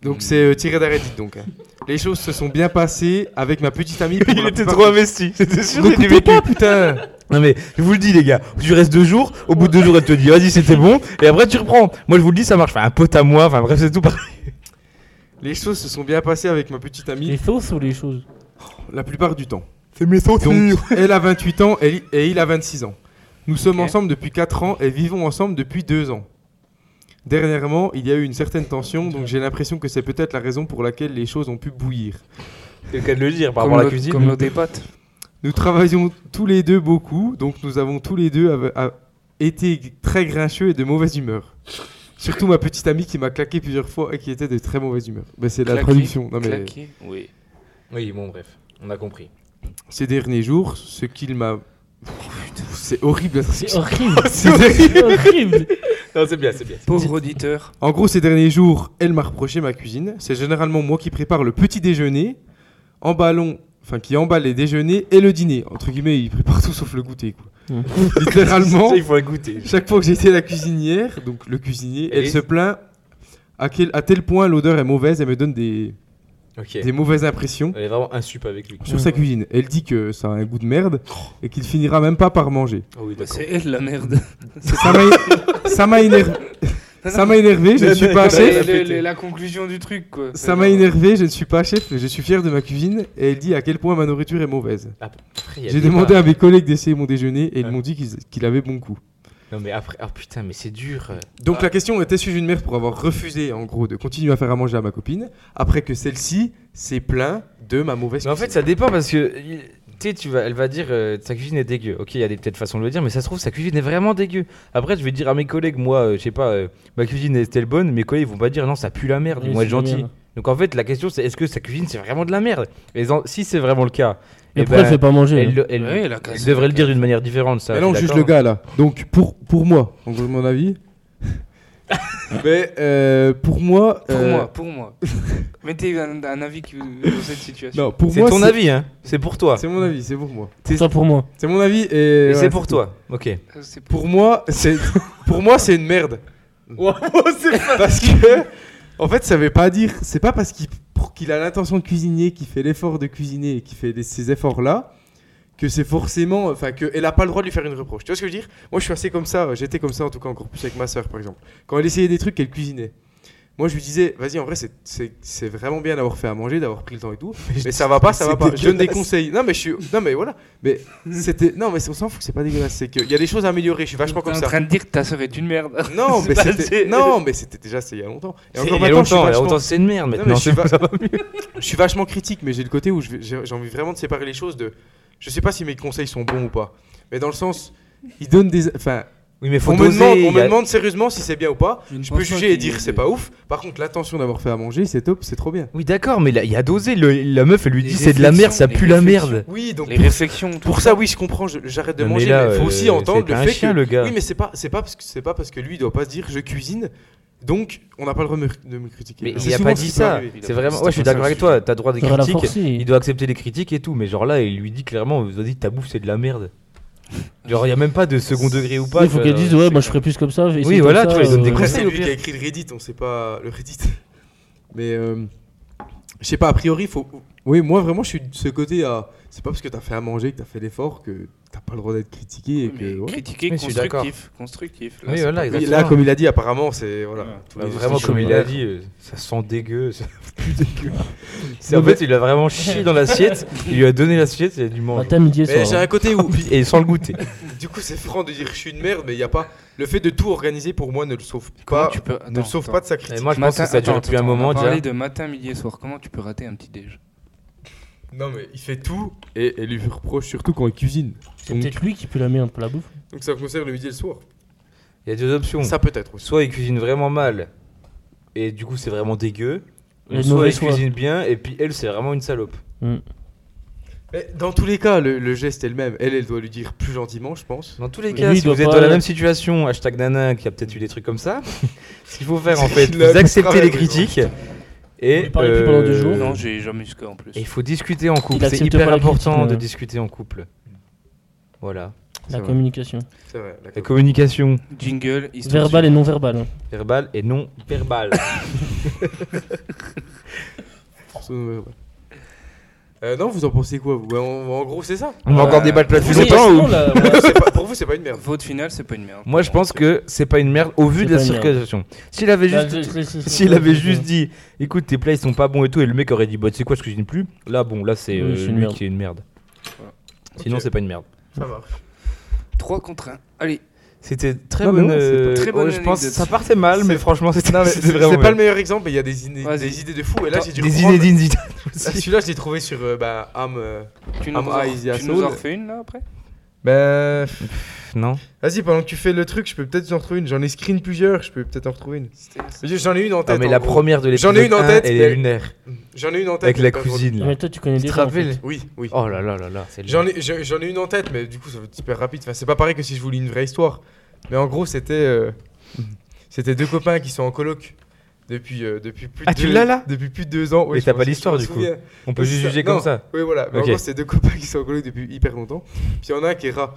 S5: donc c'est euh, tiré d'un Reddit, donc. hein. Les choses se sont bien passées avec ma petite amie. pour la plupart du-
S4: investi. C'était sûr
S5: N'écoutez pas, putain
S4: Non mais je vous le dis les gars, tu restes deux jours, au bout de deux jours elle te dit vas-y c'était bon et après tu reprends. Moi je vous le dis ça marche. Enfin un pote à moi, enfin bref c'est tout.
S5: Les choses se sont bien passées avec ma petite
S3: Les
S5: amie
S3: sauces ou les choses
S5: la plupart du temps.
S4: C'est mes
S5: Donc, elle a 28 ans et et il a 26 ans. Nous sommes ensemble depuis 4 ans et vivons ensemble depuis 2 ans. Dernièrement, il y a eu une certaine tension, donc j'ai l'impression que c'est peut-être la raison pour laquelle les choses ont pu bouillir.
S4: C'est le cas de le dire par
S6: Comme
S4: rapport à la
S6: l'autre-
S4: cuisine.
S6: Comme l'autre des potes.
S5: Nous travaillons tous les deux beaucoup, donc nous avons tous les deux ave- a- été très grincheux et de mauvaise humeur. Surtout ma petite amie qui m'a claqué plusieurs fois et qui était de très mauvaise humeur. Bah, c'est la
S6: Claqué,
S5: traduction. Non, mais...
S6: Claqué. Oui.
S4: Oui bon bref, on a compris.
S5: Ces derniers jours, ce qu'il m'a.
S6: Oh,
S5: C'est horrible la
S3: C'est
S5: traduction.
S3: horrible
S5: C'est horrible.
S3: C'est horrible
S4: Non c'est bien, c'est bien.
S6: Pauvre auditeur.
S5: En gros, ces derniers jours, elle m'a reproché ma cuisine. C'est généralement moi qui prépare le petit déjeuner, emballons, enfin qui emballe les déjeuners et le dîner. Entre guillemets, il prépare tout sauf le goûter. Quoi.
S3: Mm.
S5: Littéralement,
S4: Ça, il faut la goûter.
S5: chaque fois que j'étais la cuisinière, donc le cuisinier,
S4: Elle
S5: elle
S4: est-
S5: se plaint à, quel, à tel point l'odeur est mauvaise, elle me donne des,
S4: Ok.
S5: des mauvaises impressions
S4: Elle est vraiment insup avec lui.
S5: sur sa cuisine. Elle dit que ça a un goût de merde et qu'il finira même pas par manger.
S4: Ah oui,
S6: Bah,
S4: d'accord.
S6: c'est elle la merde.
S5: Ça m'a- ça m'a énervé. Ça m'a énervé, je ne suis pas un chef.
S6: C'est le- le- Ah, la conclusion du truc, quoi.
S5: Ça m'a énervé, je ne suis pas chef, mais je suis fier de ma cuisine et elle dit à quel point ma nourriture est mauvaise.
S4: Ah, Après, il y a
S5: J'ai
S4: des
S5: demandé
S4: pas-
S5: à mes collègues d'essayer mon déjeuner et ils
S4: Ouais.
S5: m'ont dit qu'ils- qu'il avait bon goût.
S4: Non mais après, ah putain, mais c'est dur. Ah.
S5: Donc la question était suis-je une merde pour avoir refusé en gros de continuer à faire à manger à ma copine après que celle-ci s'est plaint de ma mauvaise
S4: Mais en
S5: cuisine.
S4: fait, ça dépend parce que il- tu sais, tu vas, elle va dire euh, sa cuisine est dégueu. Ok, il y a des peut-être façons de le dire, mais ça se trouve sa cuisine est vraiment dégueu. Après, je vais dire à mes collègues, moi, euh, je sais pas, euh, ma cuisine est-elle bonne Mes collègues vont pas dire non, ça pue la merde. Ils
S3: Oui, Eh,
S4: vont
S3: c'est
S4: être
S3: de la
S4: gentils.
S3: merde.
S4: Donc en fait, la question c'est est-ce que sa cuisine c'est vraiment de la merde Et en- si c'est vraiment le cas,
S3: Mais
S4: eh
S3: pourquoi
S4: ben,
S3: elle fait pas manger hein?
S4: elle,
S3: elle
S4: le- elle-
S6: Ouais, elle a
S4: elle
S6: cassé.
S4: devrait le dire d'une manière différente. Ça.
S5: Mais là on
S4: t'es
S5: juge
S4: d'accord
S5: le gars là. Donc pour, pour moi, en gros mon avis. mais euh, pour moi.
S6: Pour
S5: euh,
S6: moi, pour moi. Mettez un, un avis qui, dans cette situation.
S5: Non, pour
S4: C'est
S5: moi.
S4: ton avis, hein C'est pour toi.
S5: C'est mon avis, c'est pour moi.
S3: Ça pour moi.
S5: C'est mon avis et.
S4: Et
S5: voilà,
S4: c'est pour toi. Ok.
S6: Euh, C'est
S5: Pour moi, c'est pour moi c'est une merde. parce que en fait, ça veut pas dire, c'est pas parce qu'il pour- qu'il a l'intention de cuisiner, qu'il fait l'effort de cuisiner et qu'il fait les- ces efforts là que c'est forcément enfin que elle a pas le droit de lui faire une reproche. Tu vois ce que je veux dire Moi, je suis assez comme ça, euh, j'étais comme ça en tout cas encore plus avec ma sœur par exemple. Quand elle essayait des trucs qu'elle cuisinait. Moi, je lui disais, vas-y, en vrai, c'est- c'est c'est vraiment bien d'avoir fait à manger, d'avoir pris le temps et tout, mais ça va pas, ça va
S4: c'est
S5: pas. Je donne des
S4: dégueulasse.
S5: conseils. Non, mais je suis, non, mais voilà. Mais c'était, non, mais on s'en fout, que c'est pas dégueulasse. C'est qu'il y a des choses à améliorer. Je suis vachement comme
S6: T'es
S5: ça.
S6: en train de dire que ta soeur est une merde.
S5: Non,
S6: C'est
S5: mais
S6: pas
S5: c'était
S6: assez.
S5: non, mais c'était déjà c'est il y a longtemps. Et
S4: C'est- il
S5: encore
S4: y a
S5: maintenant, je suis
S4: longtemps, il y a
S5: vachement-
S4: longtemps, c'est une merde
S5: Non, mais
S4: maintenant.
S5: je suis
S4: c'est-
S5: va-
S4: ça va
S5: je suis vachement critique, mais j'ai le côté où je vais- j'ai j'ai envie vraiment de séparer les choses. De, je sais pas si mes conseils sont bons ou pas, mais dans le sens, ils donnent des, enfin,
S4: Oui, mais faut
S5: on me
S4: doser,
S5: demande, on
S4: il y
S5: me
S4: a-
S5: demande sérieusement si c'est bien ou pas.
S2: Je ne
S5: Je
S2: pense
S5: peux
S2: pas
S5: juger et
S2: qu'il-
S5: dire c'est pas ouf. Par contre, l'attention d'avoir fait à manger, c'est top, c'est trop bien.
S4: Oui, d'accord, mais là, il a dosé. le- la meuf, elle lui
S6: Les
S4: dit c'est de la merde, ça
S6: réflexions,
S4: pue
S6: les
S4: la merde.
S5: Oui, donc
S6: Les
S5: pour,
S6: réflexions. tout
S5: pour ça, oui, je comprends. je- J'arrête de
S4: Non, mais
S5: manger,
S4: là,
S5: mais il faut
S4: euh,
S5: aussi entendre
S4: c'est
S5: le
S4: un
S5: fait
S4: chien,
S5: que
S4: le gars.
S5: oui, mais c'est pas, c'est pas parce que c'est pas parce que lui il doit pas se dire je cuisine, donc on n'a pas le droit de me- de me critiquer.
S4: Mais
S5: C'est
S4: il a
S5: souvent
S4: pas
S5: ce
S4: dit
S5: qui peut
S4: ça.
S5: arriver.
S4: C'est
S6: a pas
S4: vraiment.
S6: dit
S4: Ouais,
S6: ça,
S4: je suis
S6: c'est
S4: d'accord
S6: pas
S4: avec
S6: ça,
S4: toi. T'as droit de
S3: T'aurais la
S4: critiquer. Il
S3: forcer.
S4: doit accepter les critiques et tout. Mais genre là, il lui dit clairement, vous avez dit ta bouffe c'est de la merde. Genre, il y a même pas de second degré ou pas.
S3: Il faut
S4: tu
S3: qu'elle
S4: vois,
S3: dise
S4: genre,
S3: ouais
S4: c'est
S3: moi je ferais
S4: clair.
S3: plus comme ça. essayez
S4: Oui,
S3: comme
S4: voilà,
S3: ça,
S4: tu vois, ils donnent des
S3: euh,
S5: Après,
S4: conseils.
S5: c'est
S4: le
S5: lui qui a écrit le Reddit, on sait pas le Reddit. Mais euh, je sais pas, a priori, faut. Oui, moi vraiment, je suis de ce côté à. C'est pas parce que t'as fait à manger, que t'as fait l'effort, que
S8: t'as pas le droit d'être critiqué et que. ouais.
S6: Critiquer,
S4: Oui, je suis d'accord.
S6: constructif. Constructif.
S4: Oui, voilà,
S5: Oui, là, comme il a dit, apparemment, c'est. Voilà. Tous
S4: Bah,
S5: les
S4: vraiment,
S5: deux
S4: comme
S5: sont
S4: il a
S5: chauds.
S4: dit, euh, ça sent dégueu. C'est plus dégueu. C'est- en fait, il a vraiment chié dans l'assiette. Il lui a donné l'assiette et il a dit mange.
S3: Matin, midi et
S5: Mais
S3: soir.
S5: j'ai un côté où.
S4: Puis- Et sans le goûter.
S5: Du coup, c'est franc de dire je suis une merde, mais il y a pas. Le fait de tout organiser pour moi ne le sauve
S6: Comment
S5: pas.
S6: tu peux.
S5: Ne le
S6: attends,
S5: sauve
S6: attends.
S5: pas de sa critique.
S4: Et moi, je pense que ça dure
S6: attends,
S4: depuis un
S6: attends, on
S4: moment
S6: a
S4: déjà.
S6: parlé de matin, midi et soir. Comment tu peux rater un petit déj
S5: Non, mais il fait tout.
S8: Et elle lui reproche surtout quand il cuisine.
S3: C'est peut-être lui qui peut la merde pour la bouffe.
S5: Donc ça concerne le midi et le soir.
S4: Il y a deux options.
S5: Ça peut-être aussi.
S4: Soit il cuisine vraiment mal et du coup, c'est vraiment dégueu.
S3: Et le
S4: Soit
S3: mauvais
S4: il
S3: choix.
S4: cuisine bien et puis elle, c'est vraiment une salope.
S5: Mais dans tous les cas, le, le geste est le même. Elle, elle doit lui dire plus gentiment, je pense.
S4: Dans tous les
S3: Et
S4: cas,
S3: lui, il
S4: si
S3: doit
S4: vous êtes
S3: pas-
S4: dans la même situation, hashtag nanin qui a peut-être eu des trucs comme ça, ce qu'il faut faire en fait,
S5: qu'il
S4: vous
S5: a-
S4: acceptez les
S5: travaille,
S4: critiques et euh,
S3: Vous parlez plus pendant deux jours.
S6: Euh, Non, j'ai jamais eu ce cas en plus.
S4: et il faut discuter en couple.
S3: Il
S4: C'est
S3: accepte pas
S4: hyper
S3: la critique,
S4: important de
S3: nain.
S4: discuter en couple. Voilà.
S3: La
S5: vrai.
S3: communication.
S5: C'est vrai. la
S4: La
S5: com-
S4: communication
S6: Jingle, histoire.
S3: Verbale et non verbale.
S4: verbale et non verbale.
S5: Euh, ouais. Euh, non, vous en pensez quoi vous Ouais, en, en gros, c'est ça.
S4: On va encore débattre là
S6: depuis
S4: depuis
S6: Oui,
S4: longtemps ou
S5: C'est pas- pour vous, c'est pas une merde.
S6: Vote final, c'est pas une merde.
S4: Moi, je pense que c'est pas une merde au vu
S3: C'est
S4: de la
S3: pas une merde. Bah,
S4: circulation. S'il avait juste S'il avait juste dit, écoute, tes plats ils sont pas bons et tout, et le mec aurait dit, bah tu sais quoi, je cuisine plus, là bon, là c'est
S3: Oui,
S4: euh,
S3: c'est une
S4: lui
S3: merde.
S4: qui est une merde.
S6: Voilà.
S4: Sinon,
S5: Ok.
S4: c'est pas une merde.
S5: Ça marche.
S6: 3 contre 1. Allez,
S4: C'était très
S8: Non, mais
S4: bonne.
S8: ouais, c'était
S4: euh,
S6: très bonne
S4: ouais, je pense que
S6: anecdote.
S4: ça partait mal, mais franchement, c'était c'était
S5: C'est
S4: vraiment.
S5: pas le
S4: bien.
S5: meilleur exemple, mais il y a des, idées-
S6: Vas-y.
S5: des idées de fou. Et là, j'ai dû
S4: Des
S5: reprendre-
S4: idées d'indices.
S5: Ah, Celui-là, je l'ai trouvé sur euh, bah, Am. euh.
S6: tu nous,
S5: Ah, bah, Easy
S6: en, tu nous
S5: Assault.
S6: en refais une là après
S5: Bah,
S4: Non.
S5: Vas-y, pendant que tu fais le truc, je peux peut-être en retrouver une. J'en ai screen plusieurs, je peux peut-être en retrouver une. J'en ai une en tête.
S4: Ah, mais
S5: en
S4: la
S5: gros.
S4: première de l'épisode.
S5: J'en ai une en
S4: un,
S5: tête,
S4: Elle
S5: mais-
S4: est lunaire.
S5: J'en ai une en tête.
S4: Avec
S5: mais
S4: la
S5: pas pour-
S4: cousine là.
S3: Mais toi, tu connais
S4: Tu
S3: des
S4: te
S3: gens, en fait.
S4: rappelles
S5: Oui, oui.
S4: Oh là là là là. c'est
S5: J'en
S4: le-
S5: ai, je- j'en ai une en tête, mais du coup, ça va être hyper rapide. Enfin, c'est pas pareil que si je vous lis une vraie histoire. Mais en gros, c'était. euh, C'était deux copains qui sont en coloc depuis, euh, depuis plus de
S4: Ah, tu
S5: deux-
S4: l'as, là
S5: Depuis plus de deux ans.
S4: Mais
S5: je
S4: t'as
S5: m'en
S4: pas
S5: sou-
S4: l'histoire,
S5: je m'en
S4: du coup.
S5: souviens.
S4: On peut juste
S5: Ça-
S4: juger
S5: non,
S4: comme ça.
S5: Oui, voilà. Mais
S4: Ok.
S5: En gros, c'est deux copains qui sont en coloc depuis hyper longtemps. Puis il y en a un qui est rat.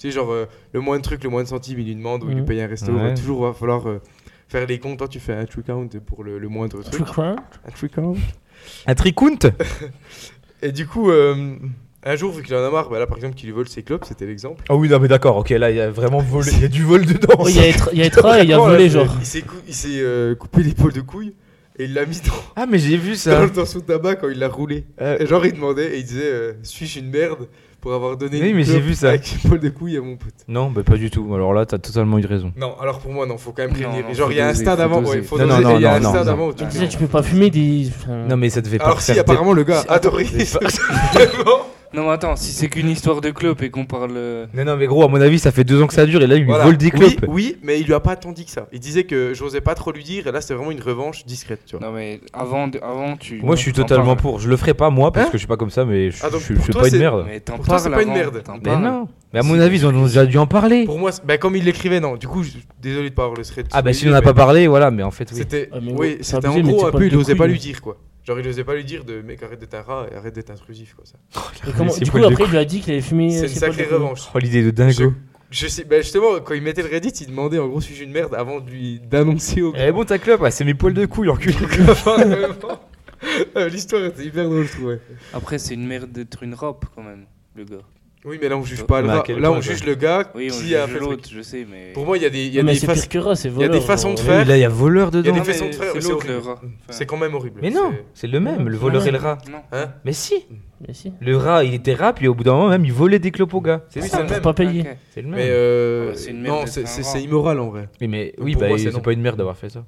S5: Tu sais, genre, euh, le moins de trucs, le moins de centimes, il lui demande ou il lui
S3: Mhm.
S5: paye un resto.
S4: Mmh. Ouais.
S5: va toujours va falloir euh, faire les comptes. Toi, tu fais un true count pour le, le moindre
S3: Tu
S5: truc.
S3: crois
S5: Un true count.
S4: Un tricount
S5: Et du coup, euh, un jour, vu qu'il en a marre, bah là, par exemple, qu'il lui vole ses clopes, c'était l'exemple.
S4: Ah oui, non, mais d'accord, ok, là il y a vraiment volé. Il y a du vol dedans.
S3: Oh, Il y a être- il y a être et il y a
S5: Vraiment, là,
S3: volé,
S5: c'est-
S3: genre.
S5: Il s'est, cou- il s'est, euh, coupé l'épaule de couille et il l'a mis dans,
S4: Ah, mais j'ai vu
S5: dans,
S4: ça.
S5: le- dans son tabac quand il l'a roulé.
S4: Euh,
S5: Et genre, il demandait et il disait euh, Suis-je une merde pour avoir donné
S4: Oui,
S5: une
S4: mais j'ai
S5: clope
S4: vu ça.
S5: avec l'épaule de couille à mon pote
S4: Non, bah pas du tout. Alors là, t'as totalement eu raison.
S5: Non, alors pour moi, non, faut quand même
S6: Non,
S5: prévenir.
S6: non,
S5: genre,
S6: faut
S5: il y a un
S6: doser,
S5: stade
S6: faut
S5: avant.
S6: doser.
S5: ouais, faut
S4: Non,
S5: doser,
S4: non,
S5: et il y a
S4: non,
S5: un
S4: non,
S5: stade
S4: non.
S5: avant où tu
S6: Ah,
S3: Tu
S5: le
S3: sais, tu peux pas fumer des. enfin,
S4: Non, mais ça devait pas
S5: Alors, si,
S4: faire
S5: apparemment, le gars
S4: C'est-
S5: a adoré. Vraiment.
S6: Non, mais attends, si c'est qu'une histoire de clope et qu'on parle. euh,
S4: Non, non, mais gros, à mon avis, ça fait deux ans que ça dure et là, il lui
S5: Voilà.
S4: vole des
S5: oui,
S4: clopes.
S5: oui, mais il lui a pas tant dit que ça. Il disait que j'osais pas trop lui dire, et là, c'est vraiment une revanche discrète, tu vois.
S6: Non, mais avant, de- avant tu.
S4: Moi, je suis
S6: t'en
S4: totalement
S6: parles.
S4: pour. Je le ferai pas, moi, parce
S5: euh, Hein
S4: que je suis pas comme ça, mais je,
S5: Ah, donc,
S4: je- je
S5: pour
S4: suis
S5: toi,
S4: pas une
S5: c'est-
S4: merde.
S6: Mais t'en
S5: Pour toi,
S6: parles.
S5: c'est pas une
S6: avant,
S5: merde.
S6: t'en
S4: Mais
S6: parles.
S4: non. Mais à
S6: Si.
S4: mon avis, ils en ont déjà dû en parler.
S5: Pour moi, c'est- bah, comme il l'écrivait, non. Du coup, je- désolé de pas avoir le secret. de
S4: Ah, bah,
S5: celui-là,
S4: s'il en a
S5: mais
S4: pas parlé, voilà, mais en fait, oui.
S5: C'était,
S3: Ah, mais
S5: oui,
S3: ouais, c'est
S5: c'était en
S3: abusé, mais
S5: gros
S3: t'es
S5: un
S3: pas
S5: peu, il
S3: de hein.
S5: osait pas
S3: couille.
S5: lui dire, quoi. Genre, il osait pas lui dire de mec, arrête d'être un rat et arrête d'être intrusif, quoi. Ça.
S3: et comment-
S4: C'est
S3: Du coup,
S4: pas le
S3: après, il lui a dit qu'il avait fumé.
S5: C'est
S3: euh,
S5: une
S3: ses poils
S5: sacrée
S3: de couille.
S5: revanche.
S4: Oh, l'idée de dingo.
S5: Je sais, bah, justement, quand il mettait le Reddit, il demandait en gros, suis-je une merde avant de lui d'annoncer au
S4: Eh bon, ta clope, ouais, c'est mes poils de couille, enculé.
S5: Enfin, vraiment. Euh, L'histoire était hyper drôle, je trouvais.
S6: Après, c'est une merde d'être une robe quand même, le gars.
S5: Oui, mais là on juge pas le
S4: Bah, à
S5: gars.
S4: quel
S5: Là
S4: point,
S5: on juge le gars
S6: Oui, on
S5: qui
S6: juge
S5: a fait le truc.
S6: l'autre, je sais, mais.
S5: Pour moi, il y a des, il y a
S3: Non, mais
S5: des
S3: c'est
S5: façons.
S3: pire que rat, c'est
S5: Il y a
S3: voleur.
S5: des façons de
S3: genre.
S5: faire.
S4: Eh, Là, il y a voleur
S5: Il y
S4: dedans.
S5: a des
S6: Non, mais
S5: façons de faire,
S6: C'est
S5: mais c'est
S6: l'autre, le
S5: horrible.
S6: rat. Enfin,
S5: C'est quand même horrible.
S4: Mais non,
S5: c'est-
S4: c'est le même, le voleur et le rat.
S6: Non.
S4: Mais si,
S3: Mais si.
S4: le rat, il était rat, puis au bout d'un moment, même, il volait des clopes au gars. C'est
S5: Oui,
S4: ça.
S5: c'est le
S3: Pour
S5: même.
S3: pas payer.
S6: Ok.
S4: C'est le
S5: Mais
S4: même.
S5: euh,
S6: Ah bah, c'est une merde
S5: non,
S6: d'être
S5: c'est
S6: un
S5: c'est-
S6: rat.
S5: c'est immoral en vrai.
S4: Oui, mais
S5: Pour
S4: oui, bah,
S5: moi, c'est non.
S4: c'est pas une merde d'avoir fait ça.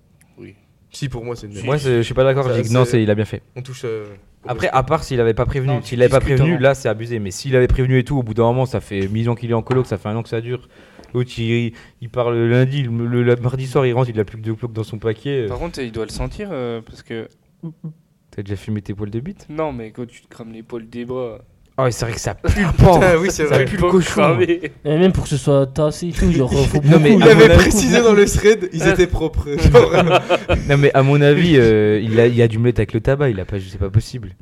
S5: Si pour moi c'est une merde.
S4: Moi, c'est- je suis pas d'accord,
S5: Ça,
S4: je dis que non,
S5: c'est-
S4: c'est- il a bien fait.
S5: On touche. euh, au
S4: Après, à part s'il avait pas prévenu.
S6: Non, tu
S4: s'il avait pas
S6: discutes
S4: prévenu,
S6: avant.
S4: là, c'est abusé. Mais s'il avait prévenu et tout, au bout d'un moment, ça fait mille ans qu'il est en coloc, ça fait un an que ça dure. L'autre, il, il part le lundi, le, le- le mardi soir, il rentre, il a plus que deux cloques dans son paquet. Euh,
S6: Par contre, il doit le sentir euh, parce que.
S4: T'as déjà fumé tes poils de bite
S6: Non, mais quand tu te crames l'épaule des bras.
S4: Ah, ouais, c'est vrai que ça pue le pan
S5: Ah oui, c'est
S4: Ça
S5: vrai.
S4: pue le cochon
S6: cramé.
S3: Et même pour que ce soit tassé et tout, genre, faut
S4: Non, mais
S5: Il
S4: à mon
S5: avait
S4: avis-
S5: précisé dans le thread, ils étaient propres. Genre,
S4: Non, mais à mon avis, euh, il, a, il a dû me mettre avec le tabac, il a pas, c'est pas possible.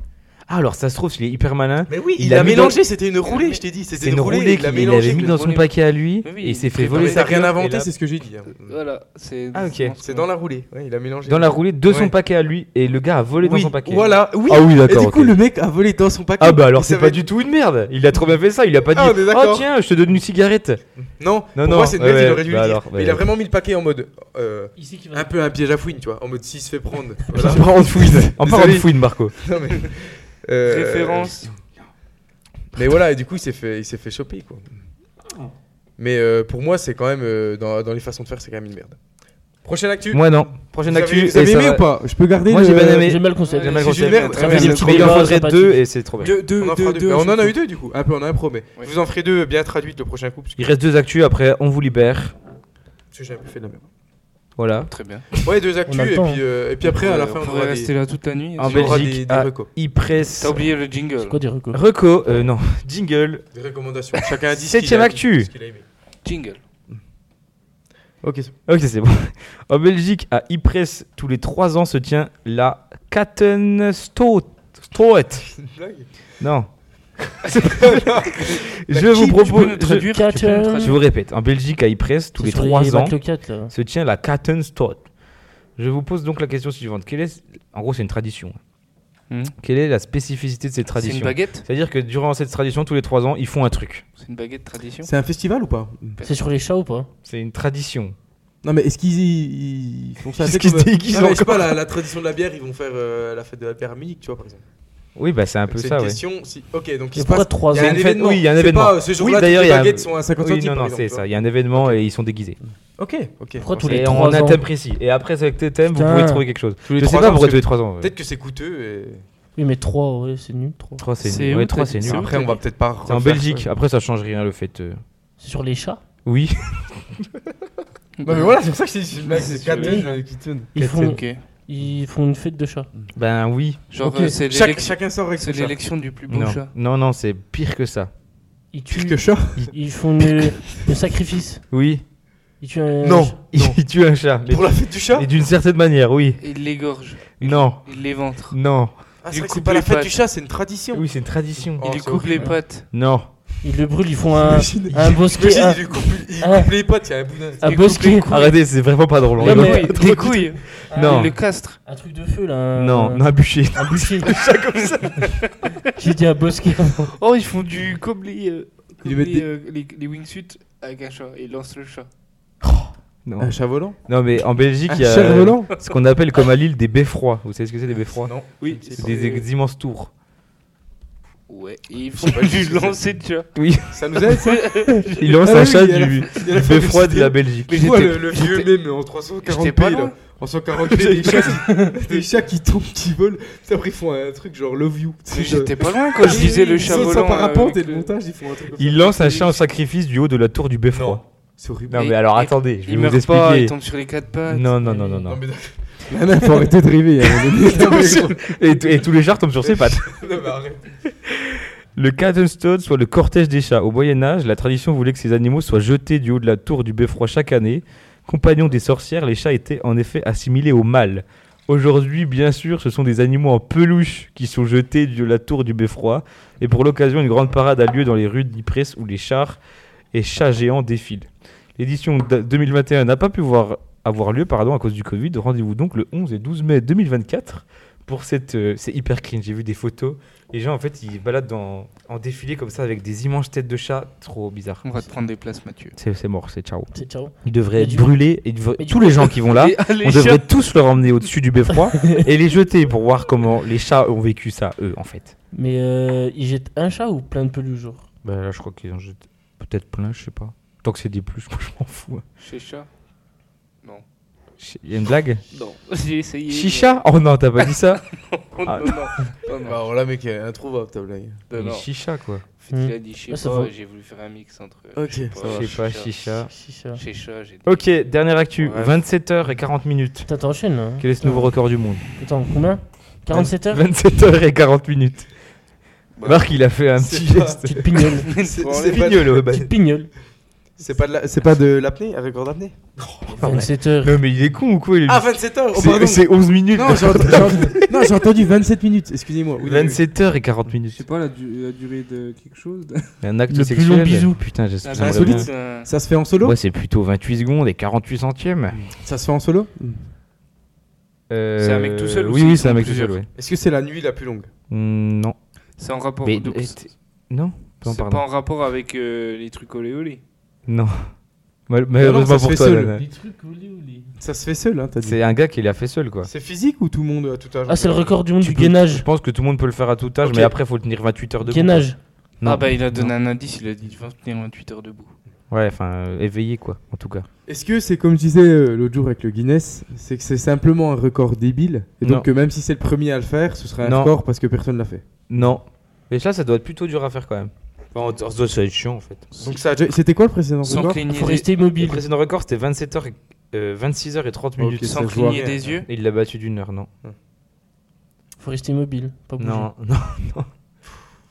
S4: Ah, alors ça se trouve, il est hyper malin.
S5: Mais oui,
S4: Il
S5: il,
S4: a
S5: a
S4: mis
S5: mélangé, c'était une roulée, je t'ai dit. C'était
S4: C'est une roulée
S5: il l'a
S4: qu'il
S5: mélangé.
S4: avait mis
S6: qu'il
S4: dans
S6: a
S4: son
S6: roulé.
S4: paquet à lui
S6: Oui, oui,
S4: et il s'est
S6: il
S4: fait
S6: s'est
S4: voler
S6: fait
S4: sa
S5: T'as
S6: voler.
S4: clé.
S5: rien
S4: Et là,
S5: inventé, c'est ce que j'ai dit. hein.
S6: Voilà, c'est.
S4: Ah, ok.
S5: C'est dans la roulée. Ouais, il a mélangé.
S4: Dans la roulée de son
S5: Ouais.
S4: paquet à lui et le gars a volé dans
S5: Oui,
S4: son paquet.
S5: Voilà, oui.
S4: Ah oui,
S5: Et
S4: d'accord.
S5: du coup,
S4: ok.
S5: le mec a volé dans son paquet.
S4: Ah bah alors
S5: Et
S4: c'est
S5: ça
S4: pas
S5: va-
S4: du tout une merde. Il a trop bien fait ça. Il a pas dit.
S5: Ah, on est
S4: oh
S5: d'accord.
S4: tiens, je te donne une cigarette.
S5: Non,
S4: Non,
S5: non,
S4: non,
S5: moi c'est une bête,
S4: ouais,
S5: il aurait dû
S4: bah
S5: le dire.
S4: alors,
S5: Mais
S4: ouais.
S5: il a vraiment mis le paquet en mode euh,
S3: Ici qui va.
S5: un peu un piège à fouine, tu vois. En mode s'il se fait prendre. voilà.
S4: En parlant de fouine. En parlant de
S5: Désolé.
S4: fouine, Marco.
S5: Non, mais, euh,
S6: Référence.
S5: Mais voilà, et du coup, il s'est fait, il s'est fait choper, quoi. Mais euh, pour moi, c'est quand même euh, dans, dans les façons de faire, c'est quand même une merde. Prochaine actu.
S4: Moi non. Prochaine
S5: Vous
S4: actu.
S5: avez-
S4: et
S8: Vous avez
S4: ça
S8: aimé
S4: va-
S8: ou pas Je peux garder
S4: Moi, j'ai
S8: le-
S4: bien aimé.
S3: J'ai mal conseillé.
S5: mal
S4: C'est
S5: conseillé.
S4: une merde.
S5: Très
S4: Très
S5: bien,
S4: bien.
S5: merci.
S4: Mais Il en
S3: Débat
S4: faudrait
S3: sympathique.
S4: deux et c'est trop bien.
S6: Deux, deux,
S5: On en,
S6: deux,
S5: fera deux.
S6: deux,
S5: Bah, on en a
S6: surtout.
S5: eu deux du coup. Ah, puis on en a un pro, mais
S6: Ouais.
S5: je vous en ferai deux bien traduites le prochain coup. Parce que,
S4: Il reste deux actus. Après, on vous libère.
S5: parce que j'ai un peu fait de la merde.
S4: Voilà.
S6: Très bien.
S5: Ouais, deux
S3: a
S5: actus,
S3: le
S5: et
S3: temps,
S5: puis, euh, et puis après, à la
S6: Euh,
S5: fin,
S6: on
S5: on
S6: pourrait
S5: aura
S6: rester
S5: des,
S6: là toute la nuit.
S4: En
S5: on aura
S4: Belgique,
S5: des, des
S4: à
S5: recos,
S4: e-press.
S6: T'as oublié le jingle.
S3: C'est quoi des recos
S4: Reco. euh, non. Jingle.
S5: des recommandations. Chacun a dit ce qu'il
S4: Septième
S5: a-
S4: actu.
S5: ce qu'il a aimé.
S6: Jingle.
S5: Ok,
S4: Ok, c'est bon. En Belgique, à e-press, tous les trois ans se tient la Kattenstoet.
S5: c'est une blague.
S4: Non. je vous
S6: Tu peux nous
S4: propose. je-
S6: traduire, tu peux nous
S3: Catcher.
S6: traduire.
S4: Ah, Je vous répète, en Belgique, à Ypres, tous les 3 ans,
S3: Le 4, là.
S4: se tient la Kattenstoet. Je vous pose donc la question suivante. Quelle est... En gros, c'est une tradition.
S6: Hmm.
S4: Quelle est la spécificité de
S6: C'est une
S4: cette tradition
S6: baguette
S4: C'est-à-dire que durant cette tradition, tous les 3 ans, ils font un truc.
S6: C'est une baguette tradition
S8: C'est un festival ou pas
S3: C'est sur les chats ou pas
S4: C'est une tradition.
S8: Non, mais est-ce qu'ils y- ils font ça
S4: Qu'est-ce
S8: avec
S4: qu'ils se déguisent
S5: Ah, mais je sais
S4: encore
S5: pas, la, la tradition de la bière, ils vont faire euh, la fête de la bière à Munich, tu vois, par exemple.
S4: Oui, bah c'est un peu
S5: C'est
S4: ça,
S5: une
S4: ouais.
S5: question. Si... Ok, donc il
S3: Et
S5: se passe.
S3: pourquoi 3
S5: Il y a
S3: ans
S5: un
S4: une fête-
S5: événement.
S4: oui, il y a un
S5: C'est
S4: événement.
S5: pas, euh, ce jour-là,
S4: d'ailleurs, il
S5: toutes
S4: y
S5: les
S4: a un-
S5: baguettes sont à 50
S4: Oui,
S5: centimes.
S4: non,
S5: par
S4: non,
S5: exemple, hein.
S4: c'est
S5: tu vois.
S4: ça. Il y a un événement et ils sont déguisés.
S5: Ok, ok.
S3: Pourquoi tous les
S4: Et
S3: trois
S4: on a un
S3: ans
S4: thème précis. Et après, avec tes thèmes, vous
S3: Putain.
S4: pouvez trouver quelque chose.
S5: les
S4: Je sais
S5: trois
S4: pas
S5: ans,
S4: pourquoi
S5: parce
S4: tous les 3 ans.
S5: Peut-être que c'est coûteux et.
S3: Oui, mais 3, ouais, c'est nul. 3.
S4: 3
S6: C'est
S4: c'est
S6: où,
S4: nul.
S6: t'as
S4: 3
S6: dit
S4: c'est
S6: ça
S4: nul.
S6: où,
S4: Après,
S5: Après, on va peut-être pas.
S4: C'est en
S5: refaire.
S4: Belgique. Après, ça change rien le fait. euh,
S3: C'est sur les chats
S4: Oui.
S5: Bah, mais voilà, c'est pour ça que c'est- c'est une blague, c'est
S6: C'est
S5: quatre
S6: sûr.
S5: tonnes, euh, qui tournent.
S3: ils font,
S6: Ok.
S3: ils font une fête de chats.
S4: Ben oui.
S6: Genre,
S5: Ok.
S6: euh, c'est
S5: Chaque-
S6: l'élec-
S5: Chacun sort avec
S6: c'est
S5: son chat.
S6: l'élection du plus beau
S4: Non.
S6: chat.
S4: non, non, c'est pire que ça.
S3: Ils tuent,
S8: Pire que chat.
S3: ils font le, le sacrifice.
S4: Oui.
S3: Ils tuent un
S5: Non.
S3: chat.
S4: Il tue un chat. Mais,
S5: Pour la fête du chat
S4: mais d'une certaine manière, oui.
S6: Il l'égorge,
S4: Non,
S6: il l'éventre,
S4: non.
S5: Ah,
S6: du
S5: c'est vrai que
S6: coup,
S5: c'est pas la
S6: les
S5: fête
S6: pattes.
S5: du chat, c'est une tradition.
S4: Oui, c'est une tradition.
S5: Oh,
S6: il lui
S5: c'est
S6: coupe les
S5: horrible.
S6: pattes.
S4: Non.
S3: Ils le brûlent, ils font un,
S5: Imagine-
S3: un bosquet.
S5: Imagine,
S3: Un,
S5: il lui coupe il
S3: Ah.
S5: coupe les potes, il y a un boudin.
S3: un
S6: il coupe
S3: bosquet.
S6: les couilles.
S4: Arrêtez, c'est vraiment pas drôle. on
S3: Non,
S6: Les
S4: rigole
S3: mais-
S4: pas
S6: couilles,
S4: trop.
S6: les couilles,
S3: un-
S4: Non.
S6: le castre.
S3: Un truc de feu là. un-
S4: Non, non, un bûcher.
S3: Euh, Un bûcher. Un chat comme ça. J'ai dit un bosquet.
S6: Oh, ils font du comme les, euh, comme
S8: Ils lui mettent
S6: les,
S8: des-
S6: euh, les- les wingsuits avec un chat. Ils lancent le chat.
S4: Non.
S8: Un chat volant
S4: Non, mais en Belgique,
S8: Un
S4: il y a
S8: chat
S4: euh,
S8: volant
S4: ce qu'on appelle comme à Lille des beffrois. Vous savez ce que c'est des beffrois
S5: Non.
S6: Oui,
S4: C'est des, ex- immenses tours.
S6: Ouais, et ils font du lancer de chat.
S5: Ça nous aide, ça
S4: Il lance
S8: Ah oui,
S4: un chat
S8: il y a la-
S4: du,
S5: Il y a la
S4: du
S5: fête du
S4: beffroi de
S5: cité.
S4: la Belgique.
S6: Mais
S5: Tu vois
S6: j'étais-
S5: le, le vieux meme en 340p
S6: j'étais pas
S5: là.
S6: loin.
S5: En 140p, des chats qui, des chats qui tombent, qui volent. Puis Après, ils font un truc genre Love You.
S6: Mais J'étais pas loin quand je disais le chat
S5: Ils sautent
S6: volant.
S5: sans parapente
S6: euh,
S5: et
S6: avec
S5: le
S6: le-
S5: montage, ils font un truc comme ça.
S4: Il lance un chat en sacrifice du haut de la tour du beffroi.
S5: C'est horrible.
S4: Non,
S6: Mais
S4: mais alors
S6: il-
S4: attendez, je vais
S6: Il
S4: vous
S6: meurt pas, il
S4: expliquer.
S6: tombe sur les quatre pattes.
S4: Non, non, non, non,
S5: Non,
S4: non.
S5: mais, non,
S8: Ah non, faut arrêter de rêver.
S5: hein,
S8: à un moment donné.
S5: mais- non,
S4: Et, t- et tous les chats tombent sur ses pattes.
S5: mais arrête.
S4: Le Cattenstone, soit le cortège des chats. Au Moyen-Âge, la tradition voulait que ces animaux soient jetés du haut de la tour du beffroi chaque année. Compagnons des sorcières, les chats étaient en effet assimilés au mâle. Aujourd'hui, bien sûr, ce sont des animaux en peluche qui sont jetés de la tour du beffroi. Et pour l'occasion, une grande parade a lieu dans les rues d'Ypres où les chars et chats géants défilent. L'édition d- 2021 n'a pas pu voir- avoir lieu pardon, à cause du Covid. Rendez-vous donc le 11 et 12 mai 2024 pour cette... euh, c'est hyper clean, j'ai vu des photos. Les gens, en fait, ils baladent dans- en défilé comme ça avec des immenses têtes de chat. Trop bizarre.
S6: On va te prendre des places, Mathieu.
S4: C'est c'est mort, c'est ciao.
S3: C'est ciao.
S4: Ils devraient
S3: Mais
S4: être
S3: du-
S4: brûlés. ils devraient-
S3: Mais du
S4: Tous les gens qui vont là,
S6: Et, ah, les
S4: on
S6: chats,
S4: devrait tous leur emmener au-dessus du beffroi et les jeter pour voir comment les chats ont vécu ça, eux, en fait.
S3: Mais euh, ils jettent un chat ou plein de peluches genre
S4: Bah là, je crois qu'ils en jettent peut-être plein, je sais pas. Tant que c'est des plus, moi, je m'en fous.
S6: Chez chat
S4: Il y a une blague
S6: Non, j'ai essayé.
S4: Chicha Oh non, t'as pas dit ça
S6: Non,
S4: Ah.
S6: non, non, non, non,
S5: Bah, Alors là, mec, elle est introuvable ta blague.
S6: non,
S4: Mais
S6: non.
S4: Chicha, quoi.
S6: En fait, il a dit chez
S3: Ah, ça
S6: pas,
S3: va.
S6: j'ai voulu faire un mix entre.
S5: Ok,
S6: je sais
S5: ça
S4: Je sais pas,
S6: chez
S4: chicha.
S3: Ah, Si, ça.
S6: Chez chat, j'ai dit.
S4: Ok, dernière actu.
S6: Ouais.
S4: 27h et 40 minutes.
S3: Putain, t'enchaînes là.
S4: Quel est ce nouveau record du monde
S3: Attends, combien 47 heures
S4: 27h et 40 minutes.
S6: Bah,
S4: Marc, il a fait un
S5: c'est
S4: petit
S5: pas-
S4: geste.
S3: Tu te pignoles.
S5: C'est
S6: Bon,
S5: c'est
S6: allez,
S5: pas-
S4: Pignolo, bah,
S3: Tu te pignoles.
S5: C'est pas de la- c'est pas de l'apnée, un record d'apnée
S3: 27 heures.
S4: Non, mais il est con ou quoi il est-
S5: Ah, 27 heures oh,
S4: C'est-
S5: pardon.
S4: C'est 11 minutes.
S8: Non, j'ai entendu, j'ai entendu- non, j'ai entendu 27 minutes, excusez-moi. Oui,
S4: 27 heures et 40
S9: Je sais
S4: minutes.
S9: pas, la, du- la durée de quelque chose.
S4: Un acte
S3: Le plus
S4: sexuel. euh,
S3: long bisou.
S4: Putain,
S6: Ah,
S4: j'espère.
S8: bah, insolite.
S4: vraiment.
S8: oui. Ça se fait en solo
S4: Ouais, c'est plutôt 28 secondes et 48 centièmes. Euh,
S8: Ça se fait en solo
S6: C'est un mec tout seul ou
S4: Oui,
S6: c'est-
S4: oui,
S6: ils
S4: c'est un
S6: sont
S4: mec tout seul,
S6: plusieurs
S4: ouais.
S5: Est-ce que c'est la nuit la plus longue
S4: Mm, Non.
S6: C'est en rapport.
S4: Mais-
S6: donc,
S4: et-
S6: c'est-
S4: Non Non,
S6: c'est pas
S4: pardon.
S6: en rapport avec euh, les trucs olé olé.
S4: Non. Mal-
S5: non, ça
S4: Malheureusement
S5: se
S4: pour
S5: fait
S4: toi,
S5: seul.
S4: Nana.
S3: trucs
S5: Ça se fait seul, hein, t'as dit.
S4: C'est un gars qui l'a fait seul, quoi.
S5: C'est physique ou tout le monde à tout âge
S3: Ah, c'est le record du monde
S4: Tu
S3: du
S4: peux- Je
S3: gainage.
S4: pense que tout le monde peut le faire à tout âge,
S5: Ok.
S4: mais après, faut tenir 28 heures debout.
S3: Gainage.
S4: Non.
S6: Ah bah il a donné un indice, il a dit 20 tenir 28 heures debout.
S4: Ouais, enfin, euh, éveillé, quoi, en tout cas.
S8: Est-ce que c'est comme je disais euh, l'autre jour avec le Guinness, c'est que c'est simplement un record débile et
S4: Non.
S8: donc que même si c'est le premier à le faire, ce sera un
S4: Non.
S8: record parce que personne l'a fait.
S4: Non. Mais ça, ça doit être plutôt dur à faire, quand même. Enfin, ça doit ça doit être chiant, en fait.
S5: Donc ça a déjà-
S8: C'était quoi le précédent
S6: Sans
S8: record
S6: cligner,
S3: Faut
S6: des...
S3: rester
S4: Le
S3: immobile.
S4: précédent record, c'était 27 heures et, euh, 26 heures et 30 minutes.
S8: Ok,
S6: sans
S8: Ça se voit.
S6: cligner des yeux.
S4: Et il l'a battu d'une heure, non
S3: Faut rester immobile. Pas bouger.
S4: Non, non.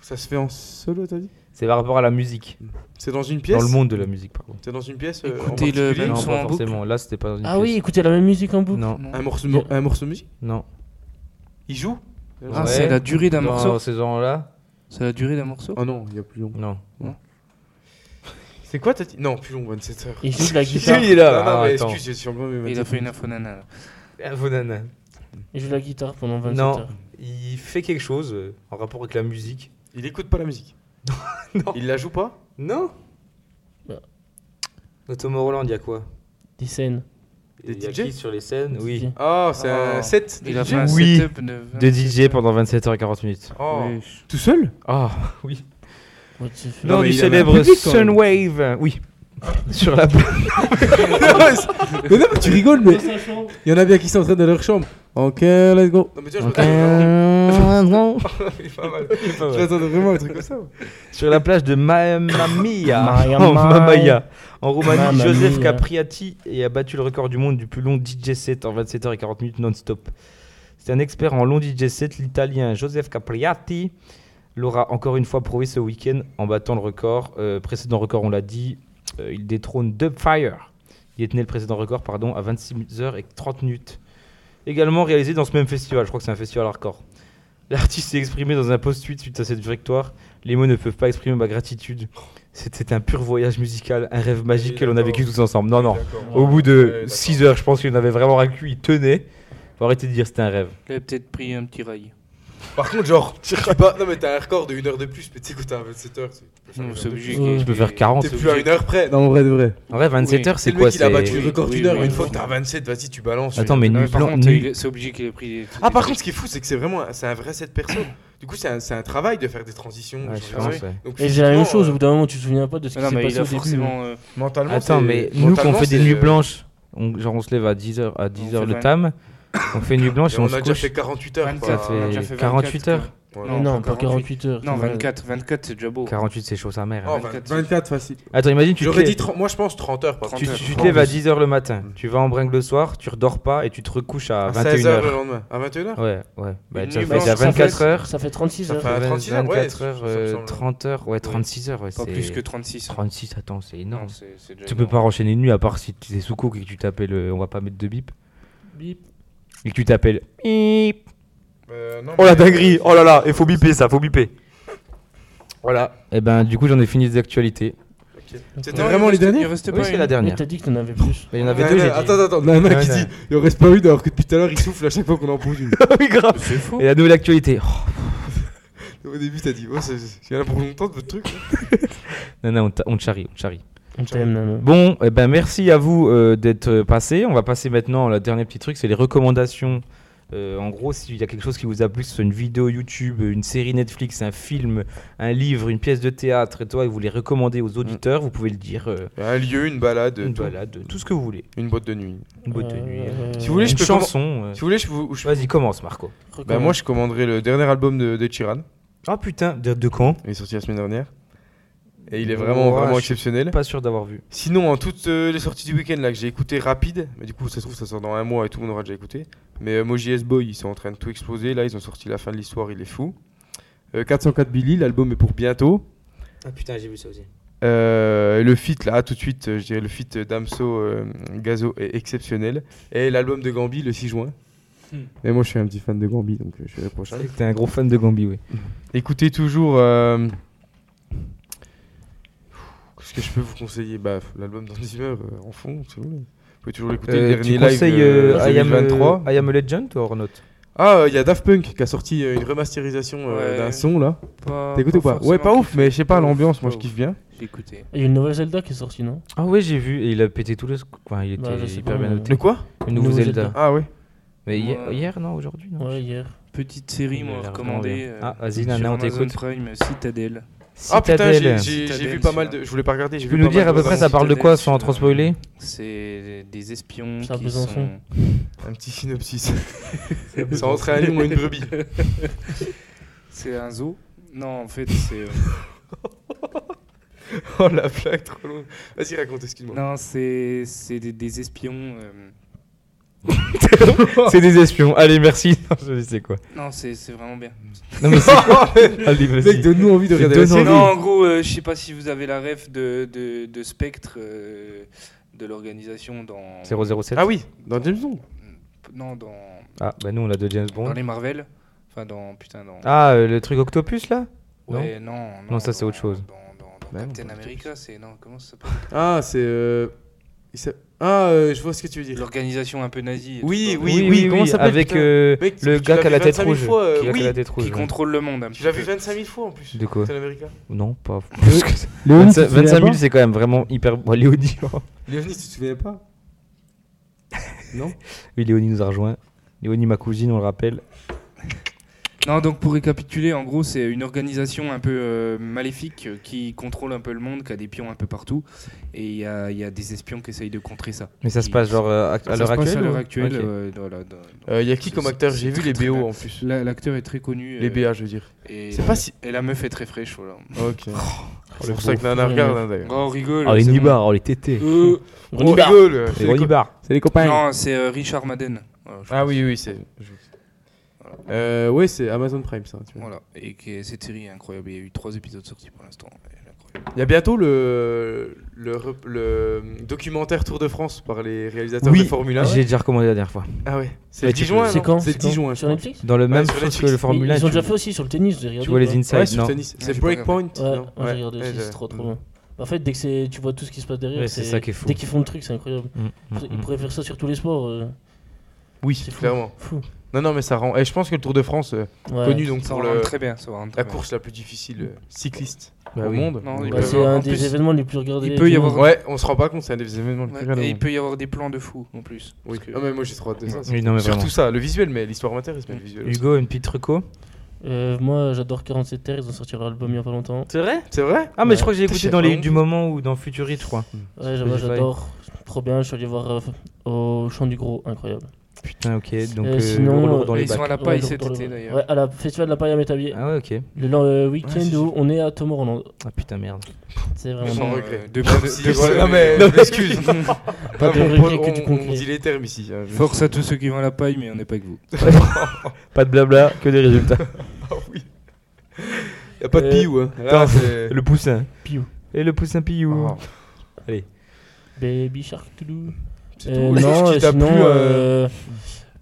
S5: Ça se fait en solo, t'as dit
S4: C'est par rapport à la musique.
S5: C'est dans une pièce
S4: Dans le monde de la musique, par contre.
S5: T'es dans une pièce euh, en
S6: Écoutez le
S5: particulier
S6: même
S4: Non,
S6: son
S4: pas
S6: en boucle.
S4: forcément. Là, c'était pas dans une
S3: Ah
S4: pièce.
S3: oui, écoutez la même musique en boucle.
S4: Non, Ah,
S5: Un morceau, mo- un morceau de musique
S4: non.
S5: Il joue
S6: Ah,
S4: Ouais.
S6: c'est la durée d'un morceau.
S4: Dans ces gens-là
S6: C'est la durée d'un morceau.
S8: Oh non, il y a plus long.
S4: Non.
S5: C'est quoi t'as dit Non, plus long, 27 heures.
S3: Il joue de la guitare.
S4: Il est ah,
S5: Non, non, mais
S4: attends.
S5: excuse, j'ai sur moi, mais
S6: Il a
S5: 27
S6: fait une info nana. là.
S4: Ah, vos nanas.
S3: Il joue de la guitare pendant 27
S4: Non.
S3: heures.
S4: Il fait quelque chose euh, en rapport avec la musique.
S5: Il écoute pas la musique.
S4: Non.
S5: Il la joue pas
S4: Non
S3: Bah.
S4: Au Tomorrowland, il y a quoi
S3: Des scènes.
S5: Des
S4: Il y a
S5: DJ?
S4: qui sur les scènes Oui.
S3: Des
S5: Ah, c'est
S6: Ah.
S5: un set
S6: Il a fait un
S4: Oui.
S6: setup de 20
S4: Des DJ pendant 27h40 minutes.
S5: Oh.
S6: Wesh.
S8: Tout seul
S4: Ah oui.
S3: What the fuck.
S4: Lors
S5: mais
S4: du
S5: il y en a
S4: célèbre
S8: public, quand même.
S4: Sunwave. euh, Oui. sur la plage.
S8: Mais non, mais tu rigoles, mais il y en a bien qui s'entraînent dans leur chambre. Ok, let's go.
S5: Non, mais tiens, je
S8: Ok,
S5: m'attendais-
S8: non.
S5: Il est pas mal. Je
S4: Ouais.
S5: m'attendais vraiment à un truc comme ça. moi.
S4: sur la plage de Ma- Mamia.
S3: Mamma.
S4: en Mamaya. En Roumanie,
S3: Mamma
S4: Joseph
S3: mia.
S4: Capriati et a battu le record du monde du plus long DJ set en 27h40 minutes non-stop. C'est un expert en long DJ set, l'italien Joseph Capriati l'aura encore une fois prouvé ce week-end en battant le record. Euh, précédent record, on l'a dit, euh, il détrône Dubfire. Il détenait le précédent record pardon, à 26h30 minutes. Également réalisé dans ce même festival, je crois que c'est un festival hardcore. L'artiste s'est exprimé dans un post-tweet suite à cette victoire. Les mots ne peuvent pas exprimer ma gratitude. C'était un pur voyage musical, un rêve magique
S5: Oui,
S4: que l'on a
S5: d'accord.
S4: vécu tous ensemble. Ah Non, non.
S5: D'accord.
S4: Au bout de
S5: Ouais,
S4: 6 heures, je pense qu'il en avait vraiment rien il tenait. Faut arrêter de dire c'était un rêve.
S6: Il a peut-être pris un petit rail.
S5: Par contre, genre, tu sais pas. Non, mais t'as un record de 1 heure de plus, mais tu sais que t'as 27 heures. tu- tu peux faire
S6: Non,
S5: une
S6: c'est
S5: heure de
S6: obligé.
S5: plus.
S3: Ouais.
S6: qu'il-
S4: Tu peux faire 40.
S5: T'es plus à 1 heure près.
S8: Non, en vrai de vrai.
S4: En vrai, 27
S6: Oui.
S4: heures, c'est
S5: le mec,
S4: quoi
S5: il a
S4: c'est-
S5: battu
S6: Oui,
S5: le record
S6: oui,
S5: d'une heure.
S6: oui,
S5: Une
S6: oui.
S5: fois que t'as 27, vas-y, tu balances.
S4: Attends,
S5: une-
S4: mais
S6: Non, mais
S4: nul
S6: par
S4: plan.
S6: contre,
S4: nul.
S6: il- c'est obligé qu'il ait pris des.
S5: Ah, par contre, ce qui est fou, c'est que c'est vraiment un- c'est un vrai set perso. Du coup, c'est un, c'est un travail de faire des transitions. de
S4: Ouais,
S5: changer
S4: je
S5: de
S4: pense,
S5: truc.
S4: ouais.
S5: Donc,
S3: Et j'ai la
S5: physiquement,
S3: même chose, au
S5: euh,
S3: bout d'un moment tu te souviens pas de ce qui
S6: Non,
S3: s'est
S6: mais il
S3: passé
S6: a
S3: au début.
S6: forcément.
S5: hein.
S6: euh,
S5: Mentalement,
S4: Attends,
S5: c'est-
S4: mais nous, quand on
S5: mentalement,
S4: fait des
S5: c'est- euh,
S4: nuits blanches, on- genre on se lève à 10h à 10
S6: fait
S4: heures le
S6: 20.
S4: tam, on fait une nuit blanche
S5: Et
S4: et on,
S5: on
S4: se
S5: a déjà
S4: couche.
S5: fait 48 heures.
S4: Ça
S5: quoi.
S4: fait
S6: on a déjà fait
S4: 48 heures.
S5: Ouais.
S3: Non,
S6: Non,
S3: non,
S6: pas
S3: pas 48 heures.
S6: Non,
S3: c'est vrai.
S6: 24, 24 c'est déjà beau.
S4: 48, c'est chaud, sa mère.
S5: Oh,
S4: hein.
S5: 24.
S8: 24 facile.
S4: Attends, imagine, tu te,
S5: Oh, J'aurais
S4: lèves,
S5: dit, 30 moi je pense 30 heures par
S4: tu,
S6: 30 heures.
S4: tu- tu te lèves à 10h le matin, tu vas en bringue le soir, tu redors pas et tu te recouches à
S5: À 16h le
S4: 21h.
S5: lendemain. Ah, À 21h
S4: Ouais, ouais. Bah,
S6: Une
S4: ça
S6: nuit
S4: fait
S6: blanche,
S4: déjà
S6: ça fait-
S4: 24 heures.
S3: Ça fait 36
S5: Ça
S3: heures.
S5: fait- à 36 heures, ouais,
S4: 24
S5: ça-
S4: heures,
S5: ça me
S4: euh,
S5: semble.
S4: 30 heures, ouais, 36 heures, ouais.
S6: Pas
S4: c'est-
S6: plus que 36.
S4: 36, attends, c'est énorme.
S6: Non, c'est c'est déjà
S4: Tu peux
S6: énorme.
S4: pas enchaîner une nuit à part si t'es sous coke et que tu t'appelles, euh, on va pas mettre de bip,
S3: Bip.
S4: et que tu t'appelles. Bip.
S5: Euh, non,
S4: Oh la
S5: mais-
S4: dinguerie Oh là là Il faut biper ça, faut biper Voilà. Et ben du coup j'en ai fini des actualités.
S5: C'était
S6: Non, il
S8: Vraiment les
S6: reste-
S8: derniers
S6: Il reste
S4: Oui
S6: pas
S4: c'est
S6: une.
S4: la
S3: Mais
S4: dernière. Bah,
S3: t'as dit que t'en avais plus.
S4: Il y en avait
S5: Ouais,
S4: deux,
S5: ouais,
S4: j'ai dit.
S5: Attends, attends,
S8: Il y en a
S4: Ouais,
S8: qui
S4: ouais.
S8: dit il en reste pas une alors que depuis tout à l'heure il souffle à chaque fois qu'on en pose une.
S4: oui grave
S6: C'est faux.
S4: Et la nouvelle actualité. Oh,
S5: Au début, t'as dit, oh, c'est- c'est- il y en a pour longtemps de votre truc. hein.
S4: non non on, t'a- on te charrie, on te charrie.
S3: On t'aime, Nano.
S4: Bon, eh ben merci à vous euh, d'être euh, passés. On va passer maintenant à la dernière petit truc, c'est les recommandations. Euh, en gros, s'il y a quelque chose qui vous a plu, que ce soit une vidéo YouTube, une série Netflix, un film, un livre, une pièce de théâtre, et toi, et vous les recommandez aux auditeurs, vous pouvez le dire. euh,
S5: Bah, Un lieu, une balade,
S4: une
S5: tout.
S4: balade, tout ce que vous voulez.
S5: une boîte de nuit.
S4: Une boîte de
S3: Euh,
S4: nuit. euh,
S5: Si vous voulez, je
S4: une
S5: peux
S4: chanson. euh.
S5: Si vous voulez, je vous. je-
S4: Vas-y, commence, Marco.
S5: Bah,
S3: recommande.
S5: moi, je commanderai le dernier album de, de Chiran.
S4: Ah putain, de, de quand
S5: Il est sorti la semaine dernière. Et il est vraiment,
S4: Ouais,
S5: vraiment
S4: je-
S5: exceptionnel.
S4: Pas sûr d'avoir vu.
S5: Sinon, en toutes euh, les sorties du week-end là que j'ai écouté rapide, mais du coup, ça se trouve, ça sort dans un mois et tout le monde aura déjà écouté. Mais euh, Moji S-Boy, ils sont en train de tout exploser. Là, ils ont sorti la fin de l'histoire, il est fou. Euh, 404 Billy, l'album est pour bientôt.
S4: Ah putain, j'ai vu ça aussi.
S5: Euh, le feat là, tout de suite, euh, je dirais le feat euh, Damso euh, Gazo est exceptionnel. Et l'album de Gambi le 6 juin.
S6: Hmm.
S5: Mais moi je suis un petit fan de Gambi donc euh, je vais prochain.
S4: T'es un gros fan de Gambi, oui.
S5: Écoutez toujours. euh, Qu'est-ce que je peux vous conseiller Bah, l'album d'Andy Meur euh, en fond, c'est bon. Vous pouvez toujours l'écouter. le
S4: Euh,
S5: dernier
S4: tu
S5: live,
S4: conseilles
S5: euh,
S4: euh, I, am,
S5: 2023.
S4: euh, I am a Legend ou Ornott
S5: Ah, il y a Daft Punk qui a sorti euh, une remasterisation euh,
S6: Ouais.
S5: d'un son là.
S6: Pas-
S5: T'as écouté ou pas Ouais, pas
S6: forcément
S5: ouf, mais je sais pas,
S6: Pas ouf,
S5: l'ambiance, moi
S6: pas
S5: je
S6: ouf.
S5: kiffe bien.
S6: J'ai écouté.
S3: Ah, Il y a une nouvelle Zelda qui est sortie, non
S4: Ah ouais, j'ai vu. Et il a pété tout le. sc- Enfin, il était
S3: Bah, je sais
S4: hyper
S3: pas,
S4: bien
S3: mais-
S4: noté.
S5: Le quoi
S4: Le nouveau
S3: Nouveau
S4: Zelda.
S3: Zelda.
S5: Ah ouais.
S4: Mais hier,
S6: Ouais.
S4: hier, non Aujourd'hui, non
S3: Ouais, hier.
S6: Petite série, moi, recommandée. euh,
S4: Ah, vas-y,
S6: sur
S4: Nana, on
S6: Amazon
S4: t'écoute.
S6: Prime, Citadel.
S5: Ah putain, j'ai-
S4: Citadel.
S5: j'ai j'ai
S6: Citadel,
S5: vu pas mal
S6: celui-là.
S5: de. Je voulais pas regarder, j'ai
S4: Tu
S5: vu
S4: peux
S5: pas
S4: nous
S5: mal
S4: dire à
S5: de-
S4: peu près ça parle de quoi
S6: Citadel,
S4: sans
S6: sur-
S4: trop spoiler
S6: C'est des espions
S3: Charles
S6: qui
S3: Besançon.
S6: sont...
S5: Un petit synopsis. ça rentrait un lion ou une brebis.
S6: C'est un zoo Non, en fait, c'est... euh,
S5: Oh la blague trop longue. Vas-y, raconte, excuse-moi.
S6: non, c'est c'est des, des espions... euh,
S4: C'est des espions. Allez, merci. Non, je sais quoi.
S6: Non, c'est c'est vraiment bien.
S4: Non, mais c'est- Allez,
S2: Mec,
S4: vas-y.
S2: donne-nous envie de
S4: C'est
S2: regarder la
S4: donnant
S2: série.
S6: Non, en gros, euh, je sais pas si vous avez la ref de, de, de Spectre, euh, de l'organisation dans...
S4: 007.
S5: Ah oui, dans James Bond.
S6: Non, dans,
S4: Ah, bah nous, on a de James
S6: dans
S4: Bond.
S6: les Marvel. Enfin, dans... Putain, dans...
S4: Ah, euh, le truc Octopus, là
S6: ouais, non, non,
S4: Non, ça, c'est
S6: dans-
S4: autre chose.
S6: Dans, dans- dans
S5: Bah non,
S6: Captain
S5: pas
S6: America, c'est... Non, comment ça s'appelle
S5: Ah, c'est. euh, il s'a- Ah, euh, je vois ce que tu veux dire.
S6: L'organisation un peu nazie. et
S5: Oui,
S6: tout,
S5: oui,
S6: euh,
S5: comment ça s'appelle,
S4: Avec
S5: putain
S4: euh,
S5: Mec,
S4: le
S5: tu
S4: gars qui a
S5: l'as
S4: la
S5: vu
S4: tête
S5: 25 000
S4: rouge.
S5: fois, euh,
S4: qui a
S5: oui.
S4: la tête rouge.
S6: Qui
S4: ouais.
S6: contrôle le monde un petit
S5: Tu l'as vu
S6: peu.
S5: 25 000 fois en plus.
S4: De quoi
S5: Captain America.
S4: Non, pas.
S2: Léonie, tu te
S4: 25
S2: souviens
S4: 000,
S2: pas
S4: c'est quand même vraiment hyper. Bon, Léonie. oh.
S5: Léonie, tu te souviens pas
S4: Oui, Léonie nous a rejoint. Léonie, ma cousine, on le rappelle.
S6: Non, donc pour récapituler, en gros, c'est une organisation un peu euh, maléfique euh, qui contrôle un peu le monde, qui a des pions un peu partout. Et il y a, il y a des espions qui essayent de contrer ça.
S4: Mais ça se
S6: Qui-
S4: passe genre euh, act- à
S6: Ça se
S4: l'heure
S6: passe
S4: actuelle
S6: à l'heure
S4: ou-
S6: actuelle.
S4: Ok.
S6: euh, voilà, dans- dans-
S5: Il y a qui
S6: C'est-
S5: comme acteur J'ai vu les
S6: très,
S5: BO
S6: très
S5: en plus.
S6: La- L'acteur est très connu.
S5: Les
S6: euh,
S5: BA, je veux dire.
S6: Et,
S5: C'est pas si.
S6: et la meuf est très fraîche. Voilà.
S5: Ok. Oh, C'est pour ça que Nana regarde, hein, d'ailleurs.
S6: Oh, on rigole.
S4: Oh, les
S6: c'est
S4: nibards, oh, les tétés.
S6: bon. Euh,
S5: On rigole. euh,
S4: Les gros nibards.
S2: C'est les copains.
S6: non, c'est euh, Richard Madden. Voilà, je-
S5: Ah oui, oui, c'est. Euh, ouais, c'est Amazon Prime, ça. tu vois.
S6: Voilà. Et que cette série est incroyable. Il y a eu trois épisodes sortis pour l'instant. Elle est incroyable.
S5: Il y a bientôt le, le, rep- le documentaire Tour de France par les réalisateurs
S4: Oui,
S5: de Formule 1.
S4: J'ai déjà recommandé la dernière fois.
S5: Ah ouais.
S4: Ouais,
S5: C'est 10
S4: tu-
S5: juin.
S3: C'est
S5: non
S3: quand
S5: C'est 10
S3: quand
S5: juin. je
S3: Sur
S5: crois.
S3: Netflix
S4: Dans le même
S5: sur
S4: sens que
S5: Netflix.
S4: le Formule 1.
S3: Ils ont
S4: tu-
S3: déjà fait aussi sur le tennis, j'ai regardé.
S4: Tu vois les
S3: quoi.
S4: insides,
S5: Ouais, sur
S4: non
S5: tennis.
S6: Ah, j'ai
S5: C'est
S6: pas
S5: Breakpoint.
S3: Ouais,
S5: non
S3: moi j'ai regardé
S5: ouais, Eh,
S3: aussi,
S5: j'ai- Mm.
S3: c'est trop trop bien. En fait, dès que c'est- tu vois tout ce qui se passe derrière,
S4: Ouais, c'est ça qui est fou.
S3: Dès qu'ils font le truc, c'est incroyable.
S4: Mm, mm,
S3: Ils
S4: mm.
S3: pourraient faire ça sur tous les sports. euh,
S5: Oui,
S3: c'est fou.
S5: clairement.
S3: Fou.
S5: Non, non, mais ça rend. Et je pense que le Tour de France, euh,
S3: Ouais.
S5: connu donc
S6: Ça
S5: pour
S6: va rendre
S5: le- Ah,
S6: très bien. Ça va rendre très
S5: la
S6: bien.
S5: course la plus difficile euh, cycliste
S4: Bah
S5: au
S4: oui.
S5: monde.
S6: Non,
S5: On
S6: il
S5: est
S3: Bah,
S6: peut
S5: pas-
S3: c'est
S6: avoir-
S3: un
S6: en
S3: des
S6: plus,
S3: événements les plus regardés.
S6: il peut y
S3: du
S6: avoir-
S3: monde.
S5: Ouais, on se rend pas compte, c'est un des événements. les plus
S6: Ouais,
S5: regardés
S6: et
S5: au
S6: il
S5: monde.
S6: peut y avoir des plans de fou en plus.
S5: Oui.
S6: Parce que-
S5: Ah, mais moi j'ai trop hâte de ça. c'est-
S4: Oui, non, mais vraiment.
S5: Surtout ça, le visuel, mais l'histoire m'intéresse. mais le visuel aussi.
S4: Hugo, une petite truco.
S3: Euh, Moi, j'adore 47 Terres, ils ont sorti leur album il y a pas longtemps.
S4: C'est vrai
S5: C'est vrai
S4: Ah, mais je crois que j'ai
S5: Putain, je
S4: écouté
S5: sais
S4: dans
S5: pas
S4: les
S5: non
S4: du moment ou dans Futuriste, je crois.
S3: Ouais, j'avoue,
S4: Spotify.
S3: j'adore. Trop bien, je suis allé voir euh, au Champ du Gros, incroyable.
S4: Putain, ok. Donc,
S3: Euh,
S4: euh,
S3: sinon,
S4: lourd, lourd dans
S3: euh,
S4: les
S6: ils
S4: bacs.
S6: sont à la paille
S3: Ouais,
S6: cet
S3: dans- dans-
S6: été
S3: dans-
S6: d'ailleurs.
S3: Ouais, à la Festival de la Paille à Métavier.
S4: Ah ouais, ok.
S3: Le lan- euh,
S5: Ouais,
S3: week-end
S5: si,
S3: où on est à Tomorrowland.
S4: Ah putain, merde.
S3: C'est
S5: Mais
S3: vraiment
S5: Sans
S3: dingue.
S5: regret.
S6: Deux points de-
S5: Si,
S6: deux points de-
S5: voilà, mais-
S6: Non, mais
S5: excuse.
S3: Pas de
S5: Ah, on-
S3: regret que
S5: on-
S3: du
S5: On
S3: concret.
S5: dit les termes ici. hein, je-
S6: Force à tous ceux qui vont à la paille, mais on n'est pas que vous.
S4: Pas de blabla, que des résultats.
S5: Y a pas de
S3: Euh,
S5: piou, hein. Là, c'est-
S4: Le poussin.
S3: Piou.
S4: Et le poussin Piou.
S5: Oh.
S3: Baby Shark Toulou.
S5: C'est
S3: Euh, non,
S5: tout. Qu'est-ce
S3: euh,
S5: qui t'a
S3: sinon,
S5: plu, euh,
S3: euh,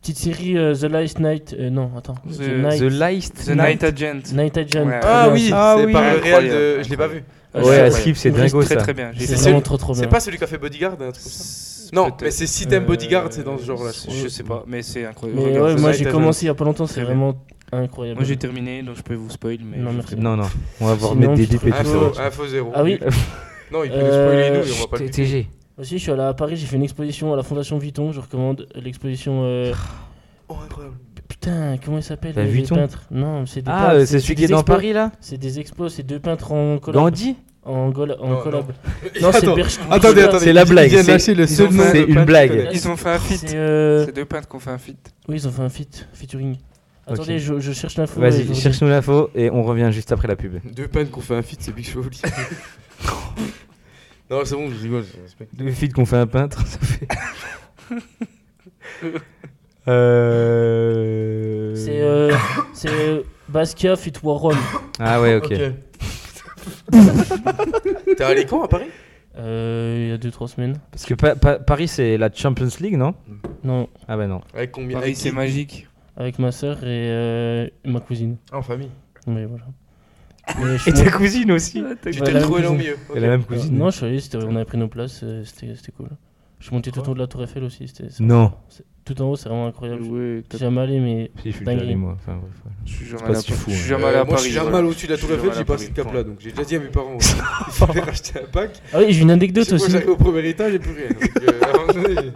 S3: petite série euh, The Last Night. euh, non, attends. The,
S6: The-
S3: Night.
S4: The Last
S6: The Night Agent.
S3: Night Agent.
S6: Ouais.
S5: Ah oui,
S4: Ah
S5: c'est
S4: oui.
S5: par le réel de.
S6: Incroyable.
S5: Je l'ai pas vu.
S4: Ouais, à
S6: Ouais.
S4: Skip, c'est
S3: Ouais.
S4: dingo
S6: très
S4: ça.
S6: très bien. J'ai
S3: C'est
S5: C'est
S3: vraiment
S5: celui-
S3: trop trop bien.
S5: C'est pas celui qui a fait Bodyguard hein, un truc comme ça Non, mais c'est si t'aimes
S6: Euh,
S5: Bodyguard, c'est dans ce genre-là.
S6: Je sais pas, mais c'est incroyable.
S3: Mais
S6: Regarde,
S3: ouais,
S5: The
S3: moi
S5: Night
S3: j'ai
S5: Agent.
S3: commencé il y a pas longtemps, c'est
S6: Très
S3: vraiment incroyable.
S6: Moi j'ai terminé, donc je peux vous spoil, mais.
S3: Non, merci.
S4: Non, non. On va voir
S3: Sinon,
S4: mettre des
S3: petite
S4: DP tout
S3: truco.
S4: ça.
S5: Info, info zéro.
S3: Ah oui,
S5: Non, il peut nous
S3: Euh,
S5: spoiler nous, mais on va pas le buter.
S4: TTG.
S3: aussi je suis allé à Paris, j'ai fait une exposition à la Fondation Vuitton, je recommande l'exposition. euh,
S5: Oh, incroyable.
S3: Putain, comment il s'appelle euh,
S4: Bah,
S3: les- les
S4: Vuitton.
S3: peintres Non, c'est des
S4: Ah,
S3: peintres,
S4: euh, c'est celui
S3: des
S4: qui est dans
S3: expos-
S4: Paris là
S3: C'est des expos, c'est deux peintres en collab.
S4: Gandhi
S3: En, gol- en
S5: Non,
S3: collab.
S5: Et
S3: Non, c'est
S5: attends,
S3: Berch.
S5: Attendez,
S3: Berch-
S5: attendez.
S4: C'est la
S5: ils- ils
S4: blague,
S5: viennent
S4: c'est-
S5: lâcher le
S6: ils
S5: seul
S6: ont
S5: nom
S6: fait-
S5: de
S4: c'est
S5: peintre
S4: une
S5: que
S4: blague.
S5: je connais.
S6: Ils ont fait un
S3: C'est,
S6: feat.
S3: euh,
S6: C'est deux peintres qui ont fait un feat.
S3: Oui, ils ont fait un feat, featuring. Attendez,
S4: Ok.
S3: je, je cherche l'info. et je vous
S4: Vas-y,
S3: dis.
S4: cherche-nous l'info et on revient juste après la pub.
S5: Deux peintres qu'on fait un feat, c'est Big Show. Non, c'est bon, je rigole, je respecte.
S4: Deux filles qu'on fait un peintre, ça fait. Euh.
S3: C'est euh, c'est, euh, Basquiat feat Warhol.
S4: Ah ouais, ok.
S5: T'es allé quand à Paris
S3: Euh, il y a 2-3 semaines.
S4: Parce que Pa- Pa- Paris, c'est la Champions League, non
S3: Non,
S4: Ah ben non.
S5: Avec combien
S6: Pareil, c'est magique.
S3: avec ma soeur et euh, ma cousine.
S5: En famille.
S3: Mais voilà. Mais je
S4: Et
S3: suis
S4: ta cousine aussi
S5: Tu
S3: Ouais,
S5: t'es
S3: la
S5: trouvé
S3: même
S5: là au
S3: cousine.
S5: milieu.
S4: Et la même
S3: Euh,
S4: cousine
S3: non, je suis allé, c'était- on avait pris nos places, euh, c'était c'était cool. Je suis monté tout en haut de la Tour Eiffel aussi. c'était- c'est-
S4: Non.
S3: Tout en haut, c'est vraiment incroyable. Je
S9: Ouais,
S3: suis jamais allé, mais
S4: Si, je suis
S3: Dinguerie.
S4: allé, moi. Enfin, bref, voilà.
S6: Je suis jamais
S4: pas
S6: allé à
S4: si fou,
S6: Paris. Je suis
S4: hein.
S6: jamais allé à
S5: moi, je
S6: Paris.
S5: suis jamais
S6: voilà.
S5: allé au-dessus de la Tour
S6: Je suis
S5: Eiffel,
S6: jamais
S5: j'ai
S6: allé à
S5: passé le
S6: Paris,
S5: cap
S6: point.
S5: là, donc j'ai déjà dit à mes parents. Il fallait racheter un pack.
S3: Ah oui, j'ai une
S5: Chaque
S3: anecdote
S5: fois,
S3: aussi.
S5: J'arrive au premier étage, j'ai plus rien. Donc, euh, à un moment donné,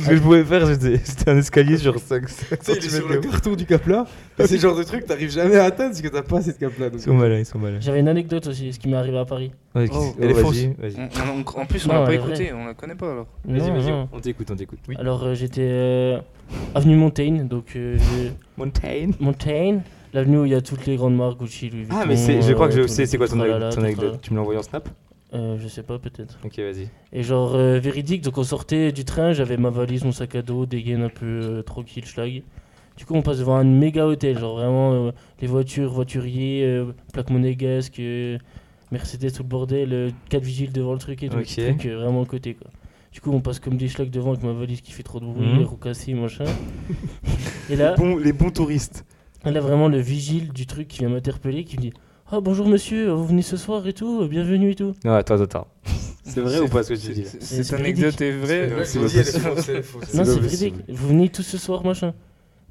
S4: Ce que je pouvais faire, c'était- c'était un escalier sur 5
S5: Tu sais, il est sur le carton du Capla. Et C'est le genre de truc que t'arrives jamais à atteindre parce que t'as pas assez de Capla.
S4: Ils sont malins, ils sont malins.
S3: J'avais une anecdote aussi, ce qui m'est arrivé à Paris.
S4: Ouais,
S6: Oh,
S4: oh,
S5: elle est
S4: vas-y,
S5: fausse.
S4: vas-y.
S6: On- on- En plus, on
S3: Non,
S6: l'a pas
S3: elle est vraie.
S6: écouté, on la connaît pas alors.
S4: Vas-y,
S3: Non,
S4: vas-y,
S3: non.
S4: on t'écoute, on t'écoute. Oui.
S3: Alors euh, j'étais euh, avenue Montaigne, donc euh, je-
S4: Mountain.
S3: Montaigne, l'avenue où il y a toutes les grandes marques Gucci, Louis Vuitton.
S4: Ah, mais c'est, je crois que
S3: euh,
S4: je
S3: tout
S4: sais,
S3: le-
S4: c'est quoi ton,
S3: tralala,
S4: ton
S3: tout
S4: anecdote Tu me l'as envoyé en snap
S3: tralala. Euh, Je sais pas, peut-être.
S4: Ok, vas-y.
S3: Et genre euh, véridique, donc on sortait du train, j'avais ma valise, mon sac à dos, des gaines un peu euh, tranquille, schlag. Du coup, on passe devant un méga hôtel, genre vraiment euh, les voitures, voituriers, euh, plaques monégasques, euh, Mercedes, tout le bordel, euh, quatre vigiles devant le truc et tout.
S4: Ok.
S3: le truc, euh, vraiment à côté quoi. Du coup, on passe comme des schlags devant avec ma valise qui fait trop de bruit,
S4: Mhm.
S3: les roues cassées, machin. et là,
S4: les bons touristes.
S3: et là, vraiment, le vigile du truc qui vient m'interpeller, qui me dit Ah bonjour monsieur, vous venez ce soir et tout, euh, bienvenue et tout.
S4: Non, attends, attends, attends. C'est vrai ou pas ce que tu
S6: C'est-
S4: dis là
S6: c'est-
S3: C'est
S6: Cette anecdote est vraie.
S5: C'est vrai.
S3: Non,
S4: pas
S3: c'est
S4: possible.
S3: véridique. Vous venez tous ce soir, machin.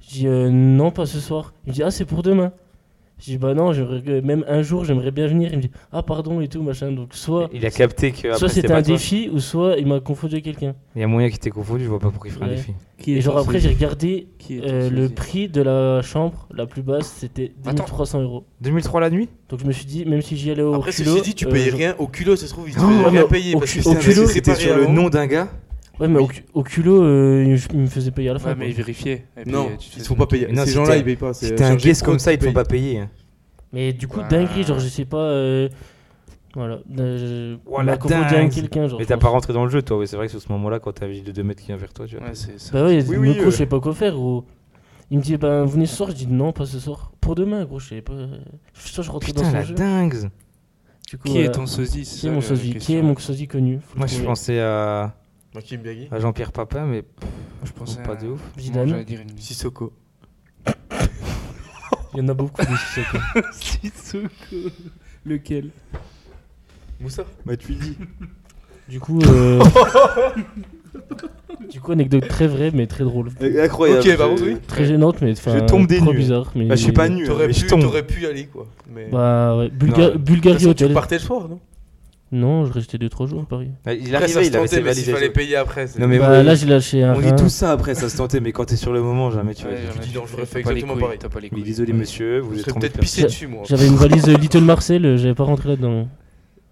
S3: Je dis euh, non, pas ce soir. Il me dit ah, c'est pour demain. Je dis bah non, j'aimerais que- même un jour, j'aimerais bien venir. Il me dit ah, pardon et tout, machin. Donc soit,
S4: Il a capté que. après,
S3: soit c'était
S4: pas
S3: un
S4: toi.
S3: défi, ou soit il m'a confondu avec quelqu'un.
S4: Il y a moyen qu'il t'ait confondu, je vois pas pourquoi il ferait un
S3: Ouais.
S4: défi.
S9: Qui
S3: Et
S9: est
S3: genre
S9: ton
S3: après, j'ai
S9: sosie
S3: regardé
S9: Qui est ton
S3: euh, le
S9: sosie
S3: prix de la chambre, la plus basse, c'était
S6: Attends.
S3: 2300 euros.
S4: 2003 la nuit
S3: Donc je me suis dit, même si j'y allais au
S5: Après,
S3: culot,
S5: ceci dit, tu
S3: euh,
S5: payes
S3: je-
S5: rien. Au culot, ça se trouve, ils te
S4: Non,
S5: faisaient
S4: mais
S5: rien
S4: au-
S5: payer.
S4: au-
S5: parce que
S4: au
S5: c'était un
S4: culot,
S5: mec,
S4: c'était sur le
S5: nom.
S4: nom d'un gars
S3: Ouais, mais au, cu- au culot, euh, je- il me faisait payer à la fin.
S6: Ouais,
S3: quoi.
S6: mais vérifier. et puis,
S5: Non,
S6: euh, tu te
S5: ils
S6: fais
S5: se font pas
S6: ton-
S5: payer.
S4: Non,
S5: Ces
S4: si
S5: gens-là,
S4: t'es-
S5: ils payent pas.
S4: Si t'es un guest comme ça, ils te font pas payer. hein.
S3: Mais du coup,
S6: Bah.
S3: dinguerie, genre, je sais pas. euh, Voilà. Euh, je-
S4: Oh,
S3: on
S4: la
S3: m'a confondu avec
S4: dingue.
S3: quelqu'un, genre.
S4: Mais
S3: je
S4: t'as
S3: pense.
S4: pas rentré dans le jeu, toi. Oui, c'est vrai que sur ce moment-là, quand t'as un vigile de 2 mètres qui vient vers toi, tu vois.
S6: Ouais, c'est ça.
S3: Bah ouais,
S5: Oui,
S3: le
S5: oui,
S3: gros,
S5: euh.
S3: je sais pas quoi faire, gros. Il me dit, ben, venez ce soir. Je dis, non, pas ce soir. Pour demain, gros, je sais pas. Je je rentre dans
S4: Putain,
S3: son
S4: la
S3: jeu.
S4: dingue
S3: Du coup,
S6: Qui est
S3: voilà.
S6: ton sosie
S3: Qui est mon sosie Qui est mon sosie connu Faut le
S4: euh, Moi, je
S3: trouver.
S4: pensais à,
S5: Kim Biagui.
S4: à Jean-Pierre Papin, mais
S6: Je pensais
S4: pas de ouf.
S6: Moi,
S3: Zidane.
S6: j'allais dire une
S5: Sissoko.
S3: Il y en a beaucoup des Sissoko.
S9: Lequel
S5: Moussa.
S3: Du coup. euh, Du coup, anecdote très vraie, mais très drôle.
S4: Incroyable.
S5: Ok, par contre, oui.
S3: Très gênante, mais. enfin,
S4: tombe des
S3: trop
S4: nues.
S3: bizarre. Mais...
S4: Bah, je suis pas nu, hein,
S5: T'aurais
S4: mais je
S5: pu,
S4: tombe.
S5: t'aurais pu y aller, quoi. Mais. De
S3: Bah ouais.
S4: Non,
S3: Bulga-
S4: mais-
S5: toute
S3: Bulgarie
S5: façon, tu
S3: hôtel.
S5: partais le soir, non
S3: Non, je restais 2-3 jours à Paris.
S4: Ah, Il
S5: Après, ça
S4: arrivait,
S5: se
S4: il avait ses
S5: tentait, mais s'il
S4: valises.
S5: fallait
S4: et tout.
S5: payer après. c'est-
S4: Non, mais
S3: bah
S4: ouais,
S3: là, j'ai lâché un
S4: on
S3: rein.
S4: dit tout ça après, ça se tentait, mais quand t'es sur le moment, jamais tu vas dire.
S5: dis, non, je refais
S6: pas les
S5: exactement
S6: couilles,
S5: pareil.
S6: T'as pas les
S4: Oui,
S6: couilles.
S4: désolé monsieur, vous
S5: Je
S4: êtes
S5: serais
S4: trompé.
S5: peut-être pissé
S3: J'ai-
S5: dessus, moi.
S3: J'avais une valise euh, Little Marcel, euh, j'avais pas rentré là-dedans.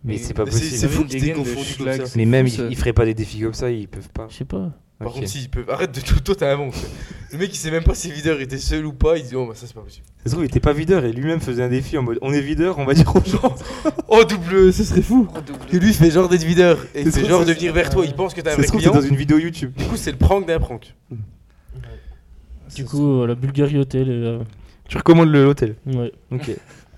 S4: Mais c'est pas
S5: Mais
S4: possible.
S5: C'est fou
S6: Des
S5: qu'ils t'aient
S6: gangs de
S5: confondu comme
S6: schlags.
S5: ça.
S4: Mais même,
S6: fou, ça.
S4: ils, ils feraient pas des défis comme ça, ils peuvent pas.
S3: Je sais pas.
S5: Par
S4: Ok.
S5: contre, si, ils peuvent. Arrête de tout. Toi, t'as un manque. Le mec, il sait même pas si Videur était seul ou pas. Il dit, oh, bah ça, c'est pas possible.
S4: Ça se trouve, il était pas videur et lui-même faisait un défi en mode on est videur, on va dire aux gens.
S5: Oh, double, ce serait fou. Que lui fait genre d'être videur et que
S4: C'est
S5: c'est
S4: ça,
S5: genre
S4: c'est
S5: de venir vers toi, il pense que t'es un
S4: Ça
S5: vrai
S4: se trouve, t'es
S5: client.
S4: dans une vidéo YouTube.
S5: Du coup, c'est le prank d'un prank.
S3: Du coup, voilà, Bulgarie hôtel. euh,
S4: Tu recommandes le hôtel.
S3: ouais.
S4: Ok.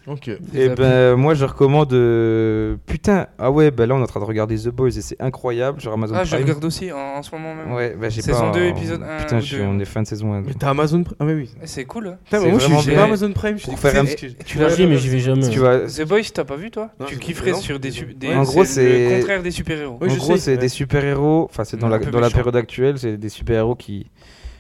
S5: Ok.
S4: Et
S6: applis.
S4: ben moi je recommande euh, putain ah ouais ben là on est en train de regarder The Boys et c'est incroyable sur Amazon
S6: Ah, je
S4: Prime.
S6: regarde aussi en, en ce moment même.
S4: Ouais bah j'ai pas
S6: Saison deux,
S4: en-
S6: épisode un
S4: Putain
S6: ou
S4: je suis
S6: deux.
S4: on est fin de saison 1.
S5: Mais t'as Amazon Prime Ah, mais oui.
S6: Eh, C'est cool. hein.
S5: Putain,
S4: C'est
S5: mais moi, je
S4: vraiment
S5: suis j'ai
S4: bien.
S5: pas Amazon Prime. Je suis
S4: Pour faire un-
S5: parce que-
S6: Tu
S3: Tu l'as
S6: l'as
S3: vu,
S6: vu
S3: mais j'y vais jamais.
S4: Tu vois
S6: The Boys, t'as pas vu toi
S5: Non,
S6: Tu
S5: j'ai-
S6: kifferais
S5: non,
S6: sur des.
S5: j'ai-
S6: su- des-
S4: En gros, c'est-
S6: Le contraire des super-héros.
S5: Oui,
S4: en
S5: je
S4: gros
S5: sais,
S4: c'est
S5: ouais.
S4: des super héros enfin c'est dans
S6: Un
S4: la
S6: peu
S4: dans la
S6: méchant.
S4: période actuelle c'est des super héros qui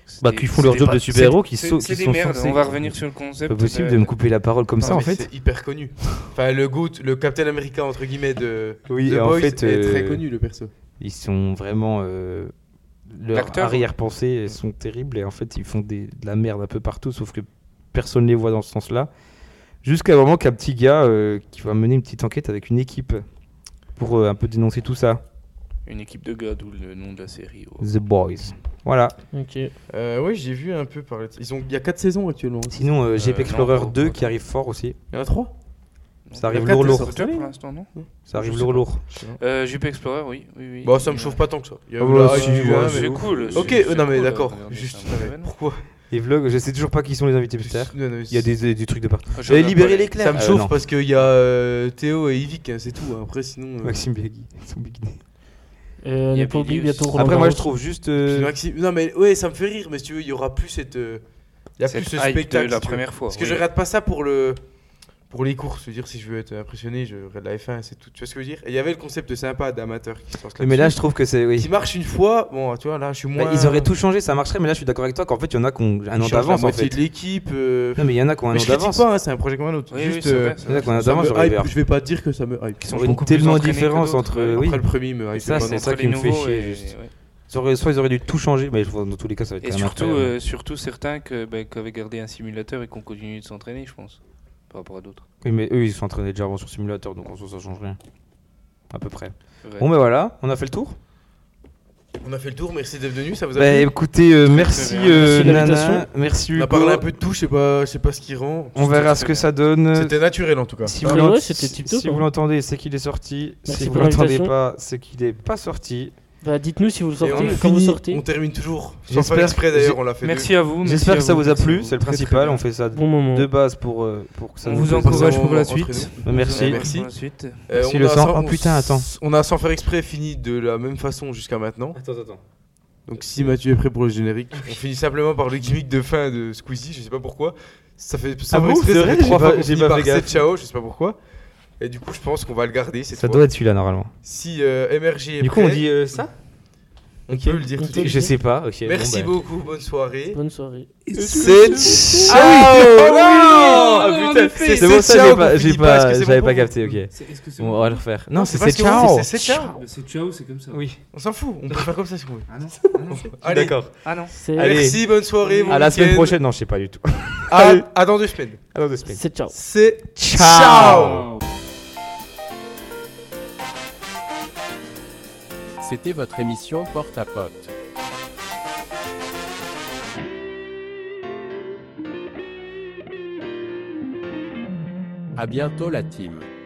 S6: C'est
S4: bah
S6: des-
S4: qui
S6: c'est
S4: font leur
S6: des
S4: job
S6: pas-
S4: de super héros qui
S6: c'est-
S4: sont
S6: C'est
S4: qui
S6: des
S4: sont
S6: merdes,
S4: censés-
S6: on va revenir sur le concept.
S4: Pas possible de me couper la parole comme ça
S5: Non,
S4: en
S5: mais
S4: fait.
S5: C'est hyper connu. Enfin, le GOAT, le Captain America, entre guillemets, de.
S4: Oui,
S5: The
S4: et en
S5: Boys
S4: fait,
S5: est
S4: euh,
S5: très connu le perso.
S4: Ils sont vraiment euh, leur
S6: L'acteur.
S4: arrière-pensée elles sont terribles et en fait ils font des- de la merde un peu partout sauf que personne les voit dans ce sens-là. Jusqu'à vraiment qu'un petit gars euh, qui va mener une petite enquête avec une équipe pour euh, un peu dénoncer tout ça.
S6: Une équipe de gars, d'où le nom de la série. oh.
S4: The Boys. Voilà.
S3: Ok.
S5: Euh, ouais, j'ai vu un peu parler. de ça. Ils ont... Il y a 4 saisons actuellement. aussi.
S4: Sinon euh, GP
S6: non,
S4: Explorer
S6: pas- pas
S4: 2
S6: autant.
S4: qui arrive fort aussi.
S5: Il y en a 3
S4: Ça arrive
S5: quatre,
S4: lourd
S5: elles
S4: lourd.
S5: sortent.
S6: Sortez pour l'instant, non
S4: Ça arrive
S6: Je
S4: lourd
S6: sais
S4: lourd.
S6: Euh, Jupe Explorer, oui. oui, oui.
S5: Bah, ça me
S6: Mais-
S5: chauffe pas tant que ça. Il y a
S4: Ah
S5: eu
S4: bah,
S5: la
S4: si,
S5: hype,
S4: ouais,
S5: hein, mais-
S6: C'est cool.
S5: Ok,
S6: c'est-
S5: euh,
S6: c'est
S5: non mais
S6: cool,
S5: d'accord.
S6: regardez,
S5: Juste,
S6: c'est un bon événement.
S5: pourquoi
S4: Les vlogs, je sais toujours pas qui sont les invités plus tard. Il y a des, des- des trucs de partout.
S6: J'en ai
S4: Et
S6: un
S4: libérer
S6: problème.
S4: l'éclair
S5: Ça me
S4: Euh,
S5: chauffe
S4: non.
S5: parce qu'il y a euh, Théo et Yvick, hein, c'est tout. hein. Après, sinon. euh,
S4: Maxime Biagui. son big name.
S3: Euh,
S6: Il y a
S3: ne pas oublier
S6: Bilius.
S3: bientôt Roland
S4: Après, moi,
S3: Garros.
S4: je trouve juste.
S5: puis
S4: euh,
S5: Maxime- Non, mais ouais, ça me fait rire, mais si tu veux, il y aura plus cette. euh, Il y a
S6: Cette
S5: plus ce
S6: hype de
S5: spectacle. si
S6: la
S5: tu veux.
S6: première fois.
S5: Parce que
S6: oui.
S5: je regarde pas ça pour le pour les courses. Je veux dire, si je veux être impressionné, je regarde la F1, c'est tout. Tu vois ce que je veux dire Et il y avait le concept sympa d'amateur qui se lance
S4: Mais là, je
S5: là-dessus.
S4: trouve que c'est.
S5: qui
S4: Oui.
S5: marche une fois, bon, tu vois, là, je suis
S4: Bah,
S5: moins.
S4: Ils auraient tout changé, ça marcherait, mais là, je suis d'accord avec toi qu'en fait, il y en a qui ont un
S5: Ils
S4: an
S5: changent la
S4: d'avance. En
S5: moitié
S4: fait.
S5: de l'équipe. euh,
S4: Non, mais il y en a qui ont un
S5: Mais
S4: an
S5: je critique
S4: d'avance.
S5: pas, hein, c'est un projet comme un autre.
S6: Oui, oui,
S5: Juste,
S6: c'est
S5: euh,
S6: vrai, c'est
S4: Il y en a
S6: vrai.
S4: qui ont un an
S5: ça me
S4: d'avance, j'aurais
S5: hype,
S4: peur.
S5: je vais pas dire que ça me hype.
S6: Qui sont
S4: On aurait une
S6: beaucoup plus
S4: tellement de
S6: entraînés que
S4: différence
S6: d'autres,
S4: entre.
S6: ouais.
S4: oui.
S5: Après le premier, me hype.
S4: ça,
S5: pas,
S4: c'est
S5: non.
S4: ça
S6: Entre
S4: qui
S6: les
S4: me fait
S6: nouveaux
S4: chier,
S6: et-
S4: juste.
S6: ouais.
S4: Ils auraient- Soit ils auraient dû tout changer, mais je vois, dans tous les cas, ça va être hein.
S6: Et
S4: quand même
S6: surtout,
S4: incroyable.
S6: euh, surtout certains que, bah, qui avaient gardé un simulateur et qu'on continue de s'entraîner, je pense, par rapport à d'autres.
S4: Oui, mais eux, ils sont entraînés déjà avant sur simulateur, donc en soi, ça change rien. À peu près.
S6: Vrai.
S4: Bon, ben voilà, on a fait le tour.
S5: On a fait le tour, merci d'être venu, ça vous a
S4: Bah
S5: plu
S4: écoutez, euh, merci,
S6: bien.
S4: euh,
S3: Merci de
S4: Nana,
S3: l'invitation.
S4: merci
S5: On
S4: Hugo.
S5: a parlé un peu de tout, je sais pas, je sais pas ce qui rend.
S4: On verra ce que ça donne.
S5: C'était naturel en tout cas.
S4: Si
S3: Ah
S4: vous
S3: ouais,
S4: l'ent-
S3: c'était
S4: si
S3: tip-top,
S4: si vous
S3: hein.
S4: l'entendez, c'est qu'il est sorti.
S3: Merci
S4: Si vous
S3: pour
S4: l'entendez
S3: l'invitation.
S4: pas, c'est qu'il est pas sorti.
S3: Bah, dites-nous si vous le sortez,
S5: Et on
S3: quand vous
S5: finit,
S3: sortez.
S5: On termine toujours. Sans
S4: J'espère-
S5: faire exprès d'ailleurs, on l'a fait.
S6: Merci à vous. merci
S4: J'espère
S6: à
S4: que ça vous a
S6: merci à
S4: plu,
S6: vous.
S4: c'est le
S6: Très, très
S4: principal.
S6: bien.
S4: On fait ça de
S3: Bon moment.
S4: base pour euh, pour que ça.
S6: On vous
S4: nous plaise.
S6: encourage
S5: Nous
S6: pour la
S5: avons entre
S6: suite.
S4: Bah, Merci.
S5: Merci.
S6: Pour la suite.
S5: Euh,
S4: Merci
S5: on
S4: le
S5: a
S4: sang.
S5: sans-
S4: Oh,
S5: on
S4: putain,
S5: s-
S4: attends.
S5: On a sans faire exprès fini de la même façon jusqu'à maintenant.
S4: Attends, attends.
S5: Donc si Mathieu est prêt pour le générique, on finit simplement par le gimmick de fin de Squeezie, je sais pas pourquoi. Ça fait sans
S4: Ah
S5: faire
S4: bon,
S5: exprès,
S4: c'est
S5: ça
S4: vrai,
S5: fait trois
S4: j'ai pas-
S5: fois qu'on
S4: j'ai
S5: finit
S4: pas
S5: par
S4: fait gaffe.
S5: sept ciao, je sais pas pourquoi. Et du coup, je pense qu'on va le garder cette
S4: Ça
S5: fois.
S4: doit être celui-là normalement.
S5: Si euh, MRG est
S4: Du coup, on
S5: prêt,
S4: dit euh, ça
S5: on peut le dire tout de suite.
S4: Je sais pas. Ok.
S5: Merci
S4: bon, bah.
S5: beaucoup, bonne soirée.
S3: Bonne soirée.
S5: C'est
S4: Ah oui. Oh
S5: Ah
S4: non
S5: putain, c'est
S4: C'est bon,
S5: sept
S4: ça
S5: ciao
S4: j'ai
S5: qu'on
S4: pas, j'ai
S5: finit parce
S4: pas,
S5: que c'est
S4: j'avais
S5: bon
S4: pas
S5: pour vous.
S4: capté. Ok.
S9: C'est- Est-ce que c'est
S4: On
S9: bon
S4: va le refaire. Non, c'est
S5: pas
S4: c'est
S5: ce que vous
S4: ciao.
S5: dites, C'est c'est ciao.
S9: Bah, C'est ciao, c'est comme ça.
S4: Oui.
S5: On s'en fout, on peut faire comme ça si vous voulez.
S9: Ah non, ah non.
S5: Allez,
S4: D'accord.
S3: C'est
S4: Allez.
S5: merci, bonne soirée. bon
S4: À la semaine
S5: week-end.
S4: prochaine. Non, je sais pas du tout.
S5: À, à dans deux semaines.
S4: À dans deux semaines.
S3: c'est ciao.
S5: C'est ciao.
S9: Ciao.
S10: C'était votre émission Porte à Pote. À bientôt la team.